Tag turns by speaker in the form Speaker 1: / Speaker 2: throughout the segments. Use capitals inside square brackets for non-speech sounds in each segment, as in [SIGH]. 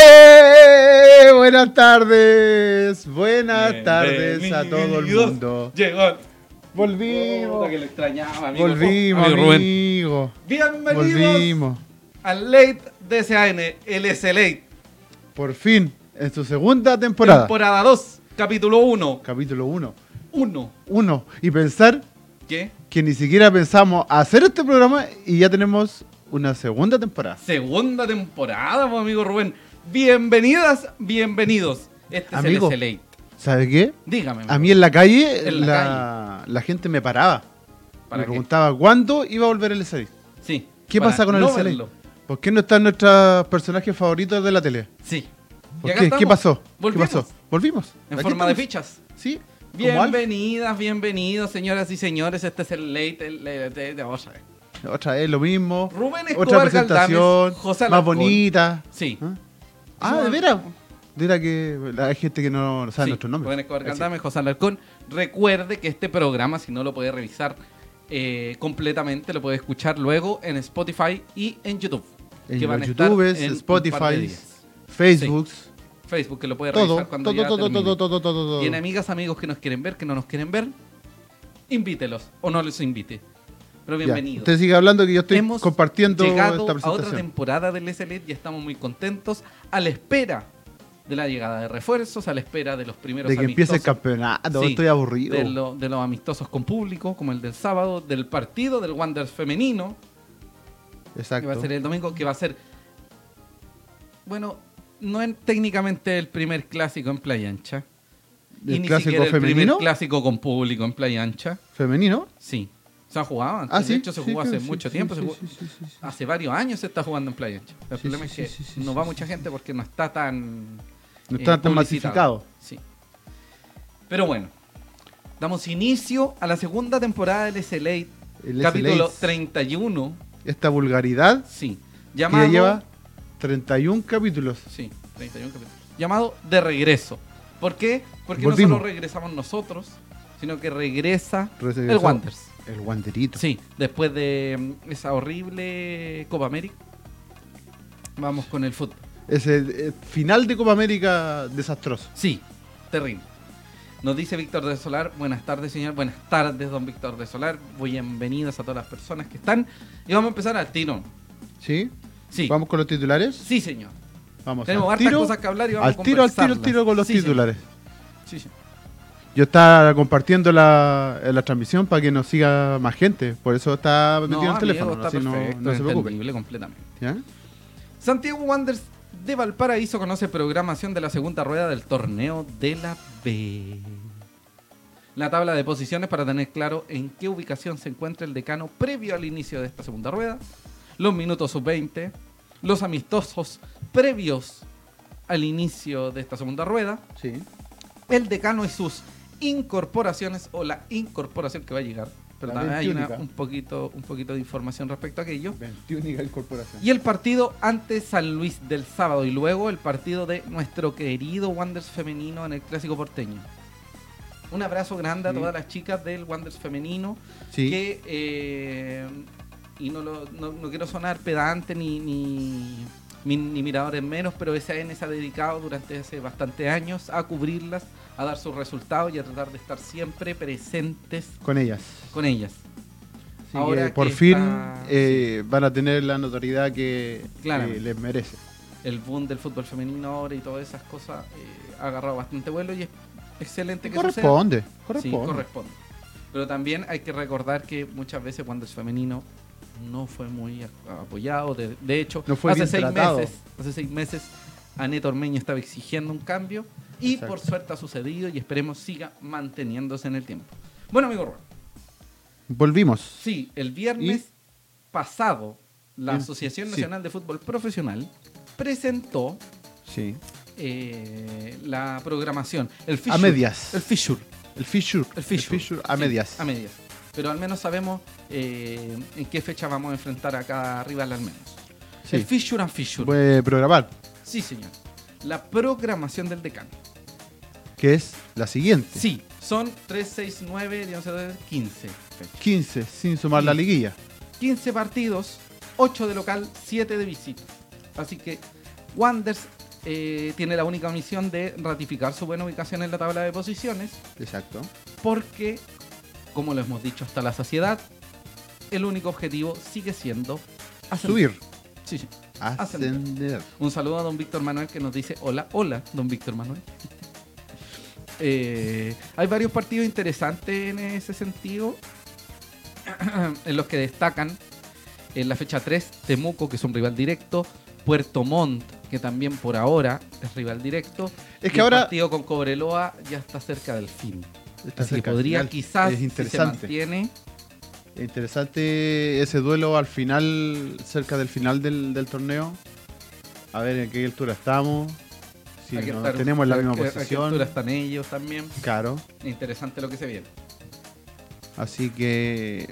Speaker 1: ¡Eh! Buenas tardes, buenas tardes a todo el
Speaker 2: Bienvenidos.
Speaker 1: mundo.
Speaker 2: Llegó. Puta
Speaker 1: Volvimos,
Speaker 2: que lo extrañaba, amigo.
Speaker 1: volvimos,
Speaker 3: Amigo Rubén.
Speaker 1: amigo.
Speaker 2: Bienvenidos
Speaker 1: Volvimos.
Speaker 2: al Late DCAN, LS Late,
Speaker 1: Por fin, en su segunda temporada.
Speaker 2: temporada 2, capítulo 1.
Speaker 1: Capítulo 1.
Speaker 2: 1.
Speaker 1: 1. Y pensar
Speaker 2: ¿Qué?
Speaker 1: que ni siquiera pensamos hacer este programa y ya tenemos una segunda temporada.
Speaker 2: Segunda temporada, pues, amigo Rubén. Bienvenidas, bienvenidos. Este
Speaker 1: Amigo.
Speaker 2: es el LS Late.
Speaker 1: ¿Sabes qué?
Speaker 2: Dígame.
Speaker 1: A mí en la calle,
Speaker 2: En la
Speaker 1: la, la gente me paraba.
Speaker 2: ¿Para
Speaker 1: me
Speaker 2: qué?
Speaker 1: preguntaba cuándo iba a volver el SAI.
Speaker 2: Sí.
Speaker 1: ¿Qué
Speaker 2: para
Speaker 1: pasa con el
Speaker 2: no
Speaker 1: SLA?
Speaker 2: verlo.
Speaker 1: ¿Por qué no están nuestros personajes favoritos de la tele?
Speaker 2: Sí. Y
Speaker 1: ¿Por
Speaker 2: acá
Speaker 1: qué? ¿Qué
Speaker 2: estamos.
Speaker 1: pasó?
Speaker 2: Volvimos.
Speaker 1: ¿Qué pasó? Volvimos.
Speaker 2: En
Speaker 1: Aquí
Speaker 2: forma de
Speaker 1: estamos.
Speaker 2: fichas.
Speaker 1: Sí. como Alf.
Speaker 2: Bienvenidas, bienvenidos, señoras y señores. Este es el late el- el- de de- otra vez.
Speaker 1: Otra vez lo mismo.
Speaker 2: Rubén
Speaker 1: Otra
Speaker 2: Escobar
Speaker 1: presentación.
Speaker 2: Galdames, José
Speaker 1: más
Speaker 2: Alarcón.
Speaker 1: bonita.
Speaker 2: Sí.
Speaker 1: ¿Ah? Ah, de veras. De veras que la- hay gente que no no sabe
Speaker 2: Sí,
Speaker 1: nuestro nombre.
Speaker 2: Rubén Escobar Cantame, José Alarcón. Recuerde que este programa, si no lo puede revisar eh, completamente, lo puede escuchar luego en Spotify y en YouTube.
Speaker 1: En
Speaker 2: que van a
Speaker 1: los
Speaker 2: estar
Speaker 1: YouTubes,
Speaker 2: en un par de
Speaker 1: Spotify,
Speaker 2: días.
Speaker 1: Facebook,
Speaker 2: Facebook, que lo puede
Speaker 1: todo,
Speaker 2: revisar cuando
Speaker 1: todo,
Speaker 2: ya
Speaker 1: todo,
Speaker 2: termine.
Speaker 1: todo, todo, todo, todo.
Speaker 2: Tiene amigas, amigos que nos quieren ver, que no nos quieren ver. Invítelos o no les invite. Pero
Speaker 1: Ya,
Speaker 2: bienvenidos.
Speaker 1: Usted sigue hablando que yo estoy
Speaker 2: Hemos
Speaker 1: compartiendo
Speaker 2: llegado
Speaker 1: esta
Speaker 2: a otra
Speaker 1: presentación.
Speaker 2: temporada del SLED y estamos muy contentos a la espera de la llegada de refuerzos, a la espera de los primeros
Speaker 1: De que empiece el
Speaker 2: amistosos,
Speaker 1: campeonato,
Speaker 2: Sí,
Speaker 1: estoy aburrido.
Speaker 2: de, lo- de los amistosos con público, como el del sábado, del partido del Wander femenino, que va a
Speaker 1: Exacto.
Speaker 2: ser el domingo, que va a ser, bueno, no es técnicamente el primer clásico en Playa Ancha, y
Speaker 1: ¿El
Speaker 2: ni
Speaker 1: clásico
Speaker 2: siquiera el primer
Speaker 1: femenino?
Speaker 2: clásico con público en Playa Ancha,
Speaker 1: ¿Femenino?
Speaker 2: sí, se ha jugado antes,
Speaker 1: Ah,
Speaker 2: de
Speaker 1: sí.
Speaker 2: hecho se
Speaker 1: sí,
Speaker 2: jugó
Speaker 1: creo,
Speaker 2: hace
Speaker 1: sí,
Speaker 2: mucho
Speaker 1: sí,
Speaker 2: tiempo,
Speaker 1: sí,
Speaker 2: se jugó- Ah,
Speaker 1: sí, sí, sí, sí.
Speaker 2: Hace varios años se está jugando en Playa Ancha. El
Speaker 1: Sí,
Speaker 2: problema
Speaker 1: sí,
Speaker 2: es que
Speaker 1: sí, sí, sí,
Speaker 2: no
Speaker 1: sí,
Speaker 2: va
Speaker 1: sí,
Speaker 2: mucha
Speaker 1: sí,
Speaker 2: gente porque no está tan. eh,
Speaker 1: No está tan
Speaker 2: publicitado.
Speaker 1: masificado.
Speaker 2: Sí. Pero bueno, damos inicio a la segunda temporada del SLA,
Speaker 1: El
Speaker 2: capítulo
Speaker 1: SLA.
Speaker 2: 31.
Speaker 1: Esta vulgaridad
Speaker 2: Sí.
Speaker 1: que
Speaker 2: Llamado.
Speaker 1: ya lleva 31 capítulos.
Speaker 2: Sí, 31 capítulos. Llamado De Regreso. ¿Por qué? Porque no
Speaker 1: Volvimos.
Speaker 2: solo regresamos nosotros, sino que regresa
Speaker 1: Regresó
Speaker 2: el Wanderers.
Speaker 1: El Wanderito.
Speaker 2: Sí, después de mm, esa horrible Copa América, vamos con el fútbol.
Speaker 1: Ese eh, final de Copa América desastroso.
Speaker 2: Sí, terrible. Nos dice Víctor de Solar, buenas tardes señor, buenas tardes don Víctor de Solar, bienvenidas a todas las personas que están. Y vamos a empezar al tiro.
Speaker 1: ¿Sí?
Speaker 2: Sí,
Speaker 1: Vamos con los titulares.
Speaker 2: sí señor.
Speaker 1: Vamos
Speaker 2: Tenemos
Speaker 1: al
Speaker 2: hartas
Speaker 1: tiro.
Speaker 2: cosas que hablar y vamos a
Speaker 1: Al tiro, al tiro, al
Speaker 2: conversarlas.
Speaker 1: tiro con los
Speaker 2: Sí, señor.
Speaker 1: titulares.
Speaker 2: Sí, señor.
Speaker 1: Yo estaba compartiendo la, la transmisión para que nos siga más gente. Por eso está metido en
Speaker 2: No,
Speaker 1: el
Speaker 2: amigo,
Speaker 1: teléfono.
Speaker 2: está
Speaker 1: así no-
Speaker 2: perfecto,
Speaker 1: no, se preocupe.
Speaker 2: entendible completamente.
Speaker 1: ¿Ya?
Speaker 2: Santiago Wanderers de Valparaíso conoce programación de la segunda rueda del torneo de la B. La tabla de posiciones para tener claro en qué ubicación se encuentra el decano previo al inicio de esta segunda rueda, los minutos sub-20, los amistosos previos al inicio de esta segunda rueda,
Speaker 1: Sí.
Speaker 2: el decano y sus incorporaciones o la incorporación que va a llegar. Pero
Speaker 1: La
Speaker 2: hay una-
Speaker 1: 21.
Speaker 2: un, poquito, un poquito de información respecto a aquello.
Speaker 1: 21 incorporación.
Speaker 2: Y el partido ante San Luis del sábado y luego el partido de nuestro querido Wanders femenino en el Clásico Porteño. Un abrazo grande a
Speaker 1: Sí.
Speaker 2: todas las chicas del Wanders femenino
Speaker 1: Sí.
Speaker 2: que, eh, y no, lo- no- no quiero sonar pedante ni, ni, ni, ni miradores menos, pero SAN se ha dedicado durante hace bastantes años a cubrirlas, a dar sus resultados y a tratar de estar siempre presentes
Speaker 1: Con ellas.
Speaker 2: con ellas.
Speaker 1: Así
Speaker 2: Ahora
Speaker 1: que por
Speaker 2: que
Speaker 1: fin
Speaker 2: está-
Speaker 1: eh, van a tener la notoriedad que
Speaker 2: Claramente.
Speaker 1: eh, les merece.
Speaker 2: el boom del fútbol femenino ahora y todas esas cosas eh, ha agarrado bastante vuelo y es excelente Este que suceda.
Speaker 1: Corresponde,
Speaker 2: Sí,
Speaker 1: corresponde.
Speaker 2: corresponde. Pero también hay que recordar que muchas veces cuando el femenino no fue muy a- apoyado, de, de hecho,
Speaker 1: No fue
Speaker 2: hace,
Speaker 1: bien
Speaker 2: seis
Speaker 1: tratado.
Speaker 2: meses, hace seis meses Aneto Ormeño estaba exigiendo un cambio y
Speaker 1: Exacto.
Speaker 2: por suerte ha sucedido y esperemos siga manteniéndose en el tiempo. Bueno, amigo Rubén,
Speaker 1: Volvimos.
Speaker 2: sí, el viernes pasado la
Speaker 1: Bien,
Speaker 2: Asociación
Speaker 1: sí.
Speaker 2: Nacional de Fútbol Profesional presentó
Speaker 1: Sí.
Speaker 2: eh, la programación. El
Speaker 1: A
Speaker 2: fixture.
Speaker 1: medias.
Speaker 2: El fixture.
Speaker 1: El Fisher.
Speaker 2: El fixture.
Speaker 1: a
Speaker 2: Sí,
Speaker 1: medias.
Speaker 2: a medias. Pero al menos sabemos eh, en qué fecha vamos a enfrentar a cada rival al menos.
Speaker 1: Sí.
Speaker 2: El fixture and fixture.
Speaker 1: Puede programar,
Speaker 2: Sí, señor. La programación del decano.
Speaker 1: que es la siguiente.
Speaker 2: Sí, son 3, 6, 9, 11, 12, 15.
Speaker 1: 15 sin sumar la
Speaker 2: Sí.
Speaker 1: liguilla.
Speaker 2: 15 partidos, 8 de local, 7 de visita. Así que Wanders eh, tiene la única misión de ratificar su buena ubicación en la tabla de posiciones,
Speaker 1: Exacto.
Speaker 2: porque, como lo hemos dicho hasta la saciedad, el único objetivo sigue siendo ascender.
Speaker 1: Subir.
Speaker 2: Sí, sí.
Speaker 1: Ascender.
Speaker 2: Un saludo a don Víctor Manuel que nos dice hola, hola, don Víctor Manuel. [LAUGHS] Eh, hay varios partidos interesantes en ese sentido, [CLEARS THROAT] en los que destacan en la fecha 3 Temuco, que es un rival directo, Puerto Montt, que también por ahora es rival directo,
Speaker 1: Es
Speaker 2: y
Speaker 1: que
Speaker 2: el
Speaker 1: ahora
Speaker 2: partido con Cobreloa ya está cerca del fin.
Speaker 1: está
Speaker 2: Así que
Speaker 1: cerca,
Speaker 2: podría
Speaker 1: al final.
Speaker 2: quizás,
Speaker 1: Es
Speaker 2: si se
Speaker 1: interesante.
Speaker 2: mantiene,
Speaker 1: interesante ese duelo al final, cerca del final del, del torneo. A ver en qué altura estamos. Si
Speaker 2: hay que
Speaker 1: nos
Speaker 2: estar-
Speaker 1: tenemos en la
Speaker 2: a-
Speaker 1: misma
Speaker 2: a- a qué altura
Speaker 1: posición.
Speaker 2: están ellos también.
Speaker 1: Claro.
Speaker 2: Interesante lo que se viene.
Speaker 1: Así que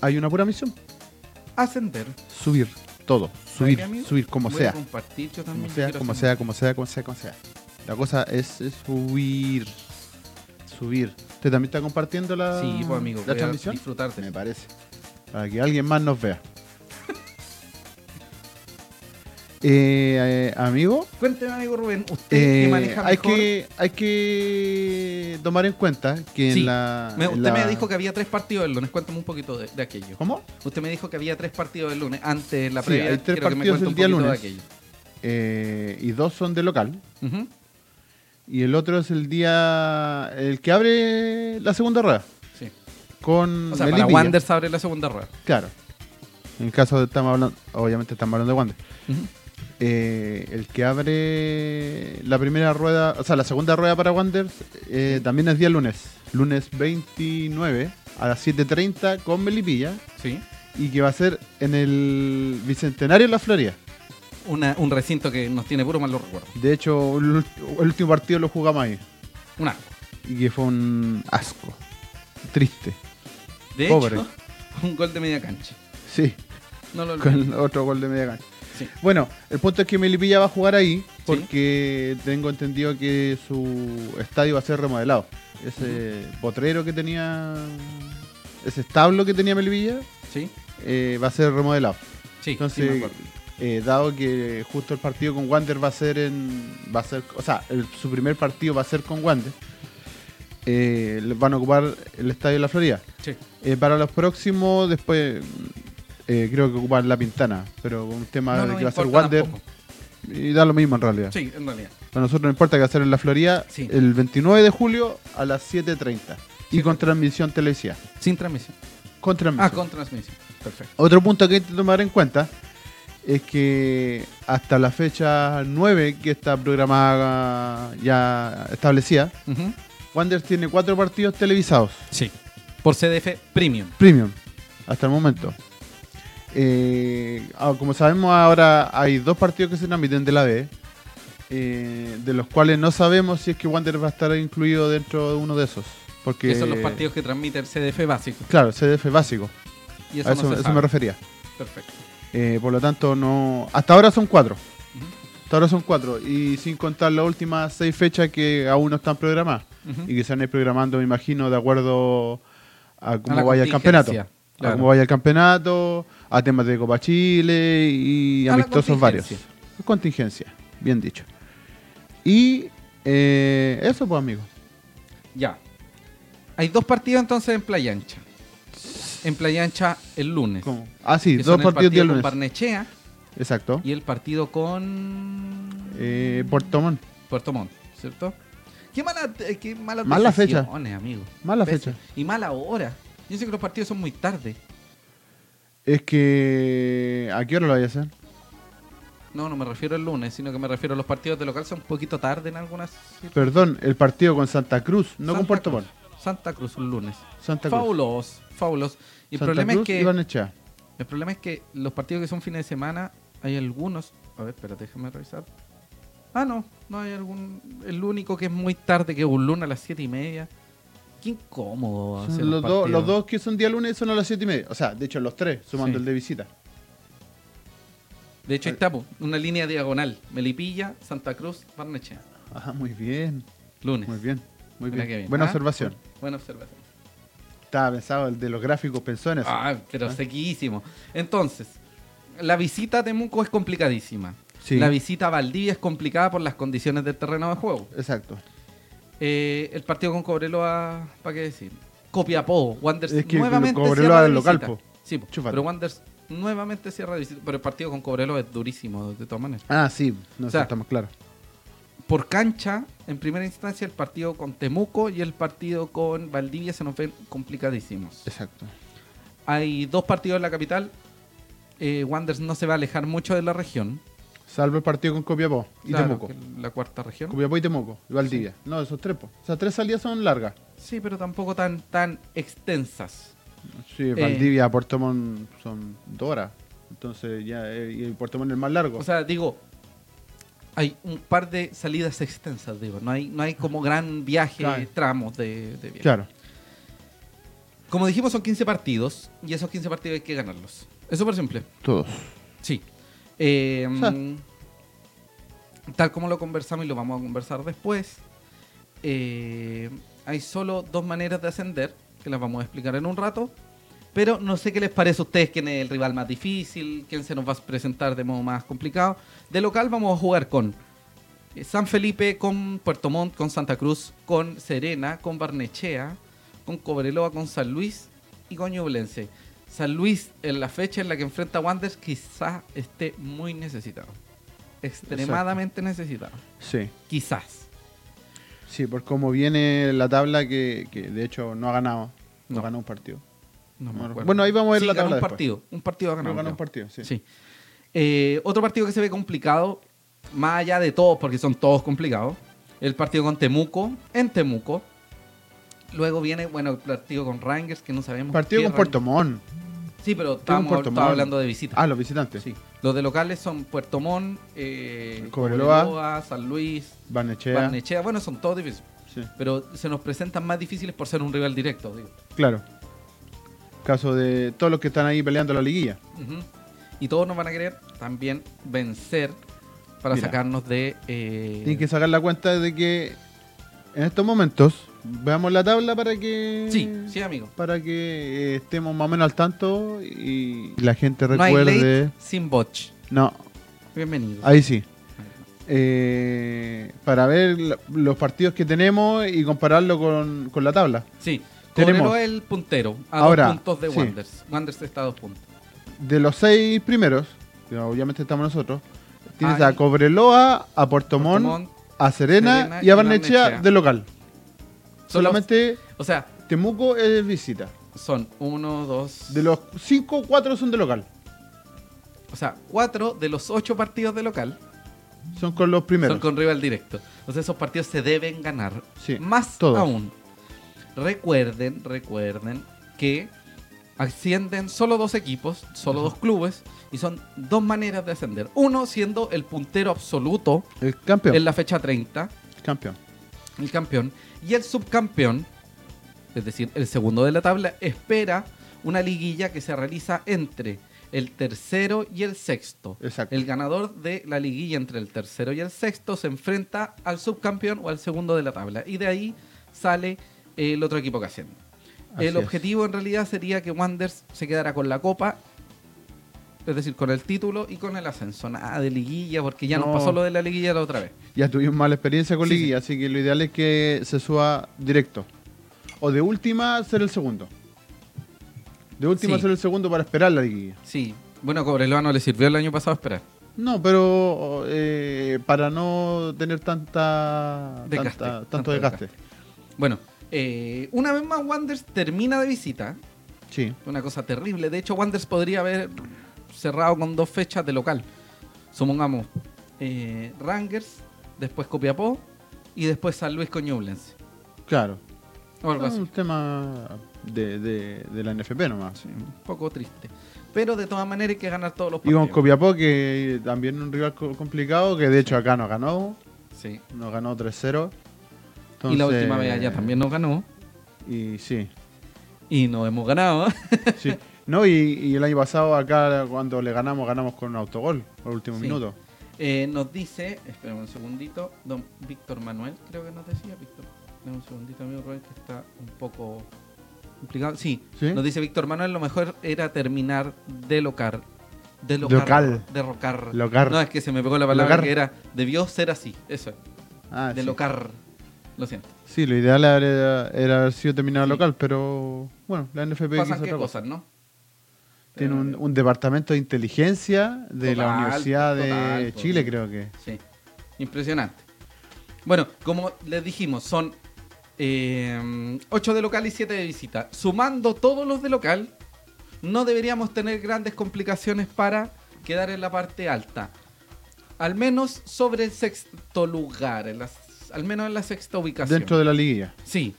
Speaker 1: hay una pura misión.
Speaker 2: Ascender.
Speaker 1: Subir. Todo. Subir.
Speaker 2: qué, amigo?
Speaker 1: Subir como
Speaker 2: Voy a
Speaker 1: sea.
Speaker 2: compartir yo también,
Speaker 1: Como
Speaker 2: yo
Speaker 1: sea,
Speaker 2: quiero
Speaker 1: como
Speaker 2: hacer-
Speaker 1: sea, como sea, como sea, como sea. La cosa es, es subir. Subir. ¿Usted también está compartiendo la,
Speaker 2: Sí, pues amigo,
Speaker 1: la
Speaker 2: voy a
Speaker 1: transmisión?
Speaker 2: disfrutarte.
Speaker 1: Me parece. Para que alguien más nos vea. [LAUGHS] Eh, eh, amigo,
Speaker 2: Cuénteme, amigo Rubén, usted
Speaker 1: eh,
Speaker 2: que maneja
Speaker 1: hay,
Speaker 2: mejor.
Speaker 1: que, hay que tomar en cuenta que
Speaker 2: Sí,
Speaker 1: en la.
Speaker 2: Me-
Speaker 1: en
Speaker 2: usted
Speaker 1: la-
Speaker 2: me dijo que había tres partidos el lunes. Cuéntame un poquito de, de aquello.
Speaker 1: ¿Cómo?
Speaker 2: Usted me dijo que había tres partidos el lunes. Antes de la
Speaker 1: Sí,
Speaker 2: previa,
Speaker 1: hay tres
Speaker 2: quiero que me
Speaker 1: partidos
Speaker 2: cuente
Speaker 1: el
Speaker 2: un
Speaker 1: día
Speaker 2: poquito de
Speaker 1: lunes.
Speaker 2: aquello.
Speaker 1: Eh, y dos son de local.
Speaker 2: Ujú.
Speaker 1: Y el otro es el día. El que abre la segunda rueda.
Speaker 2: Sí.
Speaker 1: Mm, Con.
Speaker 2: O sea, para
Speaker 1: Melipilla.
Speaker 2: Wander abre la segunda rueda.
Speaker 1: Claro. En el caso de estamos hablando, obviamente estamos hablando de Wander.
Speaker 2: Ujú.
Speaker 1: Eh, el que abre la primera rueda, o sea, la segunda rueda para Wander eh, también es día lunes, lunes 29 a las 7.30 con Melipilla
Speaker 2: Sí.
Speaker 1: y que va a ser en el Bicentenario de la Florida.
Speaker 2: Una- un recinto que nos tiene puro mal los recuerdos.
Speaker 1: De hecho, el, ult- el último partido lo jugamos ahí
Speaker 2: Un asco.
Speaker 1: y que fue un asco, triste,
Speaker 2: De
Speaker 1: Pobre.
Speaker 2: hecho, [LAUGHS] un gol de media cancha.
Speaker 1: sí,
Speaker 2: No lo
Speaker 1: [LAUGHS]
Speaker 2: olvido.
Speaker 1: con otro gol de media cancha.
Speaker 2: Sí.
Speaker 1: Bueno, el punto es que Melipilla va a jugar ahí porque tengo entendido que su estadio va a ser remodelado. Ese potrero que tenía, ese establo que tenía Melipilla
Speaker 2: Sí.
Speaker 1: eh, va a ser remodelado.
Speaker 2: Sí, sí me
Speaker 1: Entonces,
Speaker 2: acuerdo.
Speaker 1: eh, dado que justo el partido con Wander va a ser en, va a ser, o sea, el- su primer partido va a ser con Wander, eh, le van a ocupar el estadio de la Florida.
Speaker 2: Sí.
Speaker 1: Eh, para los próximos, después eh, creo que ocupan la pintana, pero un tema
Speaker 2: No,
Speaker 1: de
Speaker 2: no
Speaker 1: que va a ser
Speaker 2: importa
Speaker 1: Wander
Speaker 2: tampoco.
Speaker 1: y da lo mismo en realidad.
Speaker 2: Sí, en realidad.
Speaker 1: Para nosotros no importa que va a ser en la Florida
Speaker 2: Sí.
Speaker 1: el 29 de julio a las 7.30 y
Speaker 2: Sí.
Speaker 1: con transmisión televisiva.
Speaker 2: Sin transmisión.
Speaker 1: Con transmisión.
Speaker 2: Ah, con transmisión. Perfecto.
Speaker 1: Otro punto que hay que tomar en cuenta es que hasta la fecha 9 que está programada ya establecida,
Speaker 2: Ujú.
Speaker 1: Wander tiene cuatro partidos televisados.
Speaker 2: Sí. Por CDF Premium.
Speaker 1: Premium, hasta el momento. Eh, ah, como sabemos ahora hay dos partidos que se transmiten de la B, eh, de los cuales no sabemos si es que Wander va a estar incluido dentro de uno de esos. Porque,
Speaker 2: Que son los partidos que transmite el CDF básico.
Speaker 1: Claro, CDF básico.
Speaker 2: Y eso,
Speaker 1: a eso,
Speaker 2: no se
Speaker 1: eso
Speaker 2: sabe.
Speaker 1: me refería.
Speaker 2: Perfecto.
Speaker 1: Eh, por lo tanto, no. Hasta ahora son cuatro.
Speaker 2: Ujú.
Speaker 1: Hasta ahora son cuatro. Y sin contar las últimas seis fechas que aún no están programadas.
Speaker 2: Ujú.
Speaker 1: Y que se van a ir programando, me imagino, de acuerdo a
Speaker 2: A
Speaker 1: cómo
Speaker 2: la
Speaker 1: vaya el campeonato.
Speaker 2: contingencia,
Speaker 1: A
Speaker 2: claro.
Speaker 1: cómo vaya el campeonato, a temas de Copa Chile y
Speaker 2: A la
Speaker 1: amistosos varios.
Speaker 2: contingencia.
Speaker 1: Contingencia, bien dicho. Y eh, eso, pues, amigos.
Speaker 2: Ya. Hay dos partidos entonces en Playa Ancha. En Playa Ancha el lunes.
Speaker 1: ¿Cómo? Ah, sí,
Speaker 2: Que
Speaker 1: dos
Speaker 2: son el
Speaker 1: partidos día
Speaker 2: partido con
Speaker 1: lunes.
Speaker 2: Barnechea
Speaker 1: Exacto.
Speaker 2: y el partido con
Speaker 1: Eh, Puerto Montt.
Speaker 2: Puerto Montt, ¿cierto? Qué mala, eh, qué malas
Speaker 1: Mala fecha.
Speaker 2: decisiones, amigo.
Speaker 1: Mala
Speaker 2: Pésimo.
Speaker 1: fecha.
Speaker 2: Y mala hora. Yo sé que los partidos son muy tarde.
Speaker 1: Es que. ¿A qué hora lo vaya a hacer?
Speaker 2: No, no me refiero al lunes, sino que me refiero a los partidos de local son un poquito tarde en algunas.
Speaker 1: Perdón, el partido con Santa Cruz, no
Speaker 2: Santa
Speaker 1: con Puerto
Speaker 2: Cruz.
Speaker 1: Montt.
Speaker 2: Santa Cruz un lunes.
Speaker 1: Santa Cruz.
Speaker 2: Fabulos, fabulos. Y el
Speaker 1: Santa
Speaker 2: problema
Speaker 1: Cruz
Speaker 2: es que
Speaker 1: y Barnechea.
Speaker 2: El problema es que los partidos que son fines de semana, hay algunos. A ver, espérate, déjame revisar. Ah, no, no hay algún. El único que es muy tarde, que es un lunes a las 7 y media. Qué incómodo.
Speaker 1: Son
Speaker 2: hacer
Speaker 1: los, dos,
Speaker 2: partidos.
Speaker 1: los dos que son día lunes son a las 7 y media. O sea, de hecho, los tres, sumando
Speaker 2: Sí.
Speaker 1: el de visita.
Speaker 2: De hecho, ahí está, po, una línea diagonal. Melipilla, Santa Cruz, Barnechea.
Speaker 1: Ah, muy bien.
Speaker 2: Lunes.
Speaker 1: Muy bien. Muy
Speaker 2: Mira
Speaker 1: bien.
Speaker 2: qué bien.
Speaker 1: Buena
Speaker 2: Ah,
Speaker 1: observación.
Speaker 2: Buena observación.
Speaker 1: Estaba pensado, el de los gráficos pensó en eso.
Speaker 2: Ah, pero sequísimo. Entonces, la visita a Temuco es complicadísima.
Speaker 1: Sí.
Speaker 2: La visita a Valdivia es complicada por las condiciones del terreno de juego.
Speaker 1: Exacto.
Speaker 2: Eh, el partido con Cobreloa, ¿para qué decir? Copiapó, Wanderers
Speaker 1: Es que
Speaker 2: nuevamente
Speaker 1: Cobreloa
Speaker 2: cierra de
Speaker 1: es local,
Speaker 2: visita.
Speaker 1: po.
Speaker 2: Sí, po,
Speaker 1: Chúfate.
Speaker 2: pero Wanderers nuevamente cierra de visita, pero el partido con Cobreloa es durísimo de todas maneras.
Speaker 1: Ah, sí, no
Speaker 2: O sea,
Speaker 1: estamos claros.
Speaker 2: Por cancha, en primera instancia el partido con Temuco y el partido con Valdivia se nos ven complicadísimos.
Speaker 1: Exacto.
Speaker 2: Hay dos partidos en la capital. Eh, Wanderers no se va a alejar mucho de la región.
Speaker 1: Salvo el partido con Copiapó y
Speaker 2: Claro,
Speaker 1: Temuco.
Speaker 2: que es La cuarta región.
Speaker 1: Copiapó y Temuco. Y Valdivia. No, esos tres. po. Esas tres salidas son largas.
Speaker 2: Sí, pero tampoco tan, tan extensas. Eh,
Speaker 1: Sí, Valdivia a Puerto Montt son dos horas. Entonces ya, eh, y el Puerto Montt es el más largo.
Speaker 2: O sea, digo, hay un par de salidas extensas, digo. No hay, no hay como gran viaje,
Speaker 1: Claro.
Speaker 2: tramos de, de viaje.
Speaker 1: claro.
Speaker 2: Como dijimos, son 15 partidos y esos 15 partidos hay que ganarlos. Es súper simple.
Speaker 1: Todos.
Speaker 2: Sí. Eh,
Speaker 1: sea.
Speaker 2: mm, Tal como lo conversamos y lo vamos a conversar después, eh, hay solo dos maneras de ascender, que las vamos a explicar en un rato. Pero no sé qué les parece a ustedes quién es el rival más difícil, quién se nos va a presentar de modo más complicado. De local vamos a jugar con eh, San Felipe, con Puerto Montt, con Santa Cruz, con Serena, con Barnechea, con Cobreloa, con San Luis y con Ñublense. San Luis, en la fecha en la que enfrenta a Wanderers, quizás esté muy necesitado. Extremadamente necesitado.
Speaker 1: Sí.
Speaker 2: Quizás.
Speaker 1: Sí, por cómo viene la tabla que, que de hecho no ha ganado. No,
Speaker 2: No.
Speaker 1: ganó un partido.
Speaker 2: No me
Speaker 1: Bueno,
Speaker 2: acuerdo.
Speaker 1: bueno, ahí vamos a ver
Speaker 2: Sí,
Speaker 1: la
Speaker 2: ganó
Speaker 1: tabla
Speaker 2: un
Speaker 1: después.
Speaker 2: partido. Un partido ha ganado.
Speaker 1: no ganó
Speaker 2: creo.
Speaker 1: un partido, sí.
Speaker 2: Sí. Eh, otro partido que se ve complicado, más allá de todos, porque son todos complicados, el partido con Temuco, en Temuco. Luego viene, bueno, el partido con Rangers, que no sabemos.
Speaker 1: Partido
Speaker 2: qué
Speaker 1: con Puerto
Speaker 2: Rangers-
Speaker 1: Montt.
Speaker 2: Sí,
Speaker 1: Partido
Speaker 2: pero
Speaker 1: con
Speaker 2: estamos,
Speaker 1: Puerto
Speaker 2: estaba
Speaker 1: Montt.
Speaker 2: hablando de visitas.
Speaker 1: Ah, los visitantes.
Speaker 2: Sí. Los de locales son Puerto Montt, eh,
Speaker 1: Cobreloa.
Speaker 2: Cobreloa, San Luis,
Speaker 1: Barnechea.
Speaker 2: Barnechea. Bueno, son todos difíciles.
Speaker 1: Sí.
Speaker 2: Pero se nos presentan más difíciles por ser un rival directo. digo.
Speaker 1: Claro. Caso de todos los que están ahí peleando la liguilla.
Speaker 2: Ujú. Y todos nos van a querer también vencer para
Speaker 1: Mira.
Speaker 2: sacarnos de... eh,
Speaker 1: Tienen que sacar la cuenta de que en estos momentos veamos la tabla para que
Speaker 2: Sí, sí, amigo.
Speaker 1: para que eh, estemos más o menos al tanto y la gente
Speaker 2: No hay late
Speaker 1: recuerde.
Speaker 2: sin botch.
Speaker 1: No,
Speaker 2: Bienvenido.
Speaker 1: ahí sí. Eh, para ver la- los partidos que tenemos y compararlo con, con la tabla.
Speaker 2: Sí,
Speaker 1: Tenemos-
Speaker 2: Cobreloa es el puntero a
Speaker 1: Ahora,
Speaker 2: dos puntos de
Speaker 1: sí.
Speaker 2: Wanderers. Wanderers está a dos puntos.
Speaker 1: De los seis primeros, que obviamente estamos nosotros, tienes
Speaker 2: Ay.
Speaker 1: a Cobreloa, a Puerto Montt,
Speaker 2: Montt,
Speaker 1: a Serena,
Speaker 2: Serena
Speaker 1: y a
Speaker 2: y
Speaker 1: Barnechea
Speaker 2: Barnechea.
Speaker 1: de local.
Speaker 2: Son los-
Speaker 1: Solamente
Speaker 2: o sea,
Speaker 1: Temuco es visita.
Speaker 2: son uno, dos...
Speaker 1: De los cinco, cuatro son de local.
Speaker 2: O sea, cuatro de los ocho partidos de local
Speaker 1: Son con los primeros.
Speaker 2: son con rival directo. Entonces esos partidos se deben ganar.
Speaker 1: Sí,
Speaker 2: Más
Speaker 1: todos.
Speaker 2: aún. Recuerden, recuerden que ascienden solo dos equipos, solo dos clubes, y son dos maneras de ascender. Uno siendo el puntero absoluto
Speaker 1: El campeón.
Speaker 2: en la fecha 30,
Speaker 1: campeón.
Speaker 2: el campeón, y el subcampeón, es decir, el segundo de la tabla, espera una liguilla que se realiza entre el tercero y el sexto.
Speaker 1: Exacto.
Speaker 2: El ganador de la liguilla entre el tercero y el sexto se enfrenta al subcampeón o al segundo de la tabla. Y de ahí sale eh, el otro equipo que asciende.
Speaker 1: Así
Speaker 2: el
Speaker 1: es.
Speaker 2: objetivo en realidad sería que Wanderers se quedara con la copa, es decir, con el título y con el ascenso. Nada de liguilla, porque ya
Speaker 1: No.
Speaker 2: nos pasó lo de la liguilla la otra vez.
Speaker 1: Ya tuvimos mala experiencia con
Speaker 2: Sí,
Speaker 1: Liguilla, así que lo ideal es que se suba directo. O de última ser el segundo. De última
Speaker 2: Sí.
Speaker 1: ser el segundo para esperar la Liguilla.
Speaker 2: Sí. Bueno, Cobreloa no le sirvió el año pasado esperar.
Speaker 1: No, pero eh, para no tener tanta,
Speaker 2: Desgaste,
Speaker 1: tanta- tanto,
Speaker 2: tanto
Speaker 1: desgaste.
Speaker 2: Bueno, eh, una vez más Wanderers termina de visita.
Speaker 1: Sí,
Speaker 2: Una cosa terrible. De hecho, Wanderers podría haber cerrado con dos fechas de local. Supongamos eh, Rangers, después Copiapó y después San Luis con Ñublense.
Speaker 1: claro.
Speaker 2: O algo
Speaker 1: Es
Speaker 2: así.
Speaker 1: un tema de, de- de la NFP nomás.
Speaker 2: Sí, un poco triste. Pero de todas maneras hay que ganar todos los
Speaker 1: Y con
Speaker 2: partidos.
Speaker 1: Copiapó, que también un rival co- complicado, que de hecho acá nos ganó,
Speaker 2: Sí.
Speaker 1: nos ganó 3-0.
Speaker 2: Y la
Speaker 1: Entonces,
Speaker 2: última vez allá también nos ganó.
Speaker 1: Y sí,
Speaker 2: Y no hemos ganado.
Speaker 1: sí. No, y, y el año pasado acá cuando le ganamos, ganamos con un autogol al último
Speaker 2: Sí.
Speaker 1: minuto.
Speaker 2: Eh, nos dice, espérame un segundito, don Víctor Manuel, creo que nos decía, Víctor. Dame un segundito, amigo Rubén, que está un poco complicado. Sí,
Speaker 1: ¿Sí?
Speaker 2: nos dice Víctor Manuel, lo mejor era terminar de local, De locar.
Speaker 1: Local.
Speaker 2: De rocar.
Speaker 1: Locar.
Speaker 2: No, es que se me pegó la palabra
Speaker 1: Locar.
Speaker 2: que era. Debió ser así. Eso es.
Speaker 1: Ah,
Speaker 2: de
Speaker 1: sí.
Speaker 2: locar. Lo siento.
Speaker 1: Sí, lo ideal era, era haber sido terminado
Speaker 2: Sí.
Speaker 1: local, pero bueno, la NFP quiso
Speaker 2: Pasan qué
Speaker 1: otra cosa.
Speaker 2: cosas, ¿no? Eh,
Speaker 1: Tiene un, un departamento de inteligencia de la
Speaker 2: Total,
Speaker 1: Universidad
Speaker 2: total,
Speaker 1: de
Speaker 2: po.
Speaker 1: Chile, creo que.
Speaker 2: Sí, impresionante. Bueno, como les dijimos, son 8 de local y 7 de visita. Sumando todos los de local, no deberíamos tener grandes complicaciones para quedar en la parte alta. Al menos sobre el sexto lugar, en las- al menos en la sexta ubicación.
Speaker 1: Dentro de la liguilla.
Speaker 2: Sí,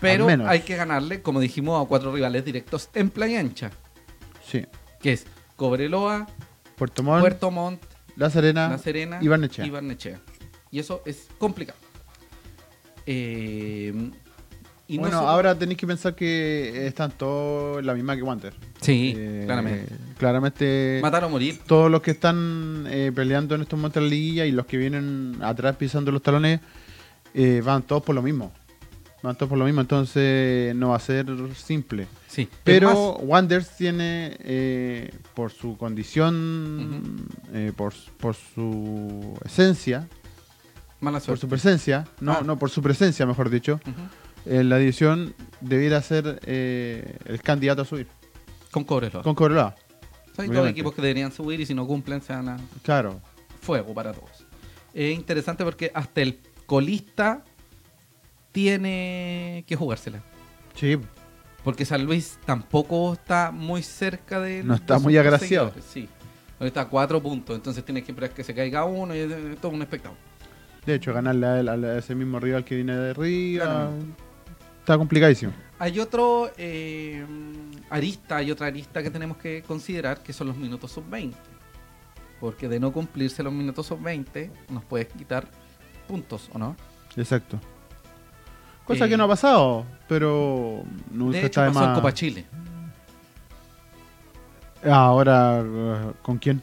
Speaker 2: pero
Speaker 1: Al menos.
Speaker 2: hay que ganarle, como dijimos, a cuatro rivales directos en Playa Ancha,
Speaker 1: Sí.
Speaker 2: que es Cobreloa,
Speaker 1: Puerto Montt,
Speaker 2: Puerto Montt,
Speaker 1: La Serena,
Speaker 2: la Serena
Speaker 1: y Barnechea.
Speaker 2: y Barnechea. Y eso es complicado. Eh, y no
Speaker 1: bueno,
Speaker 2: solo-
Speaker 1: ahora tenéis que pensar que están todos la misma que Wander.
Speaker 2: Sí,
Speaker 1: Eh,
Speaker 2: claramente.
Speaker 1: Claramente.
Speaker 2: Matar o morir.
Speaker 1: Todos los que están eh, peleando en estos momentos en la liguilla y los que vienen atrás pisando los talones eh, van todos por lo mismo. Van todos por lo mismo, entonces no va a ser simple.
Speaker 2: Sí. Es
Speaker 1: Pero
Speaker 2: más,
Speaker 1: Wanderers tiene, eh, por su condición, eh, por, s- por su esencia,
Speaker 2: mala
Speaker 1: por
Speaker 2: suerte.
Speaker 1: su presencia, no,
Speaker 2: Ah.
Speaker 1: no, por su presencia, mejor dicho,
Speaker 2: Ujú.
Speaker 1: eh, la división debiera ser eh, el candidato a subir.
Speaker 2: Con Cobreloa.
Speaker 1: Con Cobreloa,
Speaker 2: Hay dos
Speaker 1: obviamente.
Speaker 2: equipos que deberían subir y si no cumplen se van a
Speaker 1: claro.
Speaker 2: fuego para todos. Es interesante porque hasta el colista tiene que jugársela.
Speaker 1: Sí,
Speaker 2: Porque San Luis tampoco está muy cerca de.
Speaker 1: No está
Speaker 2: de sus
Speaker 1: muy agraciado.
Speaker 2: perseguidores, Sí. Ahora está a cuatro puntos. Entonces tienes que esperar que se caiga uno y es eh, todo un espectáculo.
Speaker 1: de hecho, ganarle a, él- a la- a ese mismo rival que viene de arriba
Speaker 2: Claramente.
Speaker 1: está complicadísimo.
Speaker 2: Hay otro eh, arista, hay otra arista que tenemos que considerar que son los minutos sub-20. Porque de no cumplirse los minutos sub-20, nos puedes quitar puntos, ¿o no?
Speaker 1: Exacto. Cosa
Speaker 2: Eh,
Speaker 1: que no ha pasado, pero nunca
Speaker 2: de hecho,
Speaker 1: está de
Speaker 2: pasó en
Speaker 1: más.
Speaker 2: Copa Chile.
Speaker 1: Ah, Ahora, eh, ¿con quién?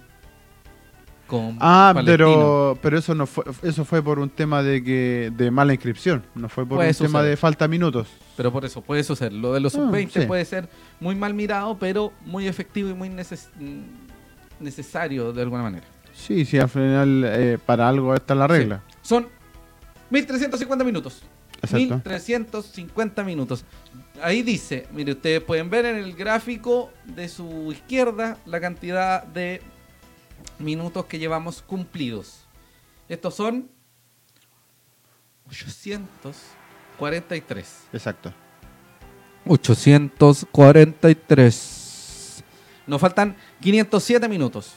Speaker 2: Con
Speaker 1: Ah,
Speaker 2: Palestino.
Speaker 1: pero, pero eso no fue, eso fue por un tema de que de mala inscripción, no fue por
Speaker 2: Puede
Speaker 1: un tema
Speaker 2: suceder.
Speaker 1: de falta de minutos.
Speaker 2: Pero por eso puede suceder. Lo de los
Speaker 1: Ah,
Speaker 2: sub-20
Speaker 1: sí.
Speaker 2: puede ser muy mal mirado, pero muy efectivo y muy neces- mm, necesario de alguna manera.
Speaker 1: Sí, sí, al final eh, para algo está la regla.
Speaker 2: Sí. Son 1350 minutos.
Speaker 1: Exacto.
Speaker 2: 1350 minutos. Ahí dice, mire, ustedes pueden ver en el gráfico de su izquierda la cantidad de minutos que llevamos cumplidos. Estos son 843.
Speaker 1: Exacto.
Speaker 2: 843. Nos faltan 507 minutos.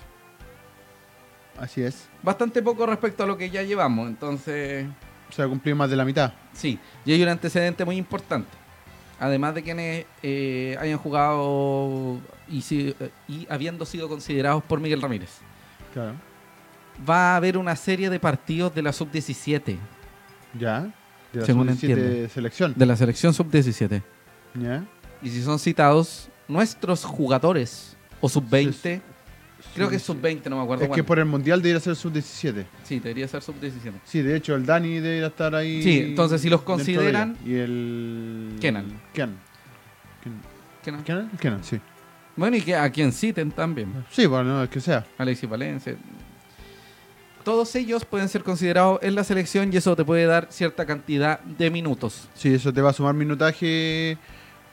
Speaker 1: Así es.
Speaker 2: Bastante poco respecto a lo que ya llevamos, entonces...
Speaker 1: O sea, cumplir más de la mitad.
Speaker 2: Sí, y hay un antecedente muy importante. Además de quienes eh, hayan jugado y, si- eh, y habiendo sido considerados por Miguel Ramírez.
Speaker 1: Claro.
Speaker 2: Va a haber una serie de partidos de la sub-17,
Speaker 1: Ya. De la
Speaker 2: Según
Speaker 1: sub-17
Speaker 2: entiendo.
Speaker 1: selección.
Speaker 2: de la selección sub-17.
Speaker 1: Ya.
Speaker 2: Y si son citados nuestros jugadores, o sub-20, creo que es sub-20, no me acuerdo
Speaker 1: Es que
Speaker 2: cuándo.
Speaker 1: por el mundial debería ser sub-17.
Speaker 2: Sí, debería ser sub-17.
Speaker 1: Sí, de hecho el Dani debería estar ahí.
Speaker 2: Sí, entonces, si los
Speaker 1: dentro de
Speaker 2: consideran-
Speaker 1: ella. Y el.
Speaker 2: Kenan.
Speaker 1: Kenan. Ken-
Speaker 2: ¿Qué no?
Speaker 1: Kenan. Kenan, sí.
Speaker 2: Bueno, y que a quien citen también.
Speaker 1: Sí, bueno, el que sea.
Speaker 2: Alexis Valencia. Todos ellos pueden ser considerados en la selección y eso te puede dar cierta cantidad de minutos.
Speaker 1: Sí, eso te va a sumar minutaje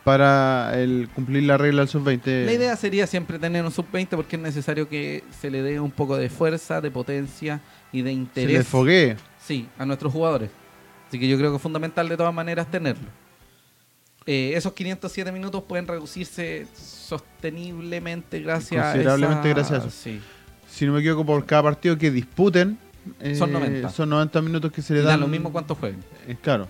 Speaker 1: para el cumplir la regla del sub-20.
Speaker 2: La idea sería siempre tener un sub-20 porque es necesario que se le dé un poco de fuerza, de potencia y de
Speaker 1: se le
Speaker 2: interés
Speaker 1: foguee.
Speaker 2: sí, a nuestros jugadores. Así que yo creo que es fundamental de todas maneras tenerlo. Eh, esos 507 minutos pueden reducirse sosteniblemente gracias a
Speaker 1: Considerablemente
Speaker 2: esa-
Speaker 1: gracias a eso.
Speaker 2: Sí.
Speaker 1: Si no me equivoco, por cada partido que disputen. eh,
Speaker 2: Son 90.
Speaker 1: Son 90 minutos que se
Speaker 2: Y
Speaker 1: le
Speaker 2: da
Speaker 1: dan.
Speaker 2: lo mismo cuánto jueguen.
Speaker 1: Eh, claro.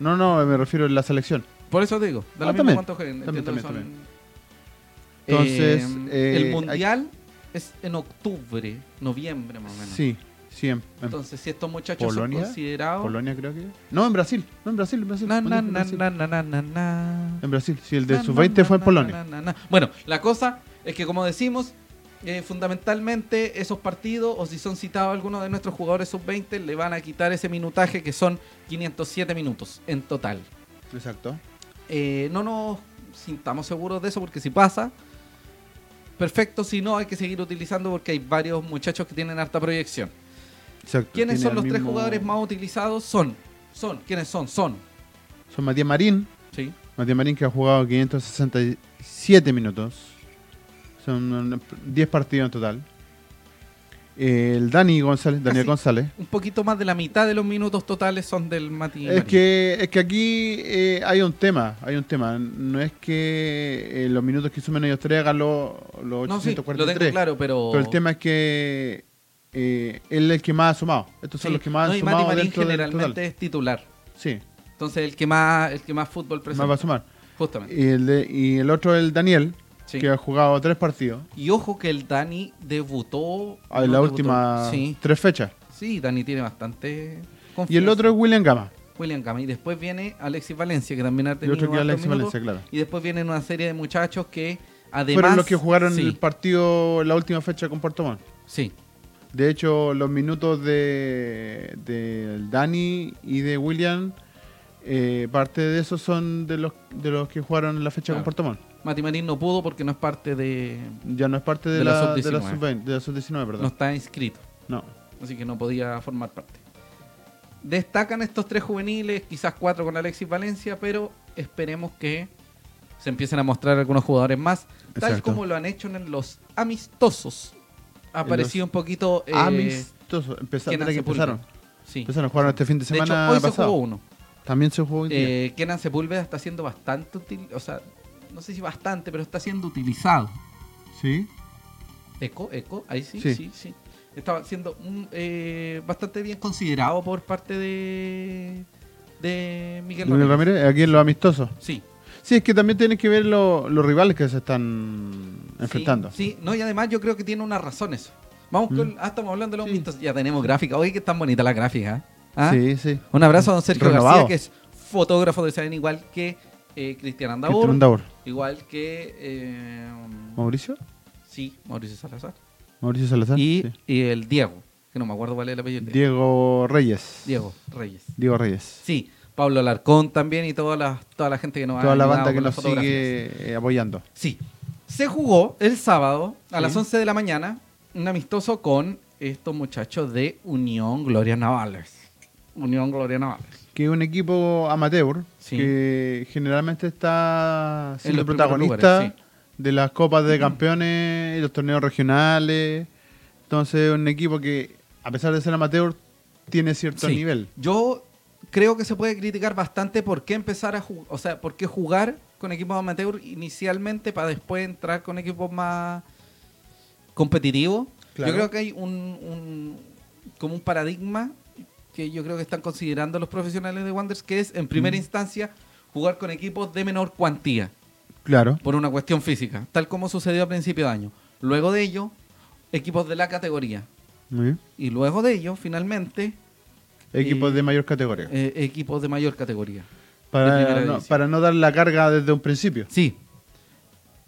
Speaker 1: No, no, me refiero en la selección.
Speaker 2: Por eso te digo,
Speaker 1: Ah,
Speaker 2: da lo mismo
Speaker 1: también,
Speaker 2: cuánto jueguen,
Speaker 1: también,
Speaker 2: entiendo que
Speaker 1: también,
Speaker 2: son-
Speaker 1: Entonces,
Speaker 2: Eh,
Speaker 1: eh,
Speaker 2: el mundial es en octubre, noviembre más o menos.
Speaker 1: Sí, sí, en, en
Speaker 2: Entonces, si estos muchachos
Speaker 1: ¿Polonia?
Speaker 2: son considerados.
Speaker 1: Polonia creo que. No, en Brasil. No, en Brasil. En Brasil,
Speaker 2: Na, na,
Speaker 1: en
Speaker 2: na,
Speaker 1: Brasil.
Speaker 2: na, na, na, na, na.
Speaker 1: En Brasil. Sí, el
Speaker 2: Na,
Speaker 1: de
Speaker 2: na,
Speaker 1: sub-20
Speaker 2: na,
Speaker 1: fue en
Speaker 2: na,
Speaker 1: Polonia.
Speaker 2: na, na, na. Bueno, la cosa es que, como decimos, eh, fundamentalmente esos partidos, o si son citados algunos de nuestros jugadores sub-20, le van a quitar ese minutaje que son 507 minutos en total.
Speaker 1: Exacto.
Speaker 2: Eh, no nos sintamos seguros de eso porque si pasa, perfecto, si no hay que seguir utilizando porque hay varios muchachos que tienen harta proyección.
Speaker 1: Exacto,
Speaker 2: ¿Quiénes
Speaker 1: tiene
Speaker 2: son
Speaker 1: al
Speaker 2: los tres
Speaker 1: mismo-
Speaker 2: jugadores más utilizados? Son, son, ¿quiénes son? Son,
Speaker 1: Son Matías Marín.
Speaker 2: sí.
Speaker 1: Matías Marín que ha jugado 567 minutos. Son 10 partidos en total. El Dani González, Daniel
Speaker 2: Casi.
Speaker 1: González.
Speaker 2: Un poquito más de la mitad de los minutos totales son del Mati.
Speaker 1: Es
Speaker 2: Marín.
Speaker 1: que, es que aquí eh, hay un tema, hay un tema. No es que eh, los minutos que sumen ellos tres hagan los los
Speaker 2: no, sí, lo
Speaker 1: 843.
Speaker 2: tengo claro, pero.
Speaker 1: Pero el tema es que eh, él es el que más ha sumado. Estos son
Speaker 2: Sí,
Speaker 1: los que más
Speaker 2: no,
Speaker 1: han
Speaker 2: y Mati
Speaker 1: sumado
Speaker 2: Marín
Speaker 1: dentro del
Speaker 2: generalmente
Speaker 1: total.
Speaker 2: es titular.
Speaker 1: Sí,
Speaker 2: Entonces el que más, el que más fútbol presenta.
Speaker 1: más va a sumar.
Speaker 2: Justamente.
Speaker 1: Y el, de- y el otro es el Daniel,
Speaker 2: sí.
Speaker 1: que ha jugado tres partidos.
Speaker 2: Y ojo que el Dani debutó.
Speaker 1: Ah, en
Speaker 2: no
Speaker 1: la
Speaker 2: debutó.
Speaker 1: última
Speaker 2: Sí,
Speaker 1: tres fechas.
Speaker 2: sí, Dani tiene bastante. Confianza.
Speaker 1: Y el otro es William Gama.
Speaker 2: William Gama. Y después viene Alexis Valencia, que también ha
Speaker 1: El
Speaker 2: tenido.
Speaker 1: otro que es
Speaker 2: hartos
Speaker 1: Alexis
Speaker 2: minutos.
Speaker 1: Valencia, claro.
Speaker 2: Y después vienen una serie de muchachos que además.
Speaker 1: Fueron los que jugaron
Speaker 2: sí,
Speaker 1: el partido la última fecha con Puerto Montt.
Speaker 2: Sí,
Speaker 1: De hecho, los minutos de, del Dani y de William, eh, parte de esos son de los, de los que jugaron la fecha
Speaker 2: Claro.
Speaker 1: con Puerto Montt.
Speaker 2: Mati Marín no pudo porque no es parte de.
Speaker 1: Ya no es parte de,
Speaker 2: De la
Speaker 1: la, de la
Speaker 2: sub-19.
Speaker 1: sub-20, de la sub-19,
Speaker 2: No
Speaker 1: perdón.
Speaker 2: está inscrito.
Speaker 1: No.
Speaker 2: así que no podía formar parte. Destacan estos tres juveniles, quizás cuatro con Alexis Valencia, pero esperemos que se empiecen a mostrar algunos jugadores más, tal
Speaker 1: Exacto.
Speaker 2: como lo han hecho en los amistosos. Ha
Speaker 1: En
Speaker 2: aparecido un poquito... eh,
Speaker 1: Ah, Amistoso. Empezaron,
Speaker 2: Kenan
Speaker 1: desde que
Speaker 2: Sepúlveda.
Speaker 1: empezaron.
Speaker 2: Sí.
Speaker 1: Empezaron a jugar este fin de
Speaker 2: de hecho,
Speaker 1: semana
Speaker 2: hoy se
Speaker 1: pasado.
Speaker 2: jugó uno.
Speaker 1: También se jugó un día.
Speaker 2: Eh, Kenan Sepúlveda está siendo bastante útil, o sea, no sé si bastante, pero está siendo utilizado.
Speaker 1: Sí.
Speaker 2: Eco, eco, ahí sí, sí,
Speaker 1: Sí.
Speaker 2: sí. Estaba siendo un, eh, bastante bien considerado por parte de, de Miguel
Speaker 1: Luis
Speaker 2: Ramírez.
Speaker 1: Ramírez, aquí en los amistosos.
Speaker 2: Sí.
Speaker 1: Sí, es que también tienes que ver lo- los rivales que se están enfrentando. Mm.
Speaker 2: Sí, sí. no, y además yo creo que tiene unas razones. Vamos con. Ah, estamos hablando de los
Speaker 1: Sí.
Speaker 2: mitos. Ya tenemos gráfica. Oye, que tan bonita la gráfica. ¿eh? ¿Ah?
Speaker 1: sí. sí.
Speaker 2: Un abrazo a don Sergio García,
Speaker 1: Renovado.
Speaker 2: que es fotógrafo de Saben, igual que eh, Cristian Andaur,
Speaker 1: Cristian Daur.
Speaker 2: igual que. eh,
Speaker 1: ¿Mauricio?
Speaker 2: sí, Mauricio Salazar.
Speaker 1: Mauricio Salazar.
Speaker 2: Y,
Speaker 1: Ah, sí.
Speaker 2: y el Diego, que no me acuerdo cuál es el apellido.
Speaker 1: Diego Reyes.
Speaker 2: Diego Reyes.
Speaker 1: Diego Reyes.
Speaker 2: Sí, Pablo Alarcón también y toda la, toda la gente que nos ha
Speaker 1: Toda la
Speaker 2: ayudado
Speaker 1: banda que
Speaker 2: ah, con
Speaker 1: nos
Speaker 2: las fotografías.
Speaker 1: sigue eh, apoyando.
Speaker 2: Sí. Se jugó el sábado a
Speaker 1: Sí.
Speaker 2: las 11 de la mañana un amistoso con estos muchachos de Unión Gloria Navales. Unión Gloria Navales.
Speaker 1: Que es un equipo amateur
Speaker 2: Sí.
Speaker 1: que generalmente está siendo
Speaker 2: los primeros
Speaker 1: protagonista
Speaker 2: lugares, sí. Mm.
Speaker 1: de las copas de campeones y los torneos regionales. Entonces, un equipo que, a pesar de ser amateur, tiene cierto
Speaker 2: Sí.
Speaker 1: nivel.
Speaker 2: Yo creo que se puede criticar bastante por qué empezar a jugar, o sea, por qué jugar con equipos amateur inicialmente para después entrar con equipos más competitivos.
Speaker 1: Claro.
Speaker 2: Yo creo que hay un, un- como un paradigma que yo creo que están considerando los profesionales de Wanderers, que es en
Speaker 1: Mm.
Speaker 2: primera instancia jugar con equipos de menor cuantía.
Speaker 1: Claro.
Speaker 2: por una cuestión física, tal como sucedió a principio de año. Luego de ello, equipos de la categoría.
Speaker 1: Muy bien.
Speaker 2: Y luego de ello, finalmente,
Speaker 1: Equipos
Speaker 2: Y-
Speaker 1: de mayor categoría.
Speaker 2: eh, equipos de mayor categoría. de
Speaker 1: para,
Speaker 2: primera
Speaker 1: no,
Speaker 2: división.
Speaker 1: para no dar la carga desde un principio.
Speaker 2: Sí.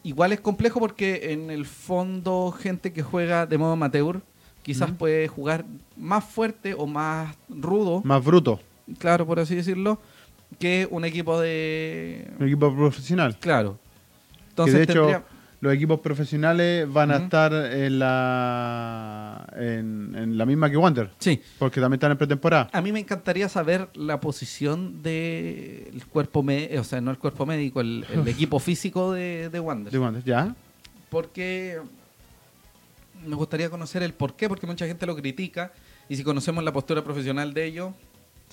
Speaker 2: Igual es complejo porque en el fondo gente que juega de modo amateur quizás puede jugar más fuerte o más rudo,
Speaker 1: Más bruto.
Speaker 2: claro, por así decirlo, que un equipo de...
Speaker 1: Un equipo profesional.
Speaker 2: Claro.
Speaker 1: que de
Speaker 2: Entonces
Speaker 1: hecho,
Speaker 2: tendría-
Speaker 1: los equipos profesionales van a
Speaker 2: Ujú.
Speaker 1: estar en la, en, en la misma que Wander,
Speaker 2: Sí.
Speaker 1: porque también están en pretemporada.
Speaker 2: A mí me encantaría saber la posición del cuerpo médico, o sea, no el cuerpo médico, el,
Speaker 1: [LAUGHS]
Speaker 2: el equipo físico de, de Wander.
Speaker 1: De Wander, ¿ya?
Speaker 2: Porque me gustaría conocer el por qué, porque mucha gente lo critica y si conocemos la postura profesional de ellos,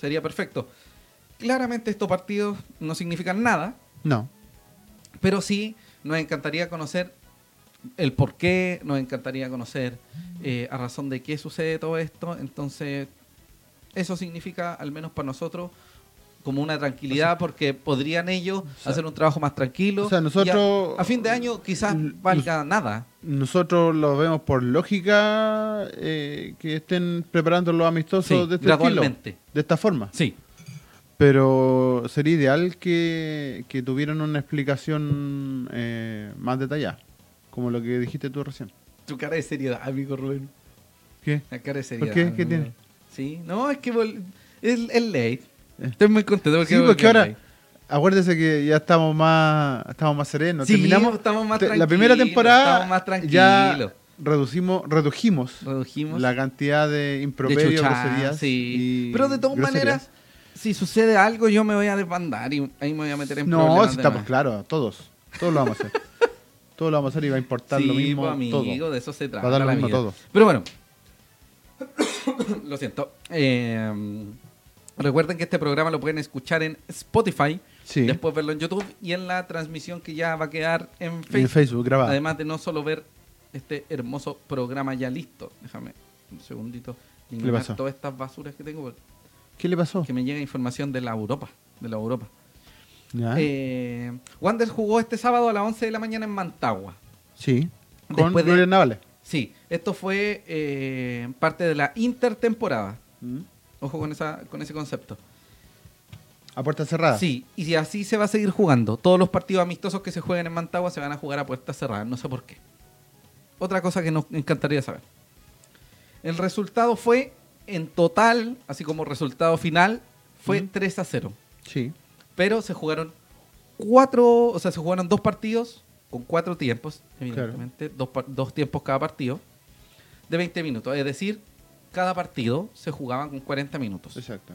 Speaker 2: sería perfecto. Claramente estos partidos no significan nada,
Speaker 1: No.
Speaker 2: pero sí nos encantaría conocer el por qué, nos encantaría conocer eh, a razón de qué sucede todo esto. Entonces, eso significa, al menos para nosotros, como una tranquilidad, porque podrían ellos
Speaker 1: sea,
Speaker 2: hacer un trabajo más tranquilo.
Speaker 1: o sea,
Speaker 2: y a-
Speaker 1: nosotros-
Speaker 2: a, fin de año quizás
Speaker 1: L-
Speaker 2: valga nada.
Speaker 1: Nosotros los vemos por lógica eh, que estén preparando los amistosos
Speaker 2: Sí,
Speaker 1: de este
Speaker 2: gradualmente.
Speaker 1: estilo, de esta forma.
Speaker 2: Sí,
Speaker 1: Pero sería ideal que, que tuvieran una explicación eh, más detallada, como lo que dijiste tú recién.
Speaker 2: tu cara de seriedad, amigo Rubén.
Speaker 1: ¿Qué?
Speaker 2: La cara de seriedad.
Speaker 1: qué? ¿Qué
Speaker 2: amigo.
Speaker 1: tiene? Eh.
Speaker 2: Sí, no, es que vol- el, el late. Estoy muy contento porque
Speaker 1: Sí, porque
Speaker 2: volvió el
Speaker 1: ahora,
Speaker 2: late.
Speaker 1: acuérdese que ya estamos más, estamos más serenos.
Speaker 2: Sí,
Speaker 1: Terminamos
Speaker 2: estamos más
Speaker 1: te- la primera
Speaker 2: tranquilos,
Speaker 1: temporada.
Speaker 2: estamos más tranquilos.
Speaker 1: ya reducimos, redujimos
Speaker 2: Redujimos.
Speaker 1: la cantidad de
Speaker 2: de
Speaker 1: improperios,
Speaker 2: chuchar,
Speaker 1: groserías
Speaker 2: sí.
Speaker 1: y
Speaker 2: Pero de todas
Speaker 1: groserías.
Speaker 2: maneras, si sucede algo, yo me voy a desbandar y ahí me voy a meter en
Speaker 1: No,
Speaker 2: problemas.
Speaker 1: si
Speaker 2: de
Speaker 1: estamos
Speaker 2: más.
Speaker 1: claro, todos. Todos lo vamos a
Speaker 2: [LAUGHS]
Speaker 1: hacer. todos lo vamos a hacer y va a importar
Speaker 2: Sí,
Speaker 1: lo mismo.
Speaker 2: pues, amigo,
Speaker 1: todo.
Speaker 2: de eso se trata.
Speaker 1: Va a dar lo
Speaker 2: la
Speaker 1: mismo
Speaker 2: vida.
Speaker 1: todo.
Speaker 2: Pero bueno, [COUGHS] lo siento. Eh, recuerden que este programa lo pueden escuchar en Spotify,
Speaker 1: Sí.
Speaker 2: después verlo en YouTube y en la transmisión que ya va a quedar en
Speaker 1: Y en
Speaker 2: Facebook.
Speaker 1: Facebook grabado.
Speaker 2: Además de no solo ver este hermoso programa ya listo. Déjame un segundito. eliminar
Speaker 1: pasó?
Speaker 2: Todas estas basuras que tengo porque-
Speaker 1: ¿Qué le pasó?
Speaker 2: que me llega información de la Europa, de la Europa.
Speaker 1: Ya.
Speaker 2: Eh, Wander jugó este sábado a las 11 de la mañana en Mantagua.
Speaker 1: sí. Con
Speaker 2: después de-
Speaker 1: Gloria Navales.
Speaker 2: Sí, esto fue eh, parte de la intertemporada. Ojo con, esa, con ese concepto.
Speaker 1: A puerta cerrada.
Speaker 2: Sí, y si así se va a seguir jugando. Todos los partidos amistosos que se jueguen en Mantagua se van a jugar a puertas cerradas, no sé por qué. Otra cosa que nos encantaría saber. El resultado fue, en total, así como resultado final, fue 3 a 0.
Speaker 1: Sí.
Speaker 2: pero se jugaron cuatro, o sea, se jugaron dos partidos con cuatro tiempos, evidentemente, dos, par- dos tiempos cada partido, de 20 minutos. Es decir, cada partido se jugaba con 40 minutos.
Speaker 1: Exacto.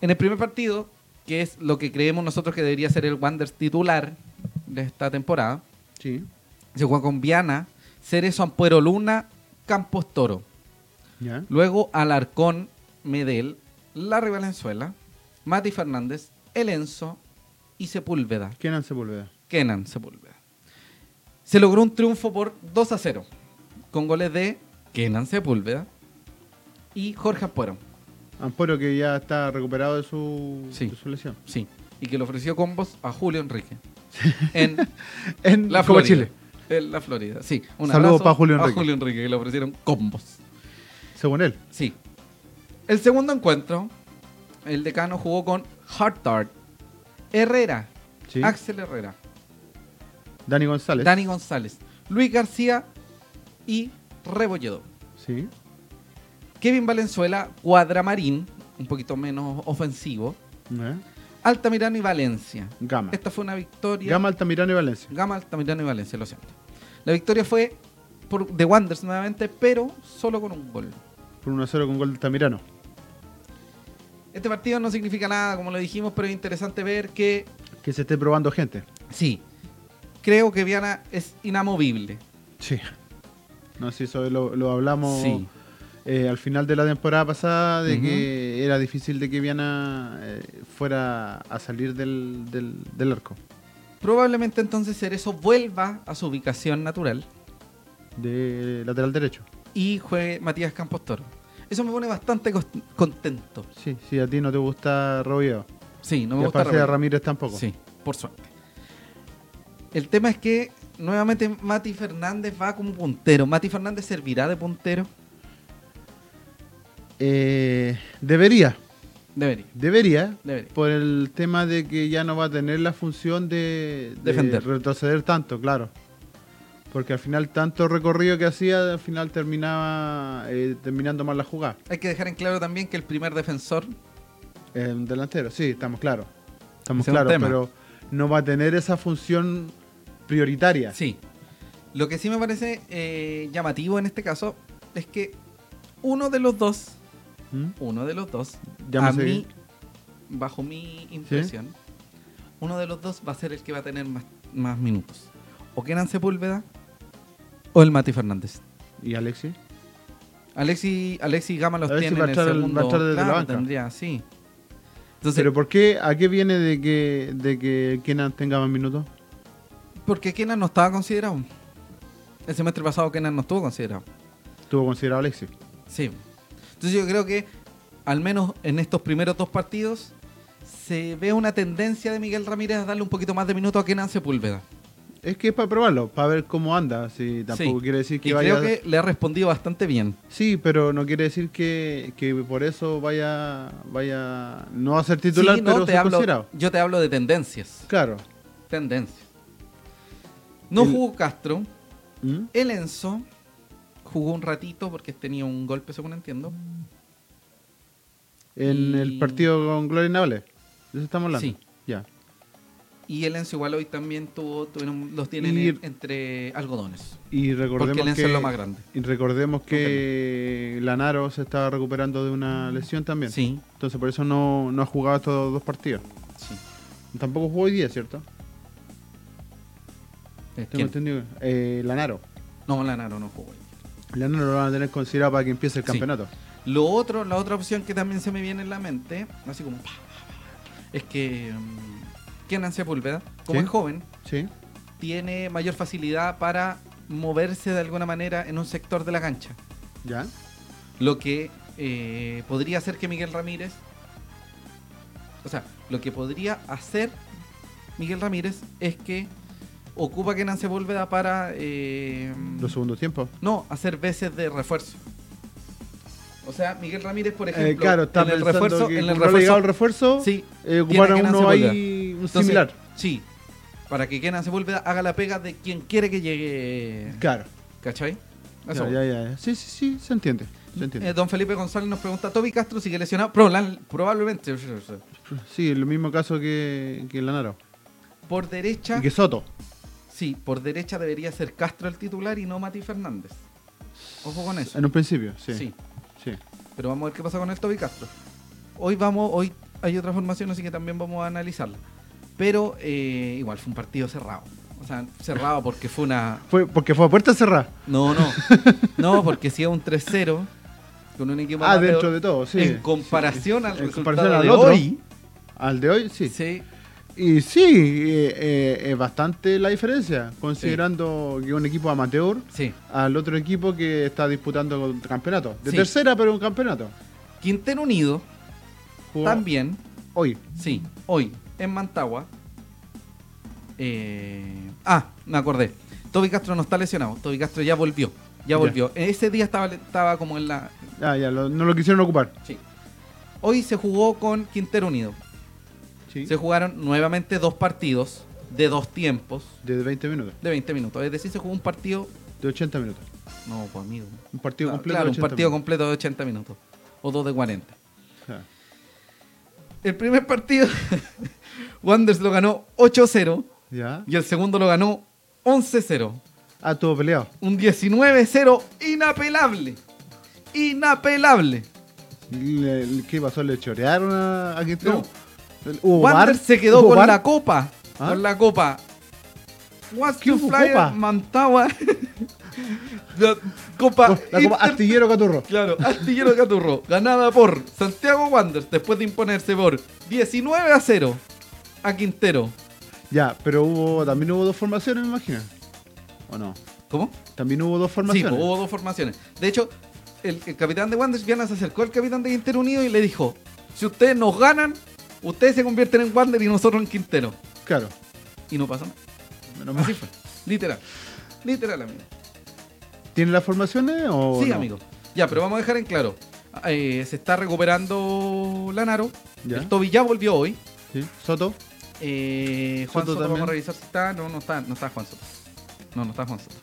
Speaker 2: En el primer partido, que es lo que creemos nosotros que debería ser el Wanderers titular de esta temporada,
Speaker 1: Sí.
Speaker 2: se jugó con Viana, Cerezo, Ampuero, Luna, Campos Toro.
Speaker 1: Ya.
Speaker 2: Luego Alarcón, Medel, Larry Valenzuela, Mati Fernández, El Enzo y Sepúlveda.
Speaker 1: Kenan Sepúlveda.
Speaker 2: Kenan Sepúlveda. Se logró un triunfo por 2 a 0 con goles de Kenan Sepúlveda y Jorge Ampuero.
Speaker 1: Amporo que ya está recuperado de su,
Speaker 2: Sí.
Speaker 1: de su lesión.
Speaker 2: Sí. Y que le ofreció combos a
Speaker 1: [LAUGHS]
Speaker 2: Julio Enrique. En
Speaker 1: En
Speaker 2: la
Speaker 1: Copa
Speaker 2: Florida.
Speaker 1: Chile.
Speaker 2: En la Florida, sí.
Speaker 1: Saludos
Speaker 2: abrazo
Speaker 1: pa' Julio
Speaker 2: a
Speaker 1: Enrique.
Speaker 2: Julio Enrique, que le ofrecieron combos.
Speaker 1: Según él.
Speaker 2: Sí. El segundo encuentro, el decano jugó con Hartard, Herrera,
Speaker 1: Sí.
Speaker 2: Axel Herrera,
Speaker 1: Dani González.
Speaker 2: Dani González, Luis García y Rebolledo.
Speaker 1: Sí.
Speaker 2: Kevin Valenzuela, Cuadramarín, un poquito menos ofensivo,
Speaker 1: Ya.
Speaker 2: Altamirano y Valencia.
Speaker 1: Gama.
Speaker 2: Esta fue una victoria.
Speaker 1: Gama Altamirano y Valencia.
Speaker 2: Gama, Altamirano y Valencia, lo siento. La victoria fue por, de Wanderers nuevamente, pero solo con un gol.
Speaker 1: Por 1-0 con gol de Altamirano.
Speaker 2: Este partido no significa nada, como lo dijimos, pero es interesante ver que
Speaker 1: Que se esté probando gente.
Speaker 2: Sí. Creo que Viana es inamovible.
Speaker 1: Sí. No sé si eso lo, lo hablamos
Speaker 2: Sí.
Speaker 1: eh, al final de la temporada pasada, de
Speaker 2: Ujú.
Speaker 1: que era difícil de que Viana eh, fuera a salir del, del, del arco.
Speaker 2: Probablemente entonces Cerezo vuelva a su ubicación natural
Speaker 1: De lateral derecho.
Speaker 2: y juegue Matías Campos Toro. Eso me pone bastante cos- contento.
Speaker 1: Sí, sí, a ti no te gusta Robillado.
Speaker 2: Sí, no
Speaker 1: No
Speaker 2: me gusta
Speaker 1: a
Speaker 2: Ramírez.
Speaker 1: Ramírez tampoco.
Speaker 2: Sí, por suerte. El tema es que nuevamente Mati Fernández va como puntero. ¿Mati Fernández servirá de puntero?
Speaker 1: Eh, debería,
Speaker 2: Debería.
Speaker 1: debería,
Speaker 2: Debería.
Speaker 1: por el tema de que ya no va a tener la función de, de
Speaker 2: Defender.
Speaker 1: retroceder tanto, claro. Porque al final tanto recorrido que hacía, al final terminaba eh, terminando mal la jugada.
Speaker 2: Hay que dejar en claro también que el primer defensor
Speaker 1: Eh, Un delantero, sí, estamos claros. Estamos
Speaker 2: Ese es un
Speaker 1: claros,
Speaker 2: tema.
Speaker 1: pero no va a tener esa función prioritaria.
Speaker 2: Sí. Lo que sí me parece eh, llamativo en este caso es que uno de los dos,
Speaker 1: ¿Mm?
Speaker 2: uno de los dos, a
Speaker 1: Llámese-
Speaker 2: mí, bajo mi impresión, uno de los dos va a ser el que va a tener más, más minutos. O Kenan Sepúlveda o el Mati Fernández.
Speaker 1: ¿Y Alexis?
Speaker 2: Alexi, Alexi Gama los
Speaker 1: Alexis
Speaker 2: tiene
Speaker 1: va
Speaker 2: en
Speaker 1: a
Speaker 2: el
Speaker 1: estar- va a
Speaker 2: segundo.
Speaker 1: estar desde la
Speaker 2: Claro,
Speaker 1: banca.
Speaker 2: tendría, sí. Entonces,
Speaker 1: ¿Pero por qué? ¿A qué viene de que, de que Kenan tenga más minutos?
Speaker 2: porque Kenan no estaba considerado. El semestre pasado Kenan no estuvo considerado.
Speaker 1: Estuvo considerado Alexis.
Speaker 2: Sí. Entonces yo creo que, al menos en estos primeros dos partidos, se ve una tendencia de Miguel Ramírez a darle un poquito más de minuto a Kenan Sepúlveda.
Speaker 1: Es que es para probarlo, para ver cómo anda. Si tampoco
Speaker 2: Sí.
Speaker 1: quiere decir que
Speaker 2: y
Speaker 1: vaya.
Speaker 2: creo que le ha respondido bastante bien.
Speaker 1: Sí, pero no quiere decir que, que por eso vaya vaya no a ser titular,
Speaker 2: Sí, no,
Speaker 1: pero
Speaker 2: te
Speaker 1: ser
Speaker 2: hablo-
Speaker 1: considerado.
Speaker 2: yo te hablo de tendencias.
Speaker 1: Claro.
Speaker 2: Tendencias. No
Speaker 1: El-
Speaker 2: jugó Castro.
Speaker 1: ¿Mm?
Speaker 2: El Enzo jugó un ratito porque tenía un golpe, según entiendo.
Speaker 1: En
Speaker 2: Y-
Speaker 1: el partido con Gloria Navales. De eso estamos hablando.
Speaker 2: Sí.
Speaker 1: Ya.
Speaker 2: Y el Enzo igual hoy también tuvo, tuvieron- los tienen
Speaker 1: Y-
Speaker 2: en- entre algodones.
Speaker 1: Y
Speaker 2: Porque el
Speaker 1: recordemos
Speaker 2: Enzo
Speaker 1: que,
Speaker 2: es lo más grande.
Speaker 1: y recordemos que Lanaro se estaba recuperando de una lesión también.
Speaker 2: Sí,
Speaker 1: Entonces por eso no, no ha jugado estos dos partidos.
Speaker 2: sí.
Speaker 1: Tampoco jugó hoy día, ¿cierto?
Speaker 2: Eh,
Speaker 1: Tengo
Speaker 2: ¿quién?
Speaker 1: entendido. Eh, Lanaro.
Speaker 2: No, Lanaro no jugó hoy.
Speaker 1: Lanaro lo van a tener considerado para que empiece el
Speaker 2: Sí.
Speaker 1: campeonato.
Speaker 2: Lo otro, la otra opción que también se me viene en la mente, así como pa, pa, pa, es que mm, Kenan Sepúlveda, como
Speaker 1: Sí.
Speaker 2: es joven,
Speaker 1: Sí.
Speaker 2: tiene mayor facilidad para moverse de alguna manera en un sector de la cancha.
Speaker 1: Ya.
Speaker 2: Lo que eh, podría hacer que Miguel Ramírez. O sea, lo que podría hacer Miguel Ramírez es que ocupa a Kenan Sepúlveda para. eh,
Speaker 1: Los segundos tiempos.
Speaker 2: no, hacer veces de refuerzo. O sea, Miguel Ramírez, por ejemplo,
Speaker 1: Eh, claro, está
Speaker 2: en el
Speaker 1: pensando
Speaker 2: refuerzo,
Speaker 1: que
Speaker 2: en el
Speaker 1: como no le llegaba el
Speaker 2: refuerzo,
Speaker 1: refuerzo,
Speaker 2: sí,
Speaker 1: eh, ocuparon
Speaker 2: tiene que
Speaker 1: uno
Speaker 2: Nancy
Speaker 1: ahí un
Speaker 2: Entonces,
Speaker 1: similar.
Speaker 2: sí, para que Kenan Sepúlveda haga la pega de quien quiere que llegue,
Speaker 1: Claro.
Speaker 2: ¿cachai? A eso
Speaker 1: Ya,
Speaker 2: voy.
Speaker 1: ya, ya, ya. Sí, sí, sí, se entiende. Se entiende.
Speaker 2: Eh, don Felipe González nos pregunta, ¿Toby Castro sigue lesionado? Probla- probablemente.
Speaker 1: sí, el mismo caso que, que Lanaro.
Speaker 2: Por derecha,
Speaker 1: Y que Soto.
Speaker 2: sí, por derecha debería ser Castro el titular y no Mati Fernández. Ojo con eso.
Speaker 1: En un principio, Ah, sí.
Speaker 2: sí.
Speaker 1: Sí.
Speaker 2: Pero vamos a ver qué pasa con el Toby Castro. Hoy vamos, hoy hay otra formación, así que también vamos a analizarla. Pero eh, igual fue un partido cerrado. O sea, cerrado porque fue una.
Speaker 1: Fue porque fue a puerta cerrada.
Speaker 2: No, no. No, porque si es un 3-0 con un equipo
Speaker 1: Ah,
Speaker 2: amateur,
Speaker 1: dentro de todo, sí.
Speaker 2: En comparación al
Speaker 1: En
Speaker 2: resultado
Speaker 1: comparación al
Speaker 2: de
Speaker 1: otro,
Speaker 2: hoy.
Speaker 1: Al de hoy, sí.
Speaker 2: Sí.
Speaker 1: Y sí, eh, eh, es bastante la diferencia, considerando que un equipo amateur
Speaker 2: Sí.
Speaker 1: al otro equipo que está disputando con- campeonato. De
Speaker 2: Sí.
Speaker 1: tercera, pero un campeonato.
Speaker 2: Quintero Unido
Speaker 1: Jugó
Speaker 2: también,
Speaker 1: Hoy.
Speaker 2: sí, hoy en Mantagua. Eh, ah, me acordé. Toby Castro no está lesionado. Toby Castro ya volvió.
Speaker 1: Ya.
Speaker 2: Ya volvió. Ese día estaba, estaba como en la,
Speaker 1: Ah, ya, lo- no lo quisieron ocupar.
Speaker 2: Sí. Hoy se jugó con Quintero Unido.
Speaker 1: Sí.
Speaker 2: Se jugaron nuevamente dos partidos de dos tiempos
Speaker 1: De 20 minutos,
Speaker 2: de 20 minutos. Es decir, se jugó un partido.
Speaker 1: de 80 minutos.
Speaker 2: No, pues amigo.
Speaker 1: Un partido
Speaker 2: Claro,
Speaker 1: completo. de
Speaker 2: claro, un
Speaker 1: 80
Speaker 2: partido
Speaker 1: minutos.
Speaker 2: completo de 80 minutos. O dos de 40.
Speaker 1: Claro.
Speaker 2: El primer partido, [LAUGHS] Wanders lo ganó 8-0
Speaker 1: Ya.
Speaker 2: y el segundo lo ganó 11-0.
Speaker 1: Ah, todo peleado.
Speaker 2: Un 19-0 inapelable. Inapelable.
Speaker 1: Le- le- ¿Qué pasó? ¿Le chorearon a, a Quintero? ¿Hubo
Speaker 2: Wander
Speaker 1: bar?
Speaker 2: se quedó
Speaker 1: ¿Hubo
Speaker 2: con
Speaker 1: bar?
Speaker 2: la copa.
Speaker 1: ¿Ah?
Speaker 2: Con la copa. What's
Speaker 1: ¿Qué
Speaker 2: to
Speaker 1: hubo
Speaker 2: flyer,
Speaker 1: copa?
Speaker 2: Mantagua. [LAUGHS] la copa.
Speaker 1: La copa
Speaker 2: Inter-
Speaker 1: Astillero Caturro.
Speaker 2: Claro, Astillero Caturro. Ganada por Santiago Wanderers después de imponerse por 19 a 0 a Quintero.
Speaker 1: Ya, pero hubo también hubo dos formaciones, me imagino. ¿O no?
Speaker 2: ¿Cómo?
Speaker 1: También hubo dos
Speaker 2: Sí,
Speaker 1: formaciones.
Speaker 2: pues, hubo dos formaciones. De hecho, el, el capitán de Wanderers Viana se acercó al capitán de Quintero Unido y le dijo: Si ustedes nos ganan, ustedes se convierten en Wander y nosotros en Quintero.
Speaker 1: Claro.
Speaker 2: Y no pasó nada.
Speaker 1: Menos mal.
Speaker 2: Así fue. Literal. Literal, amigo.
Speaker 1: ¿Tienen las formaciones o Oh,
Speaker 2: Sí,
Speaker 1: no?
Speaker 2: amigo. Ya, pero vamos a dejar en claro. Eh, se está recuperando Lanaro.
Speaker 1: Ya.
Speaker 2: El Toby ya volvió hoy.
Speaker 1: Sí. Soto.
Speaker 2: Eh, Juan
Speaker 1: Soto
Speaker 2: Soto, vamos
Speaker 1: también.
Speaker 2: a revisar si está. No, no está, no está Juan Soto. No, no está Juan Soto.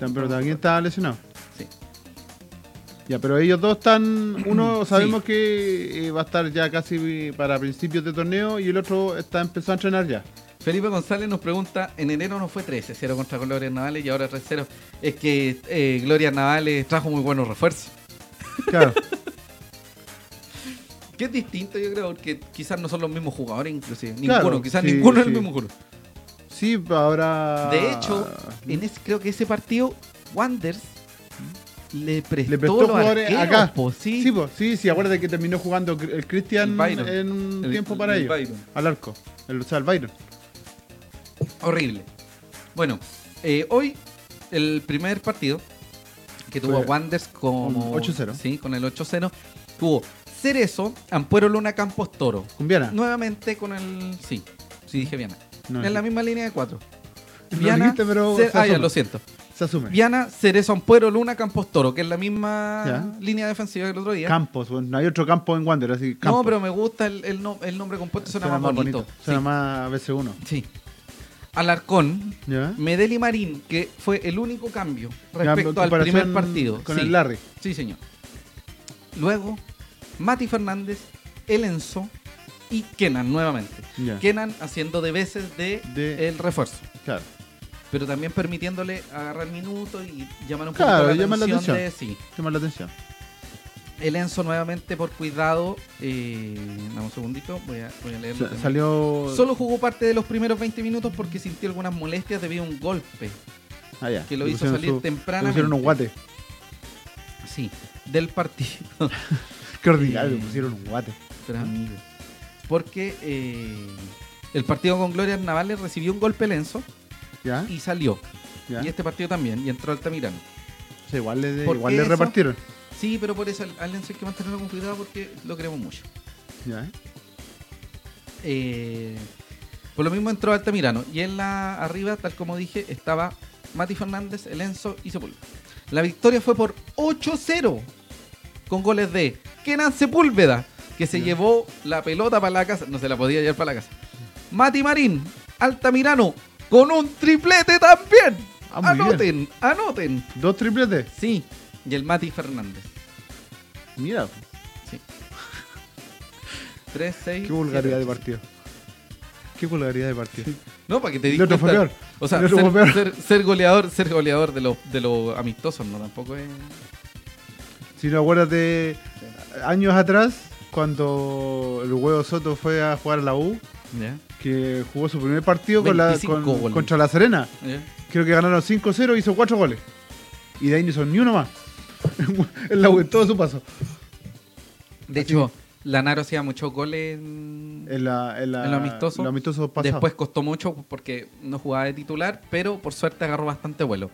Speaker 1: tam- Pero también estaba lesionado.
Speaker 2: Sí.
Speaker 1: Ya, pero ellos dos están.
Speaker 2: [CLEARS THROAT]
Speaker 1: Uno sabemos que eh, va a estar ya casi para principios de torneo y el otro está empezó a entrenar ya.
Speaker 2: Felipe González nos pregunta, en enero no fue 13, 0 contra Gloria Navales y ahora 3-0. Es que eh, Gloria Navales trajo muy buenos refuerzos. [LAUGHS]
Speaker 1: Claro.
Speaker 2: Que es distinto, yo creo, porque quizás no son los mismos jugadores, inclusive.
Speaker 1: Claro,
Speaker 2: ninguno, quizás
Speaker 1: sí,
Speaker 2: ninguno es el
Speaker 1: sí. Ah.
Speaker 2: mismo jugador.
Speaker 1: sí, pues, ahora.
Speaker 2: De hecho, en ese, creo que ese partido, Wanders le prestó,
Speaker 1: Le prestó
Speaker 2: los
Speaker 1: jugadores
Speaker 2: arqueros,
Speaker 1: acá.
Speaker 2: po, sí.
Speaker 1: Sí, pues, sí, sí, acuérdate que terminó jugando cr- el
Speaker 2: El
Speaker 1: Cristian
Speaker 2: Byron.
Speaker 1: en un
Speaker 2: El-
Speaker 1: tiempo para
Speaker 2: el
Speaker 1: ellos.
Speaker 2: Byron.
Speaker 1: Al arco. El, o sea, el Byron.
Speaker 2: Horrible. Bueno, eh, hoy el primer partido que tuvo
Speaker 1: Fue
Speaker 2: Wanders como
Speaker 1: un 8-0.
Speaker 2: Sí, con el 8-0. Tuvo Cerezo, Ampuero Luna, Campos Toro.
Speaker 1: Cumbiana.
Speaker 2: Nuevamente con el. Sí, sí dije Viana.
Speaker 1: Ah. No,
Speaker 2: en la
Speaker 1: no
Speaker 2: misma línea de cuatro.
Speaker 1: lo
Speaker 2: Viana.
Speaker 1: dijiste, pero
Speaker 2: Cer-
Speaker 1: se
Speaker 2: ah, ya,
Speaker 1: asume.
Speaker 2: lo siento.
Speaker 1: Se asume.
Speaker 2: Viana, Cerezo, Ampuero Luna, Campos Toro, que es la misma
Speaker 1: Ya.
Speaker 2: línea defensiva que el otro día.
Speaker 1: Campos, bueno, no hay otro campo en Wander, así que
Speaker 2: No,
Speaker 1: Campos.
Speaker 2: pero me gusta el, el no- el nombre compuesto, suena, más bonito.
Speaker 1: Suena más BC1.
Speaker 2: Sí. sí. Alarcón,
Speaker 1: ¿Ya?
Speaker 2: Medeli Marín, que fue el único cambio
Speaker 1: Ya, en
Speaker 2: respecto al
Speaker 1: comparación
Speaker 2: primer partido.
Speaker 1: Con
Speaker 2: sí,
Speaker 1: el Larry.
Speaker 2: sí, señor. Luego, Mati Fernández, El Enzo, y Kenan nuevamente.
Speaker 1: Ya.
Speaker 2: Kenan haciendo de veces de,
Speaker 1: De-
Speaker 2: el refuerzo,
Speaker 1: Claro.
Speaker 2: pero también permitiéndole agarrar minutos y llamar un poquito
Speaker 1: Claro,
Speaker 2: la,
Speaker 1: llama la
Speaker 2: atención
Speaker 1: atención.
Speaker 2: de- sí.
Speaker 1: Llama la atención.
Speaker 2: El Enzo nuevamente por cuidado. Eh, dame un segundito, voy a, voy a leer. lo
Speaker 1: Sa-
Speaker 2: que me-
Speaker 1: salió.
Speaker 2: Solo jugó parte de los primeros 20 minutos porque sintió algunas molestias debido a un golpe
Speaker 1: Ah, ya.
Speaker 2: que lo
Speaker 1: Le
Speaker 2: hizo
Speaker 1: pusieron
Speaker 2: salir
Speaker 1: su- Le
Speaker 2: tempranamente.
Speaker 1: pusieron un guate.
Speaker 2: Sí, del partido.
Speaker 1: Qué ordinario,
Speaker 2: Eh.
Speaker 1: le pusieron un guate.
Speaker 2: Pero, amigo, Porque eh, el partido con Gloria Navales recibió un golpe Lenzo
Speaker 1: ¿Ya?
Speaker 2: y salió.
Speaker 1: ¿Ah? ¿Ya?
Speaker 2: Y este partido también, y entró Altamirano.
Speaker 1: O sea, igual le,
Speaker 2: ¿Por
Speaker 1: igual
Speaker 2: qué
Speaker 1: le
Speaker 2: eso?
Speaker 1: repartieron.
Speaker 2: Sí, pero por eso al- al Lenzo hay que mantenerlo con cuidado porque lo queremos mucho.
Speaker 1: ¿Ya?
Speaker 2: Eh, por lo mismo entró Altamirano. Y en la arriba, tal como dije, estaba Mati Fernández, El Enzo y Sepúlveda. La victoria fue por 8-0 con goles de Kenan Sepúlveda, que se
Speaker 1: Ya.
Speaker 2: llevó la pelota para la casa. No se la podía llevar para la casa. Mati Marín, Altamirano, con un triplete también.
Speaker 1: Ah, muy bien.
Speaker 2: anoten, anoten.
Speaker 1: Dos tripletes.
Speaker 2: Sí, y el Mati Fernández.
Speaker 1: Mira,
Speaker 2: [LAUGHS] 3, 6.
Speaker 1: qué vulgaridad de partido. Qué vulgaridad de partido.
Speaker 2: No, para que te
Speaker 1: El
Speaker 2: diga.
Speaker 1: otro fue peor.
Speaker 2: O sea,
Speaker 1: El otro
Speaker 2: ser,
Speaker 1: fue peor.
Speaker 2: ser- ser goleador, ser goleador de los de los amistosos, no tampoco es.
Speaker 1: Si no acuérdate, años atrás, cuando el huevo Soto fue a jugar a la U,
Speaker 2: ¿Ya?
Speaker 1: que jugó su primer partido con la,
Speaker 2: 25
Speaker 1: con-
Speaker 2: goles.
Speaker 1: contra la Serena.
Speaker 2: ¿Ya?
Speaker 1: Creo que ganaron 5-0 hizo 4 goles. Y de ahí no hizo ni uno más. [LAUGHS] en la U en todo su paso.
Speaker 2: De hecho, Lanaro hacía muchos goles. en-
Speaker 1: En, la, en, la-
Speaker 2: En lo amistoso.
Speaker 1: en lo amistoso pasado.
Speaker 2: Después costó mucho porque no jugaba de titular, pero por suerte agarró bastante vuelo.